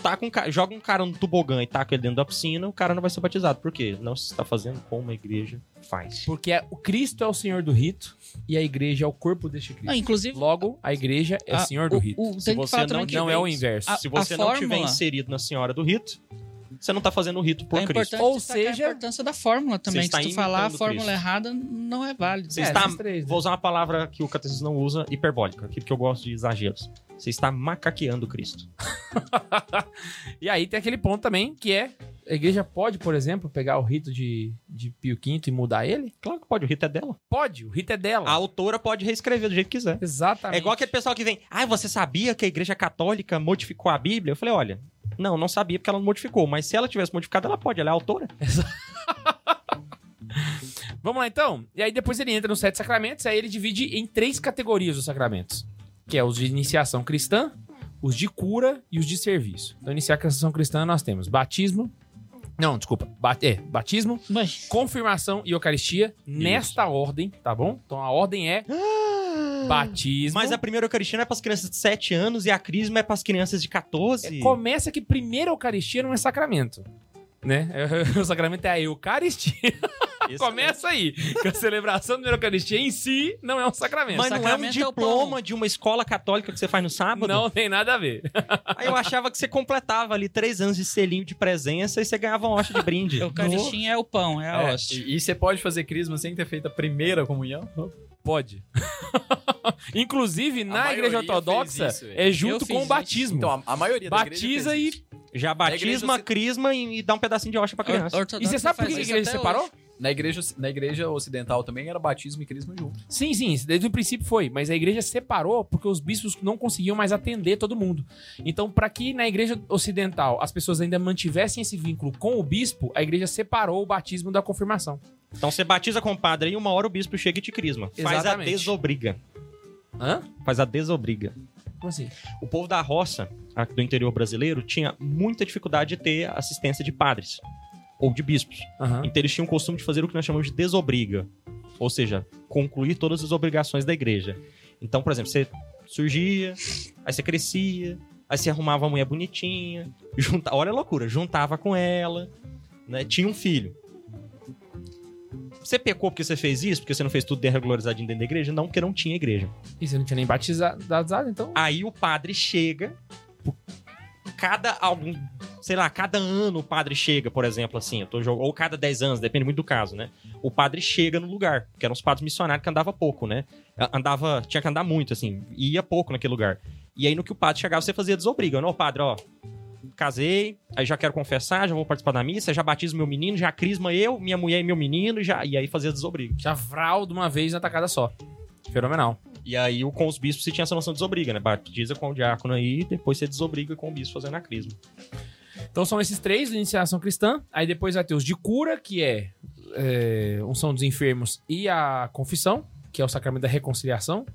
taca um ca- joga um cara no tobogã e taca ele dentro da piscina, o cara não vai ser batizado. Por quê? Não se está fazendo como a igreja faz.
Porque é- o Cristo é o senhor do rito e a igreja é o corpo deste Cristo.
Não, inclusive,
Logo, a igreja é
a-
senhor do
o-
rito.
o-
Se
tem que
você
falar
não
também que
Não é o
vem-
inverso.
a-
Se você
a
não tiver
fórmula-
inserido na Senhora do Rito, você não está fazendo o rito por
é
Cristo.
importante
Ou
Ou seja,
seja,
a importância da fórmula também.
está
que se tu falar a
imitando
fórmula
Cristo.
errada, não é válido.
Você
É,
está,
essas três, né?
vou usar uma palavra que o catecismo não usa, hiperbólica, aqui porque eu gosto de exageros. Você está macaqueando Cristo.
E aí tem aquele ponto também que é. A igreja pode, por exemplo, pegar o rito de, de Pio V e mudar ele?
Claro que pode, o rito é dela.
Pode, o rito é dela.
A autora pode reescrever do jeito que quiser.
Exatamente.
É igual aquele pessoal que vem, ah, você sabia que a igreja católica modificou a Bíblia? Eu falei, olha, não, não sabia porque ela não modificou, mas se ela tivesse modificado, ela pode, ela é autora.
Vamos lá então. E aí depois ele entra nos sete sacramentos, aí ele divide em três categorias os sacramentos. Que é os de iniciação cristã, os de cura e os de serviço. Então, iniciação cristã nós temos batismo. Não, desculpa. ba- é, batismo,
Mas,
confirmação e Eucaristia nesta ordem, tá bom? Então a ordem é batismo.
Mas a primeira Eucaristia não é para as crianças de 7 anos e a crisma é para as crianças de 14.
É, começa que primeiro a Eucaristia não é sacramento. Né? O sacramento é a Eucaristia. Começa aí. Que a celebração da primeira Eucaristia em si não é um sacramento.
Mas não é um
Sacramento é o
diploma
pão.
de uma escola católica que você faz no sábado?
Não tem nada a ver.
Aí eu achava que você completava ali três anos de selinho de presença e você ganhava uma hoxa de brinde.
Eucaristia é o pão, é a
É,
hóstia.
e, e você pode fazer crisma sem ter feito a primeira comunhão?
Pode. Inclusive, na
maioria
Igreja
fez
Ortodoxa,
isso, velho.
é
Eu
junto
fiz
com o
isso.
batismo.
Então, a, a maioria da igreja
Batiza
fez
e.
isso.
Já
A
batisma,
igreja-
crisma e, e dá um pedacinho de hoxa pra criança.
E você sabe por que a igreja separou?
Na igreja, na igreja ocidental também era batismo e crisma junto.
Sim, sim, isso desde o princípio foi, mas a igreja separou porque os bispos não conseguiam mais atender todo mundo. Então, para que na igreja ocidental as pessoas ainda mantivessem esse vínculo com o bispo, a igreja separou o batismo da confirmação.
Então você batiza com o padre e uma hora o bispo chega e te crisma. Faz a
Exatamente.
desobriga.
Hã?
Faz a desobriga.
Como assim?
O povo da roça, a- do interior brasileiro, tinha muita dificuldade de ter assistência de padres ou de bispos.
Aham.
Então eles tinham o costume de fazer o que nós chamamos de desobriga. Ou seja, concluir todas as obrigações da igreja. Então, por exemplo, você surgia, aí você crescia, aí você arrumava uma mulher bonitinha, junta... olha a loucura, juntava com ela, né? Tinha um filho. Você pecou porque você fez isso? Porque você não fez tudo regularizadinho dentro da igreja? Não, porque não tinha igreja.
E você não tinha nem batizado, então.
Aí o padre chega, cada algum, sei lá, cada ano o padre chega, por exemplo, assim, eu tô jogando, ou cada 10 anos, depende muito do caso, né? O padre chega no lugar, que eram os padres missionários que andava pouco, né? A- Andava, tinha que andar muito, assim, e ia pouco naquele lugar. E aí no que o padre chegava, você fazia desobriga, não, padre, ó, casei, aí já quero confessar, já vou participar da missa, já batizo meu menino, já crisma eu, minha mulher e meu menino, e já, e aí fazia desobriga.
Já vral de uma vez na tacada só. Fenomenal.
E aí, o- com os bispos, você tinha essa noção de desobriga, né? Batiza com o diácono aí, depois você desobriga com o bispo fazendo a crisma.
Então são esses três de iniciação cristã. Aí depois vai ter os de cura, que é, é unção dos enfermos e a confissão, que é o sacramento da reconciliação.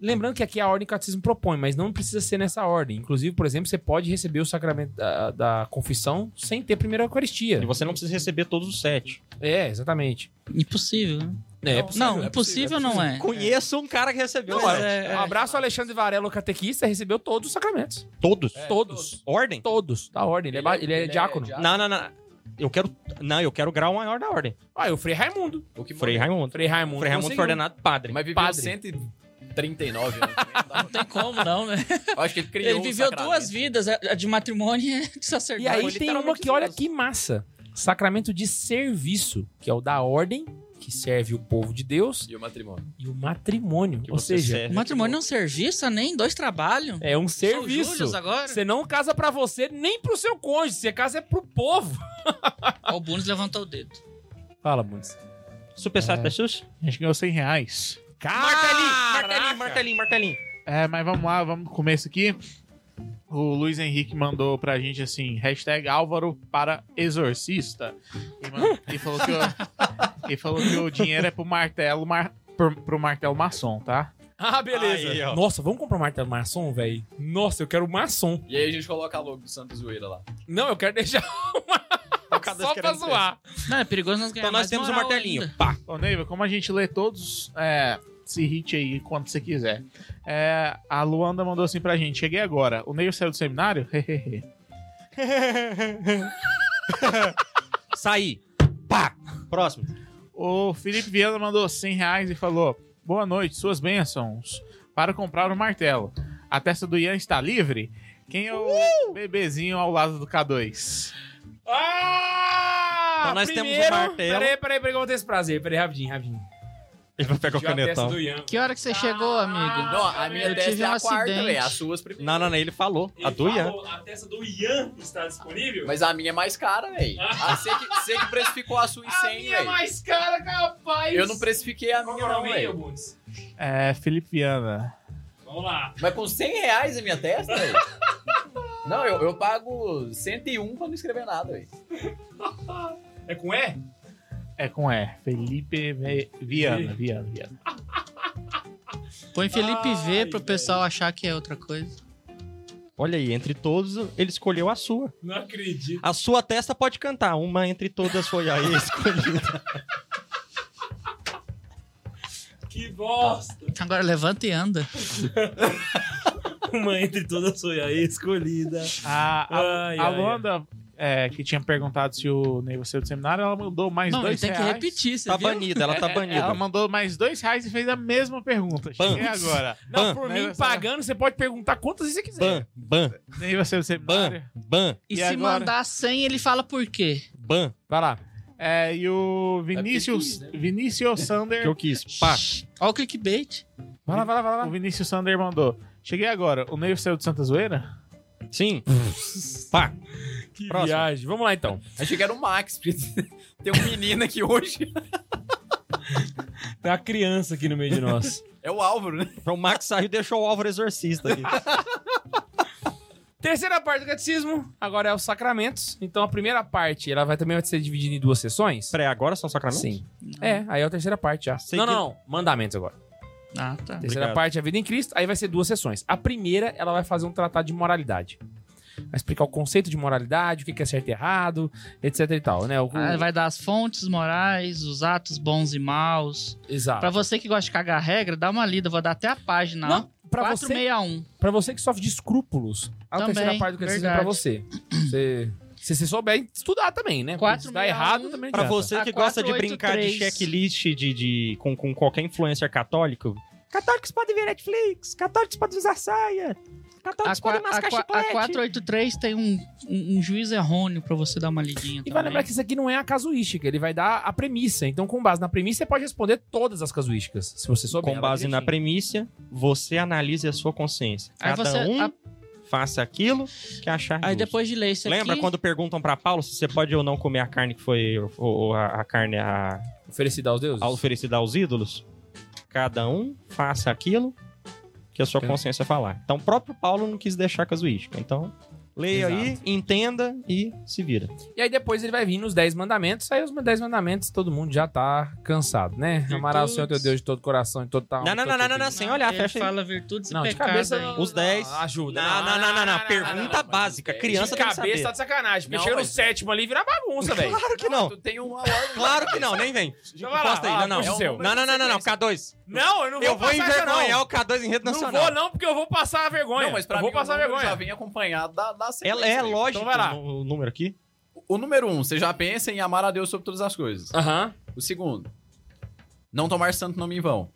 Lembrando que aqui a ordem que o catecismo propõe, mas não precisa ser nessa ordem. Inclusive, por exemplo, você pode receber o sacramento da, da confissão sem ter primeira
E
Eucaristia.
você não precisa receber todos os sete.
É, exatamente.
Impossível. né?
É,
não,
é
impossível
possível, é
não é.
Conheço um cara que recebeu
Mas é-
Um abraço ao Alexandre Varelo, catequista, recebeu todos os sacramentos.
Todos?
É, todos.
Ordem?
Todos, da ordem. Ele, é, ba- ele é diácono.
Não, não, não. Eu quero. Não, eu quero o grau maior da ordem.
Ah, e o Frei Raimundo.
O que
Frei Raimundo.
Frei Raimundo.
Frei Raimundo
conseguiu.
foi ordenado padre.
Mas viveu
Padre.
139 anos. também, não dá
é. Não tem como, não, né?
pra- Eu acho que ele criou
Ele
um
viveu
sacramento.
duas vidas, a a de matrimônio e a de sacerdote.
E aí
Foi
tem uma
literalmente
que,
isso
olha
mesmo.
que massa. Sacramento de serviço, que é o da ordem, que serve o povo de Deus,
E o matrimônio.
e o matrimônio.
que
Ou
você
seja,
O
serve.
matrimônio é um serviço, nem dois trabalhos.
é um
São
serviço.
Július agora.
Você não casa pra você, nem pro seu cônjuge. Você casa é pro povo.
Ó, O Bunes levantou o dedo.
Fala, Bundes. É.
Super Sato da Xuxa?
A gente ganhou 100 reais.
Ah,
Martelinho, martelinho, martelinho.
É, mas vamos lá, vamos no começo aqui. O Luiz Henrique mandou pra gente assim, hashtag Álvaro para exorcista. E, man- e falou, que o, e falou que o dinheiro é pro martelo, mar, pro, pro martelo maçom, tá?
Ah, beleza.
Aí, ó.
Nossa, vamos comprar um martelo maçom, velho? Nossa, eu quero maçom.
E aí a gente coloca a logo do Santos Zoeira lá.
Não, eu quero deixar
Tô Tá cada vez
só pra
querendo
zoar.
Não, é perigoso nós
Então
ganharmos.
nós temos o martelinho. Pá.
Ô, Neiva, como a gente lê todos, é, se hit aí quando você quiser. É, a Luanda mandou assim pra gente: cheguei agora. O Neiva saiu do seminário? Hehehe.
Saí. Pá! Próximo.
O Felipe Viana mandou 100 reais e falou: Boa noite, suas bênçãos. Para comprar o martelo. A testa do Ian está livre? Quem é o bebezinho ao lado do K2?
Ah!
Então nós temos o martelo.
Peraí, peraí, peraí, que eu vou ter esse prazer. Peraí, rapidinho, rapidinho.
Ele vai pegar o
Tira a testa
canetão.
do Ian.
Que hora que você chegou, amigo?
Não, a minha
Ah, Eu
dessa
tive
é
um
a quarta,
acidente.
velho. As suas primeiras.
Não, não, não. Ele falou.
Ele
A do Ian.
falou, A testa do Ian está disponível?
Mas a minha é mais cara, velho. Ah, Você que, você que precificou a sua em 100,
é
velho.
mais cara, capaz.
Eu não precifiquei a
Qual que
minha,
é o
não,
nome aí,
velho.
Bundes?
É, Felipe Viana.
Vamos lá.
Mas com 100 reais a minha testa, velho. Não, eu, eu pago 101 pra não escrever nada, velho.
É com E?
É com E. Felipe Ve- Viana,
Ih.
Viana, Viana.
Põe Felipe
Ai,
V pro pessoal achar que é outra coisa.
Olha aí, entre todos, ele escolheu a sua.
Não acredito.
A sua testa pode cantar. Uma entre todas foi aí escolhida.
Que bosta.
Agora levanta e anda.
Uma entre todas foi a escolhida.
A, a,
Ai,
a
ai,
Luanda, é, que tinha perguntado se o Ney você é do seminário, ela mandou mais
não, ele
dois
tem
reais.
que repetir, você
tá
viu? É,
banida, ela tá banida.
Ela mandou mais dois reais e fez a mesma pergunta. Cheguei
Pans.
agora.
Não,
Ban,
por
Mas
mim,
essa-
pagando, você pode perguntar quantas vezes você quiser.
ban, ban,
Ney você é do seminário.
ban, ban,
E,
E
se
agora?
mandar 100, ele fala por quê?
ban.
Vai lá. É, e o Vinícius,
né?
Vinícius
Que
Sander.
eu quis. Pá.
Olha o clickbait.
Vai lá, vai lá, vai lá. O Vinícius Sander mandou. Cheguei agora. O Ney saiu de Santa Zoeira?
Sim. Pá.
Que
Próximo.
viagem. Vamos lá, então.
Achei que era o Max, porque tem um menino aqui hoje.
Tem uma criança aqui no meio de nós.
É o Álvaro, né?
O Max saiu e deixou o Álvaro exorcista aqui.
Terceira parte do catecismo, agora é os sacramentos. Então a primeira parte, ela vai também vai ser dividida em duas sessões?
Peraí, agora são sacramentos?
Sim. É, aí é a terceira parte já.
Sei
não,
que-
não, não. Mandamentos agora.
Ah, tá.
Terceira
Obrigado.
parte é a vida em Cristo, aí vai ser duas sessões. A primeira, ela vai fazer um tratado de moralidade. Vai explicar o conceito de moralidade, o que que é certo e errado, etc e tal, né? O-
Ah, vai dar as fontes morais, os atos bons e maus.
Exato.
Pra você que gosta de cagar regra, dá uma lida. Vou dar até a página.
Não,
ó.
pra você,
461.
pra você que sofre de escrúpulos, a
Também,
terceira parte do catecismo é pra
verdade.
você. Você... Se você souber estudar também, né? Porque
Quatro,
Se dá
meia,
errado,
um,
também não
Pra
adianta.
você
A
que gosta de
483.
brincar de checklist de, de, com, com qualquer influencer católico. Católicos podem ver Netflix, católicos podem usar saia,
A,
católicos
qua-
podem
a,
mascar
qua- a
chiclete.
483 tem um, um, um juiz errôneo pra você dar uma lidinha
E vai
também.
lembrar que isso aqui não é a casuística, ele vai dar a premissa. Então, com base na premissa, você pode responder todas as casuísticas, se você souber. é
Com base na premissa, você analise a sua consciência.
Aí
Cada
você-
um
a-
faça aquilo que achar
Aí
justo.
depois de ler isso aqui...
Lembra quando perguntam pra Paulo se você pode ou não comer a carne que foi ou, ou a, a carne a,
Oferecida aos deuses.
a oferecida aos ídolos? Cada um faça aquilo que a sua
Tá.
consciência falar. Então, o próprio Paulo não quis deixar casuística. Então, leia aí, entenda e se vira.
E aí depois ele vai vir nos 10 mandamentos. Aí os 10 mandamentos todo mundo já tá cansado, né? Amarás o Senhor teu Deus de todo coração, de todo tal.
Não, não, não, não, não, não, sem olhar,
ele
fecha aí.
fala virtudes
Não,
e
de
pecados
cabeça
aí.
não,
Os 10.
não, ajuda.
Não, não, não, não, não. Pergunta
mas
básica.
é de
Criança
De
tem que
cabeça tá
saber.
de sacanagem.
Não,
Mexer no
mas-
sétimo ali vira bagunça, velho.
Claro que não.
Tu tem um uma ordem.
Claro que não, nem vem.
Então vai lá,
Encosta
vai
aí.
lá,
Não,
puxa o
não.
seu.
Não, não, não, não, não. K2.
Não, eu não vou
Eu vou
passar essa,
envergonhar
não.
o K2 em rede
Não
nacional.
vou não, porque eu vou passar a vergonha.
Não, mas pra
eu vou
mim
passar a
o número já
vergonha.
vem acompanhado da, da sequência.
Ela é
velho.
Então
lógico
vai lá.
o número aqui.
O número um, você já pensa em amar a Deus sobre todas as coisas.
Aham.
O segundo, não tomar santo nome em vão.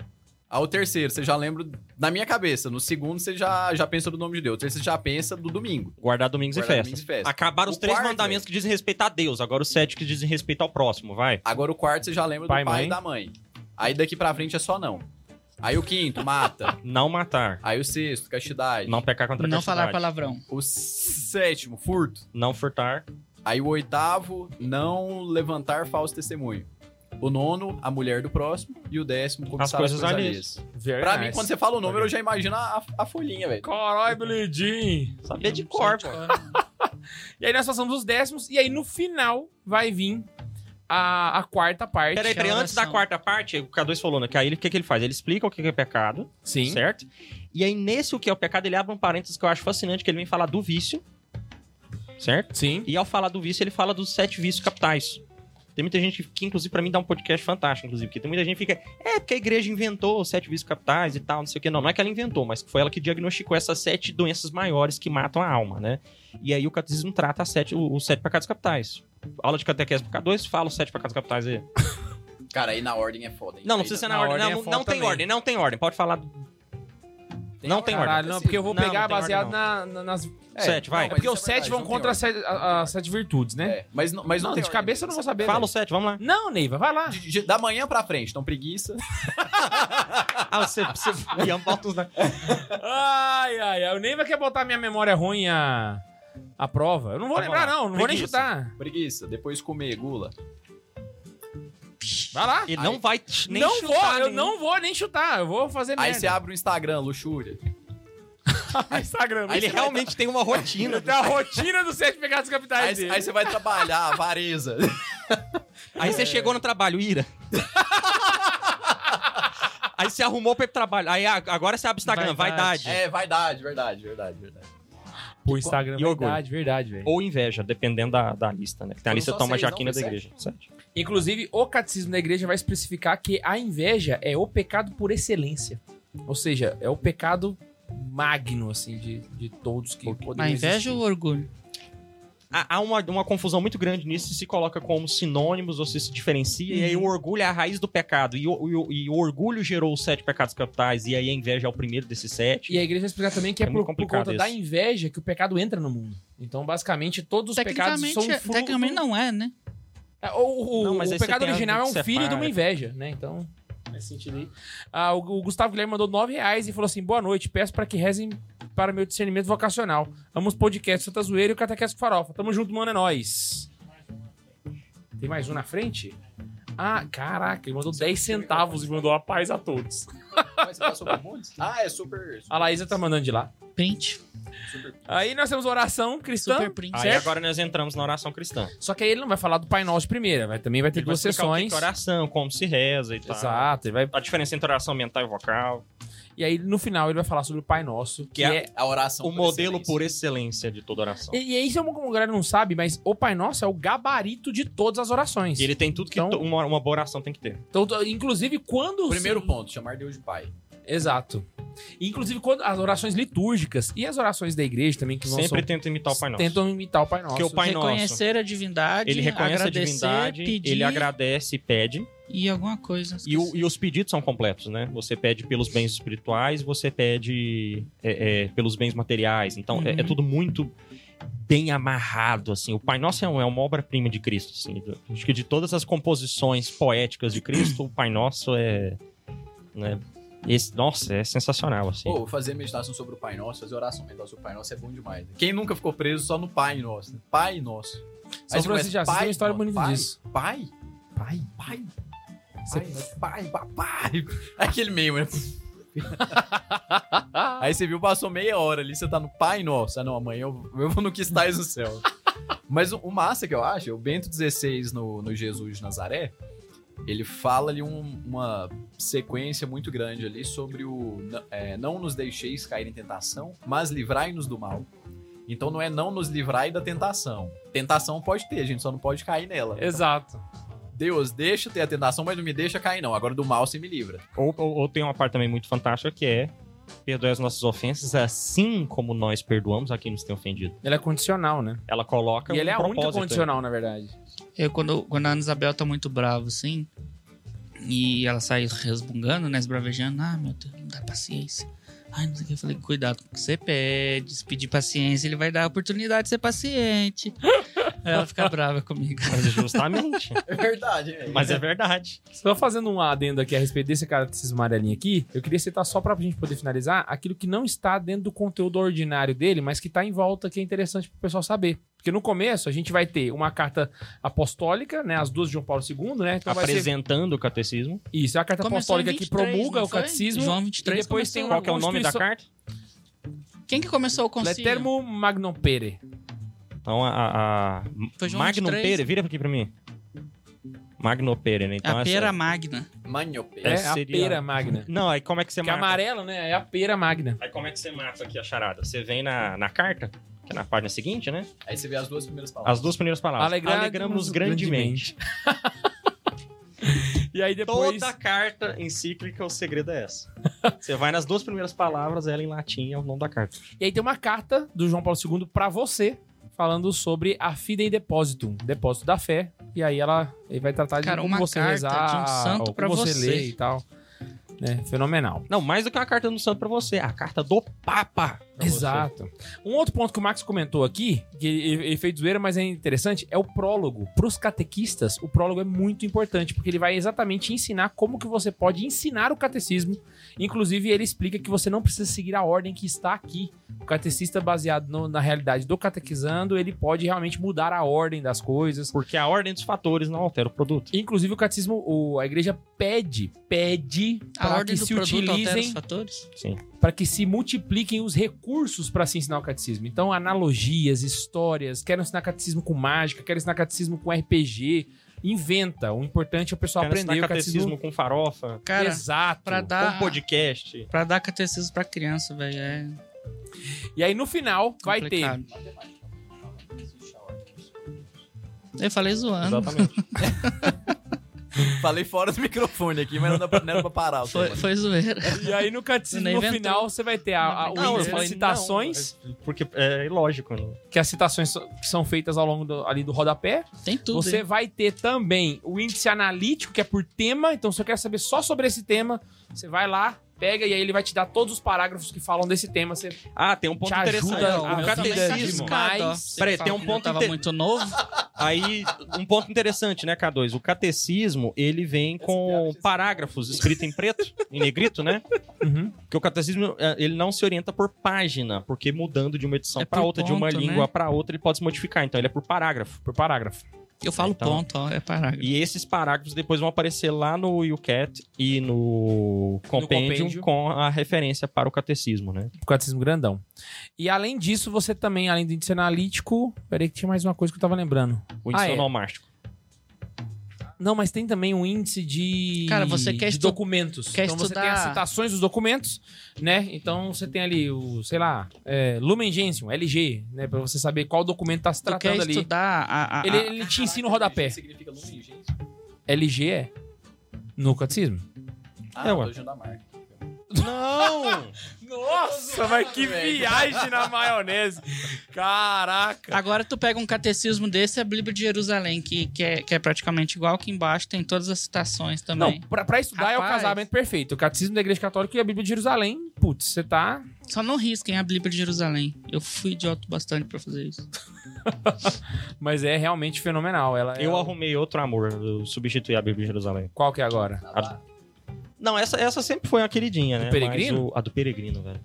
Ah, o terceiro, você já lembra na minha cabeça. No segundo, você já, já pensa do nome de Deus. O terceiro, você já pensa do domingo.
Guardar domingos e
Guardar
festas.
domingos e festas.
Acabaram os
O
três
quarto,
mandamentos que dizem respeito a Deus. Agora os sete que dizem respeito ao próximo, vai.
Agora o quarto, você já lembra
Pai,
do pai
mãe.
e da mãe. Aí daqui pra frente é só não. Aí o quinto, mata.
Não matar.
Aí o sexto, castidade.
Não pecar contra a
Não falar
castidade.
palavrão.
O sétimo, furto.
Não furtar.
Aí o oitavo, não levantar falso testemunho. O nono, a mulher do próximo. E o décimo, cobiçar as
coisas
coisas
alheias.
alheias.
Very
Pra
É nice. Tá
mim, quando você fala o número, eu já imagino a, a folhinha, velho.
Caralho, Belidinho.
Saber de cor, pô.
E aí nós passamos os décimos, e aí no final vai vir a, a quarta parte.
Peraí, peraí, antes da
oração.
quarta parte, o K2 falou, né? Que aí ele- o que, que ele faz? Ele explica o que, que é pecado,
Sim.
certo? E aí, nesse o que é o pecado, ele abre um parênteses que eu acho fascinante, que ele vem falar do vício, certo?
Sim.
E ao falar do vício, ele fala dos sete vícios capitais. Tem muita gente que, inclusive, pra mim dá um podcast fantástico, inclusive, porque tem muita gente que fica, é, porque a igreja inventou os sete vícios capitais e tal, não sei o quê. Não, não é que ela inventou, mas que foi ela que diagnosticou essas sete doenças maiores que matam a alma, né? E aí o catecismo trata as sete, o- os sete pecados capitais. Aula de catequese para K2, fala os sete pecados capitais aí.
Cara, aí na ordem é foda. hein?
Não, não
Aí
precisa ser na,
dá-
na
ordem,
ordem é
não,
foda
não tem
também.
ordem, não tem ordem. Pode falar não tem ordem.
Caralho, não, porque eu vou
Não,
pegar
não tem
baseado
ordem,
na- na- nas.
É,
sete, vai.
É
mas
porque
isso
os
é
sete
verdade,
vão
não tem
contra as
ordem.
sete, a- as sete virtudes, né?
É, mas não, mas não,
Não,
tem
de
ordem,
cabeça eu não vou saber.
Fala
velho.
os sete, vamos lá.
Não, Neiva, vai lá.
De- de- da manhã pra frente, então preguiça.
Ah, você, você Ian, bota uns na-
Ai, ai, ai. O Neiva quer botar minha memória ruim à, à prova. Eu não vou
Vamos
lembrar,
lá.
não. Não vou nem
Preguiça.
chutar.
Preguiça, depois comer gula.
Vai lá.
Ele não vai nem
não
chutar
vou, eu
nenhum.
não vou nem chutar. Eu vou fazer
Aí
merda.
você abre o Instagram, luxúria.
Instagram.
Aí ele realmente tem uma rotina.
Tem a rotina dos sete pecados capitais
Aí,
dele.
aí você vai trabalhar, avareza.
Aí
É.
você chegou no trabalho, ira. Aí você arrumou pra ir pro trabalho. Aí a- agora você abre o Instagram,
Vaidade.
vaidade.
É, vaidade, verdade, verdade, verdade.
Pô, Instagram, é
E orgulho.
verdade, verdade, velho.
Ou inveja, dependendo da, da lista, né? Tem a
Foram
lista
só
toma
seis, não?
jaquina da
Foi
igreja. Sete.
Inclusive, o catecismo da igreja vai especificar que a inveja é o pecado por excelência. Ou seja, é o pecado magno, assim, de, de todos que podem
Na inveja
existir.
ou orgulho?
Há, há uma, uma confusão muito grande nisso se se coloca como sinônimos ou se se diferencia. E aí
Uhum.
o orgulho é a raiz do pecado. E o, e o- e o orgulho gerou os sete pecados capitais. E aí a inveja é o primeiro desses sete.
E a igreja vai explicar também que
É
é, por,
muito
por
complicado
conta
isso.
da inveja que o pecado entra no mundo. Então, basicamente, todos os pecados
Tecnicamente,
são um
é-
fruto...
tecnicamente não é, né?
É, O, o-
Não, mas
o
aí você
pecado
tem
original é
algo que
um filho de uma
separa.
inveja, né? Então, nesse sentido aí. Ah, o, o Gustavo Guilherme mandou nove reais e falou assim: boa noite, peço para que rezem para meu discernimento vocacional. Amo os podcasts Santa Zoeira e o Catequese com Farofa. Tamo junto, mano, é nóis. Tem mais um na frente? Ah, caraca, ele mandou 10 centavos e mandou a paz a todos.
Mas você tá super bondes? Ah, é super.
A Laísa tá mandando de lá.
Print.
Aí nós temos oração cristã.
Super print.
Aí
certo?
agora nós entramos na oração cristã.
Só que aí ele não vai falar do Pai Nosso primeiro, vai, também vai ter
Ele vai
duas
explicar o que
sessões.
que é oração, como se reza e tal.
Exato, ele vai
A diferença entre oração mental e vocal.
E aí, no final, ele vai falar sobre o Pai Nosso, que,
Que é-
é...
A oração.
o
por
modelo
excelência.
por excelência de toda oração.
E, e isso é uma como a galera não sabe, mas o Pai Nosso é o gabarito de todas as orações.
E ele tem tudo que
Então-
to- uma, uma boa oração tem que ter.
Então, t- inclusive, quando... os-
Primeiro ponto, chamar Deus de pai.
Exato. E, inclusive, quando as orações litúrgicas e as orações da igreja também, que vão
Sempre
são-
tenta imitar o Pai Nosso.
tentam imitar o Pai Nosso.
Porque o Pai Nosso,
Reconhecer a divindade,
ele reconhece a
agradecer,
divindade,
pedir
ele agradece e pede.
e alguma coisa.
E, o- e os pedidos são completos, né? Você pede pelos bens espirituais, você pede é, é, pelos bens materiais. Então, é,
Uhum.
é tudo muito bem amarrado, assim. O Pai Nosso é, um- é uma obra-prima de Cristo, assim. Do- Acho que de todas as composições poéticas de Cristo, o Pai Nosso é... né? Esse- nossa, é sensacional, assim.
Pô, fazer meditação sobre o Pai Nosso, fazer oração mental sobre o Pai Nosso é bom demais. né? Quem nunca ficou preso só no Pai Nosso? né? Pai Nosso.
São
Aí você
Francisco de
começa,
Assis tem
é
uma história
mano,
bonita
pai,
disso.
Pai?
Pai?
Pai?
Você-
Pai, mas pai, papai. Aquele meio, né? Aí você viu, passou meia hora ali, você tá no pai nosso. Ah, não, amanhã eu, eu vou no que estáis no céu. Mas o, o massa que eu acho, é o Bento XVI no, no Jesus de Nazaré, ele fala ali um- uma sequência muito grande ali sobre o n- é, não nos deixeis cair em tentação, mas livrai-nos do mal. Então não é não nos livrai da tentação. Tentação pode ter, a gente só não pode cair nela.
Exato.
Deus, deixa eu ter a tentação, mas não me deixa cair, não. Agora do mal você me livra.
Ou, ou- ou tem uma parte também muito fantástica que é perdoe as nossas ofensas assim como nós perdoamos a quem nos tem ofendido.
Ele é condicional, né?
Ela coloca
e
um
ele é a única
propósito aí.
condicional, na verdade.
Eu, quando, quando a Ana Isabel tá muito brava, assim, e ela sai resmungando, né, esbravejando, ah, meu Deus, não dá paciência. Ai, não sei o que. Eu falei, cuidado com o que você pede, se pedir paciência, ele vai dar a oportunidade de ser paciente. Aí ela fica brava comigo.
Mas é justamente.
É verdade, velho.
Mas é verdade.
Só fazendo um adendo aqui a respeito desse cara, desses amarelinhos aqui, eu queria citar só pra gente poder finalizar aquilo que não está dentro do conteúdo ordinário dele, mas que tá em volta, que é interessante pro pessoal saber. Porque no começo a gente vai ter uma carta apostólica, né? As duas de João Paulo II, né? Então vai ser.
Apresentando o catecismo.
Isso, é a carta
Começou em
apostólica
23,
que promulga
não
o
foi?
catecismo.
João 23
e depois tem
começou.
uma
Qual que é o nome da
Constituição-
carta?
Quem que começou
é
o concílio?
Letermo né, Magnum Pere.
Então a. a, a
Foi João
Magno
23.
Pere, vira aqui pra mim. Magno Pere, né? Então
A
essa-
pera magna.
Manhope.
É,
É,
a
seria-
pera magna.
Não, aí como é que você
Que é
mata?
amarelo, né? É a pera magna.
Aí como é que você mata aqui a charada? Você vem na, na carta, que é na página seguinte, né?
Aí você vê as duas primeiras palavras.
As duas primeiras palavras.
Alegramos
grandemente.
E aí depois.
Toda carta encíclica, o segredo é essa. Você vai nas duas primeiras palavras, ela em latim é o nome da carta.
E aí tem uma carta do João Paulo II pra você, falando sobre a Fidei Depositum, depósito da fé. E aí ela ele vai tratar de
Cara,
como
uma
você
carta
rezar,
de um santo
ou como
pra
você,
você.
ler e tal. É, fenomenal.
Não, mais do que uma carta do santo pra você, a carta do Papa. pra você.
Exato. Um outro ponto que o Max comentou aqui, que ele, ele fez zoeira, mas é interessante, é o prólogo. Para os catequistas, o prólogo é muito importante, porque ele vai exatamente ensinar como que você pode ensinar o catecismo. Inclusive, ele explica que você não precisa seguir a ordem que está aqui. O catecista, baseado no- na realidade do catequizando, ele pode realmente mudar a ordem das coisas.
Porque a ordem dos fatores não altera o produto.
Inclusive, o catecismo, o- a igreja pede, pede
A
para
ordem
que
do
se
produto altera os
utilizem
fatores?
para que se multipliquem os recursos para se ensinar o catecismo. Então, analogias, histórias, quero ensinar catecismo com mágica, quero ensinar catecismo com RPG, inventa. O importante é o pessoal
Cara, ensinar
aprender o catecismo.
catecismo com farofa,
Cara,
Exato.
pra
com
dar,
podcast.
pra dar catecismo pra criança, velho, é
E aí, no final, vai ter.
complicado. Eu falei zoando.
Exatamente.
Falei fora do microfone aqui, mas não, dá pra, não era pra parar. o
Foi,
tema.
foi zoeira.
E aí, no catecismo,
Nem
no
inventou.
final, você vai ter a, a, o
Não,
índice
eu
das
falei,
citações,
não, porque é ilógico. né?
que as citações so- que são feitas ao longo do- ali do rodapé.
Tem tudo.
Você
hein?
vai ter também o índice analítico, que é por tema. Então, se eu quero saber só sobre esse tema, você vai lá, pega e aí ele vai te dar todos os parágrafos que falam desse tema. Você
Ah, tem um ponto
Te ajuda,
interessante.
ó,
Ah,
o
eu também
catecismo.
tá arriscado, ó.
mas-
Você
Peraí, tem
fala
um
que
ponto
eu tava
inte-
muito novo.
Aí, um ponto interessante, né, K2? O catecismo, ele vem com
é
parágrafos escrito em preto, em negrito, né?
Uhum.
Porque o catecismo, eh, ele não se orienta por página, porque mudando de uma edição
É
pra
por
outra, de uma
ponto,
língua
né?
pra outra, ele pode se modificar. Então, ele é por parágrafo.
Por parágrafo.
Eu falo
Então-
ponto, ó, é parágrafo.
E esses parágrafos depois vão aparecer lá no UCAT e no compêndio,
compêndio.
com a referência para o catecismo, né?
O Um catecismo grandão. E além disso, você também, além do índice analítico. Peraí, que tinha mais uma coisa que eu tava lembrando.
O índice
Ah, é.
onomástico.
Não, mas tem também um índice de.
Cara, você quer
de
estu-
documentos.
quer
então você tem
estudar-
as citações dos documentos, né? Então você tem ali o, sei lá, é, Lumen Gentium, LG, né? Pra você saber qual documento tá se
Tu quer Ah.
tratando ali.
estudar a... a-
Ele,
a-
ele te ensina o rodapé.
Significa lumem, gente.
LG é? No catecismo?
Ah,
É,
é,
ué.
da marca.
Não!
Nossa, mas que viagem na maionese. Caraca.
Agora tu pega um catecismo desse, a Bíblia de Jerusalém, que, que, é, que é praticamente igual, que embaixo tem todas as citações também.
Não, pra, pra estudar é o
Rapaz.
casamento perfeito. O catecismo da Igreja Católica e a Bíblia de Jerusalém. Putz, você tá.
Só não risquem a Bíblia de Jerusalém. Eu fui idiota bastante pra fazer isso.
Mas é realmente fenomenal. Ela é
Eu
o-
arrumei outro amor, eu substituí a Bíblia de Jerusalém.
Qual que é agora?
Não, essa, essa sempre foi uma queridinha, né? Mas
Peregrino?
o- a do Peregrino, velho.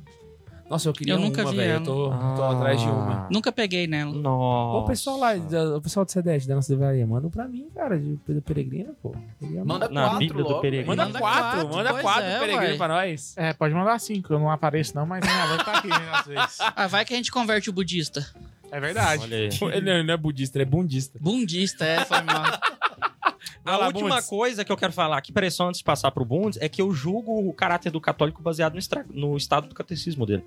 Nossa, eu queria
Eu nunca
uma,
vi
velho. Eu
ela.
tô, tô atrás de uma.
Nunca peguei nela.
Ah. Nossa.
Ô, o pessoal lá, da- o pessoal do C10 da nossa livraria, manda um pra mim, cara, de Pedro Peregrino, pô. Queria uma.
Manda
Na
quatro
Bíblia do
logo.
Peregrino.
Manda,
manda
quatro,
quatro,
manda
pois
quatro
é,
Peregrino
ué.
pra nós.
É, pode mandar cinco, eu não apareço não, mas minha avó tá aqui né, às vezes.
Ah, vai que a gente converte o budista.
É verdade.
Olha aí.
Ele não é budista, ele é bundista.
Bundista, é, foi mal.
A
Fala,
última
Bundes.
coisa que eu quero falar aqui, peraí, só antes de passar pro Bundes, é que eu julgo o caráter do católico baseado no, estra- no estado do catecismo dele.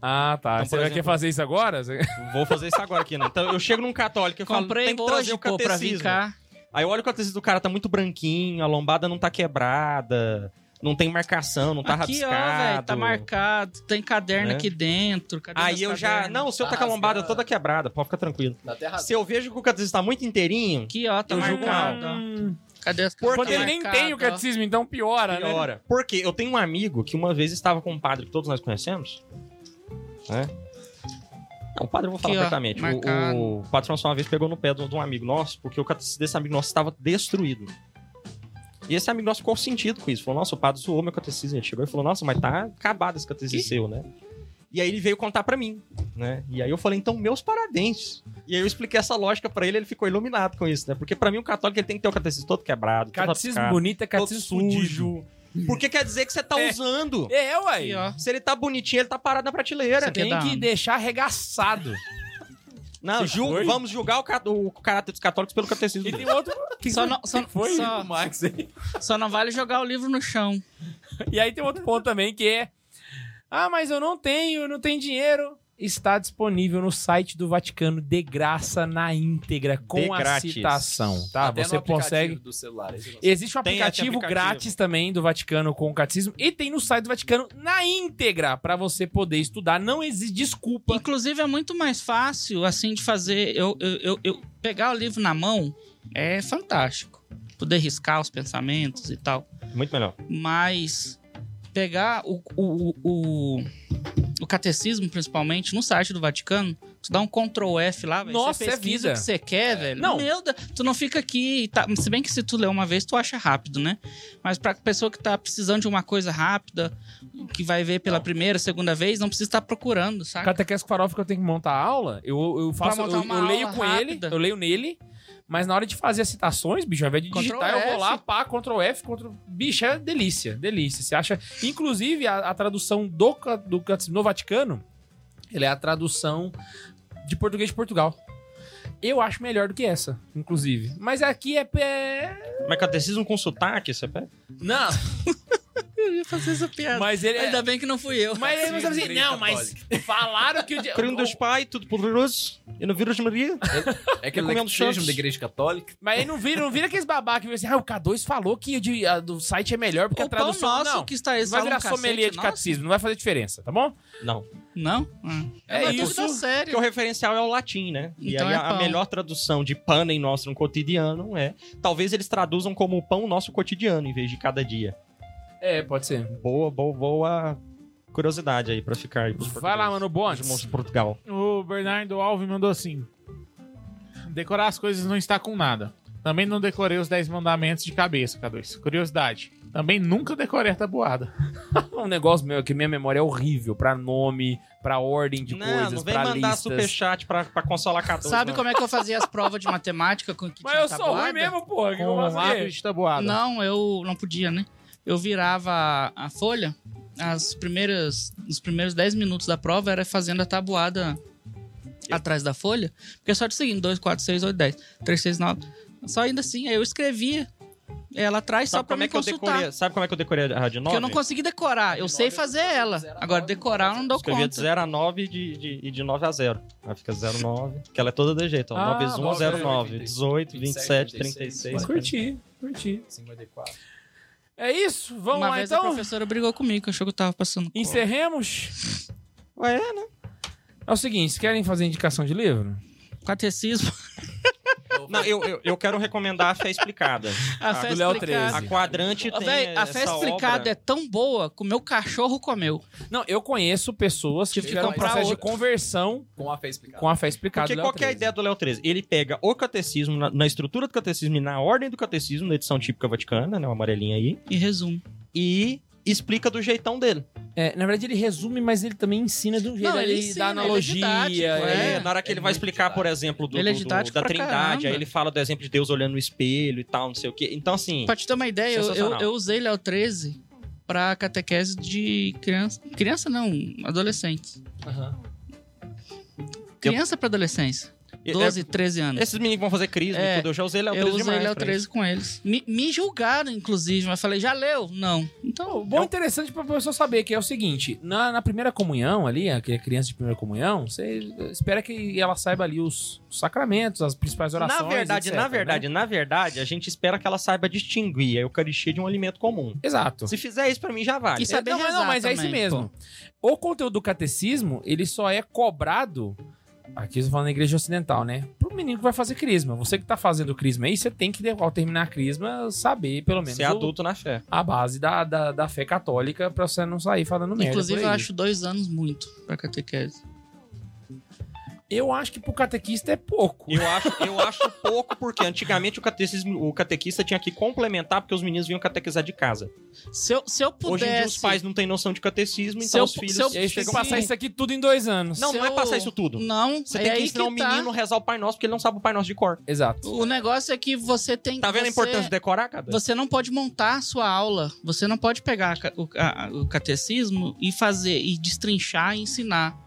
Ah, tá.
Então,
você
por
vai
exemplo-
querer fazer isso agora? Você-
Vou fazer isso agora aqui, né? Então eu chego num católico e eu falo,
Comprei
tem que trazer
hoje,
o
pô, pra vir
catecismo.
cá.
Aí eu olho o catecismo do cara, tá muito branquinho, a lombada não tá quebrada, não tem marcação, não tá
aqui, ó, velho,
rabiscado.
tá marcado. Tem caderno
Né?
aqui dentro. cadê
Aí
meus
eu já.
cadernos?
Não, o seu tá
Tá
com a lombada
rasgado.
toda quebrada, pode ficar tranquilo.
Dá até razão.
Se eu vejo que o catecismo tá muito inteirinho,
Aqui, ó, tá
Eu julgo
marcado. ó.
Hum,
Cadê as
Porque
Quando
tá
ele nem
marcado,
tem o
ó.
catecismo, então piora, né?
piora. Porque eu tenho um amigo que uma vez estava com um padre que todos nós conhecemos. Né? Não, o padre eu vou falar
Aqui, ó,
abertamente.
marcado.
O, o padre François uma vez pegou no pé de um de um amigo nosso, porque o catecismo desse amigo nosso estava destruído. E esse amigo nosso ficou sentido com isso. Falou, nossa, o padre zoou meu catecismo. Ele chegou e falou, nossa, mas tá acabado esse catecismo seu, né? E aí ele veio contar pra mim, né? E aí eu falei, então, meus parabéns. E aí eu expliquei essa lógica pra ele, ele ficou iluminado com isso, né? Porque pra mim, o católico, ele tem que ter o catecismo todo quebrado, todo
Catecismo
rabiscado
bonito é
todo
catecismo sujo.
Porque quer dizer que você tá
É.
usando.
É,
Aqui,
ué.
ó.
Se ele tá bonitinho, ele tá parado na prateleira.
Você quer
Tem
dar
que
uma-
deixar arregaçado.
Não,
Você
ju-
foi?
vamos julgar o, ca- o caráter dos católicos pelo catecismo.
E tem outro. que-
Só não, só,
foi?
só-
Max aí.
só não vale jogar o livro no chão.
E aí tem outro ponto também que é. Ah, mas eu não tenho, não tenho dinheiro. está disponível no site do Vaticano de graça na íntegra com
De
a
grátis.
citação, tá?
Até no
você
aplicativo
consegue
do celular. aí você consegue.
Existe um
Tem
aplicativo,
aplicativo.
grátis também do Vaticano com o catecismo e tem no site do Vaticano na íntegra pra você poder estudar. Não existe desculpa.
Inclusive, é muito mais fácil, assim, de fazer. Eu, eu, eu, eu- pegar o livro na mão é fantástico. Poder riscar os pensamentos e tal.
Muito melhor.
Mas pegar o, o, o, o- o catecismo, principalmente, no site do Vaticano, tu dá um Ctrl F lá, velho.
Nossa,
Você
é vida.
pesquisa o que você quer, velho.
Não.
Meu Deus, tu não fica aqui. e tá- se bem que se tu ler uma vez, tu acha rápido, né? Mas pra pessoa que tá precisando de uma coisa rápida, que vai ver pela primeira, segunda vez, não precisa estar procurando, saca?
Catequese farofa que eu tenho que montar a aula, eu, eu faço,
montar
eu,
uma
eu leio
aula
com
rápida.
ele, eu leio nele, mas na hora de fazer as citações, bicho, ao invés de
Ctrl
digitar, eu vou
F.
lá, pá, Ctrl F, Ctrl... Bicho, é delícia, delícia. Você acha... Inclusive, a, a tradução do, ca- do catecismo no Vaticano, ele é a tradução de português de Portugal. Eu acho melhor do que essa, inclusive. Mas aqui é- é
Mas catecismo com sotaque, você pega?
Não,
Eu ia fazer essa piada.
mas ele é.
Ainda bem que tá não fui eu.
Mas ele não sabe assim, não, mas falaram que o. di-
Crendo Deus Pai, tudo poderoso, e no vírus de Maria.
É aquele
Recomendo
lexismo
Santos.
da igreja católica.
Mas ele não vira, não vira aqueles babaca que vira assim, ah, o K2 falou que o de- a do site é melhor porque
o
a tradução.
pão nosso
não,
que está um
não vai virar sommelier de catecismo, não vai fazer diferença, tá bom?
Não.
Não? Ah.
É isso.
sério.
Porque o referencial é o latim, né? e
Então
aí
é
a- a
pão.
melhor tradução de panem nosso no cotidiano é. Talvez eles traduzam como pão nosso cotidiano em vez de cada dia.
É, pode ser.
Boa, boa, boa curiosidade aí pra ficar aí pros
Vai lá, mano,
portugueses. Irmãos
bonde.
de Portugal.
O Bernardo Alves mandou assim: Decorar as coisas não está com nada. Também não decorei os 10 mandamentos de cabeça, K2. Curiosidade. Também nunca decorei a tabuada.
Um negócio meu é que minha memória é horrível pra nome, pra ordem de coisas,
não vem
pra
mandar
listas.
superchat pra, pra consolar K2.
Sabe
não.
como é que eu fazia as provas de matemática com que
Então Mas
tinha
eu sou
tabuada?
ruim mesmo, porra. Que eu
Com um
vou
lápis
fazer?
de tabuada.
Não, eu não podia, né? Eu virava a- a folha, as primeiras, os primeiros 10 minutos da prova era fazendo a tabuada atrás da folha, porque é só de seguinte, 2, 4, 6, 8, 10, 3, 6, 9. Só ainda assim, aí eu escrevia ela atrás
Sabe
só pra
como
me
é que eu
consultar.
decorei? Sabe como é que eu decorei a Rádio 9?
Porque eu não consegui decorar, eu sei fazer ela. Agora, decorar eu não dou
Escrevia de
conta.
0 a 9 e de, de, e de 9 a 0. Aí fica 09, que ela é toda de jeito. Ó.
Ah,
9
nove,
1, 09, 18, 27, 36.
Mas Curti, curti.
54.
É isso, vamos
Uma
lá
vez a
então.
professora brigou comigo, achou que eu tava passando. cola.
Encerremos.
Ué, é, né?
É o seguinte, vocês querem fazer indicação de livro?
Catecismo,
Não, eu, eu, eu quero recomendar a Fé Explicada.
a
Ah,
fé
do Léo
explicada.
A quadrante
Ah,
tem
véi, a
essa
fé explicada
obra.
é tão boa que o meu cachorro comeu.
Não, eu conheço pessoas que
Tive que
tiveram um
comprar
processo de
outro.
conversão
Com a fé explicada.
com a fé explicada.
Porque
do
qual
Léo
que é a
13.
ideia do Léo 13? Ele pega o catecismo, na, na estrutura do catecismo e na ordem do catecismo, na edição típica vaticana, né, o amarelinho aí,
E resumo.
e explica do jeitão dele.
É, na verdade, ele resume, mas ele também ensina de um jeito.
Não, ele
ele
ensina,
dá
ele é
analogia.
didático,
ele-
É, na hora que
é
ele vai
muito
explicar, por exemplo, do,
Ele é
do- do-
didático
da
pra
Trindade,
caramba.
aí ele fala do exemplo de Deus olhando no espelho e tal, não sei o quê. Então, assim,
Pra te ter uma ideia, eu, eu,
Sensacional.
eu usei Léo 13 pra catequese de criança. Criança não, adolescente. Criança pra adolescência.
é-
12, 13 anos.
esses meninos que vão fazer crise
É,
e tudo, eu já usei Léo 13
eu usei
demais.
Léo
pra
13 com eles. Me, me julgaram, inclusive, mas falei, já leu? Não. Então,
O
é um
bom e interessante pra pessoa saber que é o seguinte: na, na primeira comunhão ali, a criança de primeira comunhão, você espera que ela saiba ali os, os sacramentos, as principais orações.
na verdade,
etc,
na
né?
verdade, na verdade, a gente espera que ela saiba distinguir a Eucaristia de um alimento comum.
Exato.
Se fizer isso, pra mim já vale.
Isso saber
não, mas não,
rezar
mas é
também,
isso mesmo. O conteúdo do catecismo, ele só é cobrado. Aqui eu tô falando da igreja ocidental, né? Pro menino que vai fazer crisma. Você que tá fazendo crisma aí, você tem que, ao terminar a crisma, saber pelo menos
Ser
o-
adulto na fé.
a base da, da, da fé católica pra você não sair falando merda.
inclusive,
por
eu
aí.
acho dois anos muito pra catequese.
Eu acho que pro catequista é pouco.
Eu acho, eu acho pouco, porque antigamente o, catecismo, o catequista tinha que complementar, porque os meninos vinham catequizar de casa.
Se eu, se eu
Hoje em
pudesse...
dia os pais não têm noção de catecismo, então
Se eu-
os filhos
se eu-
E aí você tem que
Sim.
passar isso aqui tudo em dois anos.
Não,
se
não é
eu-
passar isso tudo.
Não,
Você
é
tem que
aí
ensinar o
tá.
menino a rezar o Pai Nosso, porque ele não sabe o Pai Nosso de cor.
Exato.
O negócio é que você tem
Tá vendo
você...
a importância de decorar, cara?
Você não pode montar a sua aula, você não pode pegar a ca- o, a- o catecismo e fazer, e destrinchar e ensinar.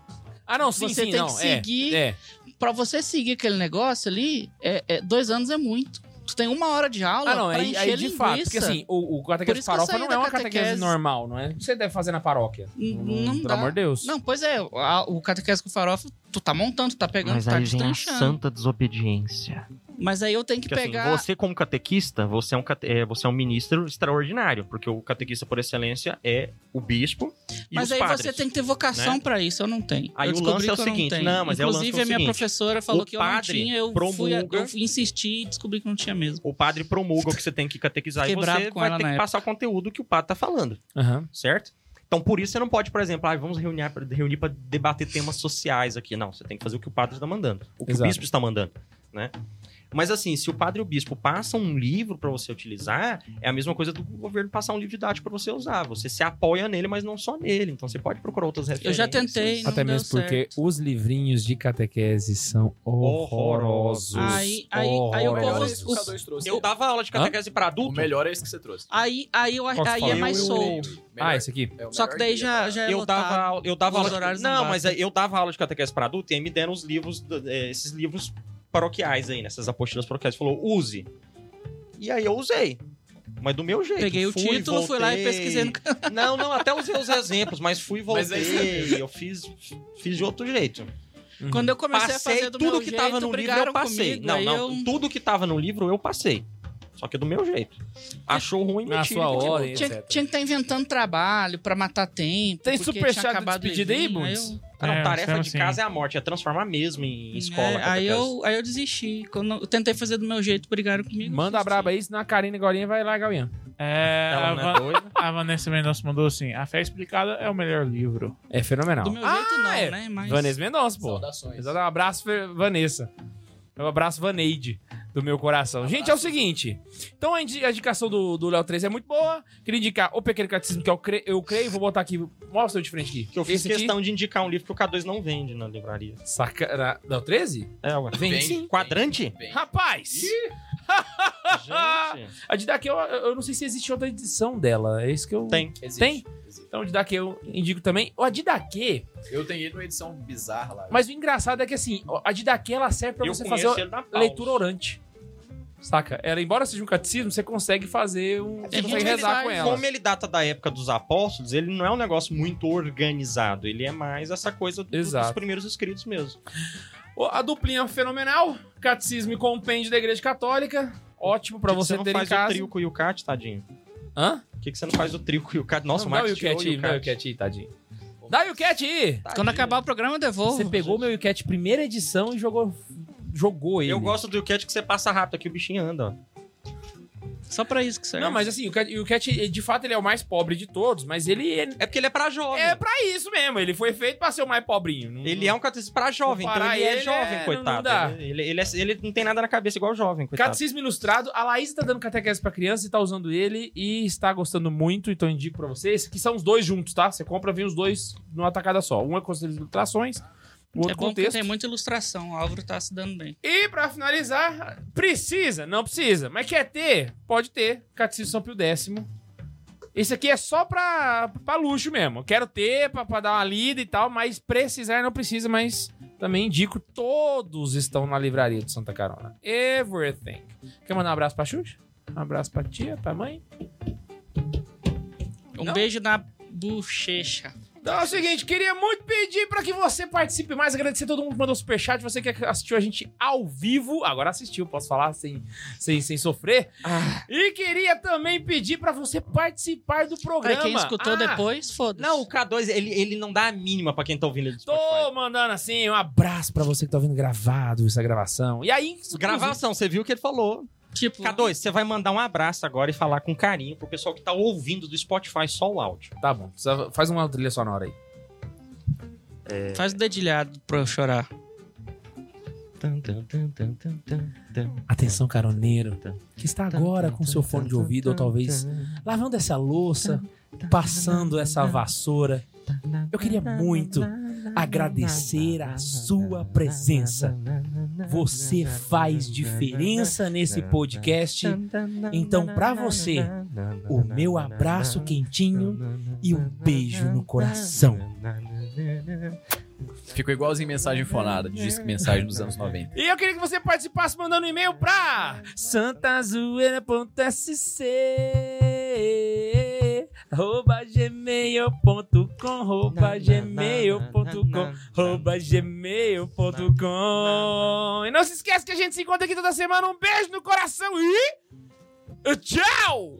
Ah, não, sim,
Você
sim,
tem
não.
que
é,
seguir-
É,
Pra você seguir aquele negócio ali, é- é- dois anos é muito. Tu tem uma hora de aula
Ah, não,
pra
aí,
encher
aí de
linguiça.
fato, porque assim, o, o
Por
catequese
isso que eu
farofa
saí
não
da
é uma
catequese.
catequese, normal, não é? Você deve fazer na paróquia. Hum,
N- não
Pelo
dá.
amor de Deus.
Não, pois é, a- o catequese com farofa, tu tá montando, tu tá pegando,
Mas
tu tá
aí vem a
destrinchando.
santa desobediência.
Mas aí eu tenho que
Porque
pegar.
assim, você como catequista, você é, um cate- é, você é um ministro extraordinário, porque o catequista por excelência é o bispo e
Mas
os
aí
padres.
você tem que ter vocação
né?
pra isso, eu não tenho.
Aí
eu
o
descobri
lance é o
que eu
seguinte,
não, tenho.
não, mas é o
Inclusive,
lance é o
a minha
seguinte,
professora falou
o
que eu não
padre
tinha, eu, fui, a-
promulga-
eu insisti e descobri que não tinha mesmo.
O padre promulga o que você tem que catequizar
Fiquei
e
bravo
você
com
vai
ela
ter
na
que
época.
passar o conteúdo que o padre tá falando,
Aham.
certo? Então por isso você não pode, por exemplo, ah, vamos reunir pra- reunir para debater temas sociais aqui. Não, você tem que fazer o que o padre está mandando, o que
Exato.
o bispo está mandando, né? Mas assim, se o padre e o bispo passam um livro para você utilizar, é a mesma coisa do governo passar um livro didático para você usar. Você se apoia nele, mas não só nele. Então você pode procurar outras
Eu
referências.
já tentei, não
Até
deu
mesmo porque
certo.
os livrinhos de catequese são horrorosos.
Aí- aí- aí eu
Horrorosos.
povo-
melhor é
os-
esse que o K2 trouxe.
Eu dava aula de catequese para
O
adulto.
melhor é esse que você trouxe.
Aí, aí, eu,
Posso
aí é
falar?
mais
Eu-
solto.
Ah, esse aqui.
Só que daí já, já é
eu
lotado.
dava, au- eu dava
Os
aula de-
horários não
não, mas
batem.
eu dava aula de catequese para adulto e aí me deram os livros, do- eh, esses livros paroquiais aí, nessas apostilas paroquiais. Falou, use. E aí eu usei. Mas do meu jeito.
Peguei o
Fui,
título, fui lá e
voltei.
pesquisei no
Não, não, até usei os exemplos, mas fui e
Mas é isso
voltei. eu fiz, fiz de outro jeito.
Uhum.
Quando eu comecei a
Passei
fazer do
tudo
meu
que
jeito,
tava no livro, eu
brigaram
passei.
comigo,
não,
aí
não.
eu-
Tudo que tava no livro, eu passei. Só que do meu jeito. Achou ruim,
Na
meti,
sua
meti
hora,
outro.
hein?
Tinha, tinha que estar inventando trabalho pra matar tempo.
Tem
porque
superchat
tinha
de
acabado o
despedida aí,
livrinho,
Bundes? Tá
eu-
Ah, não,
É,
tarefa
então,
de
assim-
casa é a morte, é transformar mesmo em escola.
É, aí,
catequese.
eu, aí eu desisti. Quando eu tentei fazer do meu jeito, brigaram comigo.
Uhum. Manda a braba aí, senão a Karina Gorinha vai lá, Gauinha.
É,
Ela
a,
não é
Van-
doida.
a Vanessa Mendonça mandou assim: A Fé Explicada é o melhor livro.
É fenomenal.
Do meu
Ah,
jeito não,
é.
né? Mas...
Vanessa Mendonça, pô.
Saudações.
Exato, um abraço, Fe- Vanessa. Um abraço, Vaneide, do meu coração. Gente, é o seguinte. Então, a indi- a indicação do do Léo 3 é muito boa. Queria indicar o Pequeno Catecismo, que eu, cre... eu creio. Vou botar aqui. Mostra eu de frente aqui.
Que eu fiz
aqui?
questão de indicar um livro que o K2 não vende na livraria.
Sacana... Léo 13?
É, ué.
Vende
Vende.
sim.
Quadrante?
Rapaz!
Gente.
A de daqui eu, eu não sei se existe outra edição dela. É isso que eu.
Tem.
Tem?
Existe.
Então, de daqui eu indico também. O Adidaque,
Eu tenho ido uma edição bizarra lá.
mas o engraçado é que assim, a Adidaque ela serve pra
eu
você
conheço
fazer
ele na Paulus.
leitura orante. Saca? Ela, embora seja um catecismo, você consegue fazer um. Você
gente
consegue
que
rezar
faz-
com ela.
Como ele data da época dos apóstolos, ele não é um negócio muito organizado. Ele é mais essa coisa do-
Exato.
dos primeiros escritos mesmo.
Ô, A duplinha é fenomenal. Catecismo e compêndio da Igreja Católica. Ótimo pra
Por que que
você,
Tipo, não
ter em
faz o
casa.
trio com o Yucat, tadinho?
Hã?
Por que, que você não faz o trio com o Yucat? Nossa,
Não,
o Max
dá o
tirou
Yucat aí, dá o
Yucat.
Yucat aí, tadinho. Dá o Yucat aí!
Tadinho.
Quando acabar o programa, eu devolvo.
Você pegou o meu Yucat primeira edição e jogou, jogou ele.
Eu gosto do Yucat que você passa rápido aqui, o bichinho anda, ó.
Só pra isso que
tá
serve. É
Não, mas assim, o Cat, o Cat, de fato, ele é o mais pobre de todos, mas ele é,
É porque ele é pra jovem.
é pra isso mesmo. Ele foi feito pra ser o mais pobrinho. Não-
Ele é um catecismo pra jovem, então
Comparar
ele,
ele
é jovem,
é-
coitado.
não dá.
Ele, ele, ele, é- ele não tem nada na cabeça igual o jovem, coitado.
Catecismo Ilustrado, a Laís tá dando catequese pra criança e tá usando ele e está gostando muito, então eu indico pra vocês, que são os dois juntos, tá? Você compra, vem os dois numa tacada só. Um é com as ilustrações, o outro
é
é
bom porque
contexto.
tem muita ilustração. O Álvaro tá se dando bem.
E pra finalizar, precisa, não precisa, mas quer ter, pode ter, Catecismo São Pio X. Esse aqui é só pra, pra luxo mesmo. Quero ter pra, pra dar uma lida e tal, mas precisar não precisa, mas também indico, todos estão na livraria de Santa Carona. Everything. Quer mandar um abraço pra Xuxa? Um abraço pra tia, pra mãe?
Um
Não.
beijo na bochecha.
Então é o seguinte, queria muito pedir pra que você participe mais, agradecer todo mundo que mandou superchat, você que assistiu a gente ao vivo, agora assistiu, posso falar sem, sem, sem sofrer. E queria também pedir pra você participar do
Aí
programa.
quem escutou
Ah,
depois, foda-se.
Não, o K2, ele, ele não dá a mínima pra quem tá ouvindo ele do
Tô
Spotify.
mandando assim, um abraço pra você que tá ouvindo gravado essa gravação. E aí,
Gravação, você viu o que ele falou.
Tipo,
K2, você vai mandar um abraço agora e falar com carinho pro pessoal que tá ouvindo do Spotify só o áudio.
Tá bom, só faz uma trilha sonora aí.
faz o dedilhado pra eu chorar.
Atenção, caroneiro, que está agora com seu fone de ouvido, ou talvez lavando essa louça, passando essa vassoura. Eu queria muito agradecer a sua presença. Você faz diferença nesse podcast. Então, pra você, o meu abraço quentinho e um beijo no coração.
Ficou igualzinho mensagem fonada, de disco mensagem dos anos 90.
E eu queria que você participasse mandando um e-mail pra santazoeira.sc arroba gmail.com arroba gmail.com arroba gmail.com E não se esquece que a gente se encontra aqui toda semana. Um beijo no coração e... Tchau!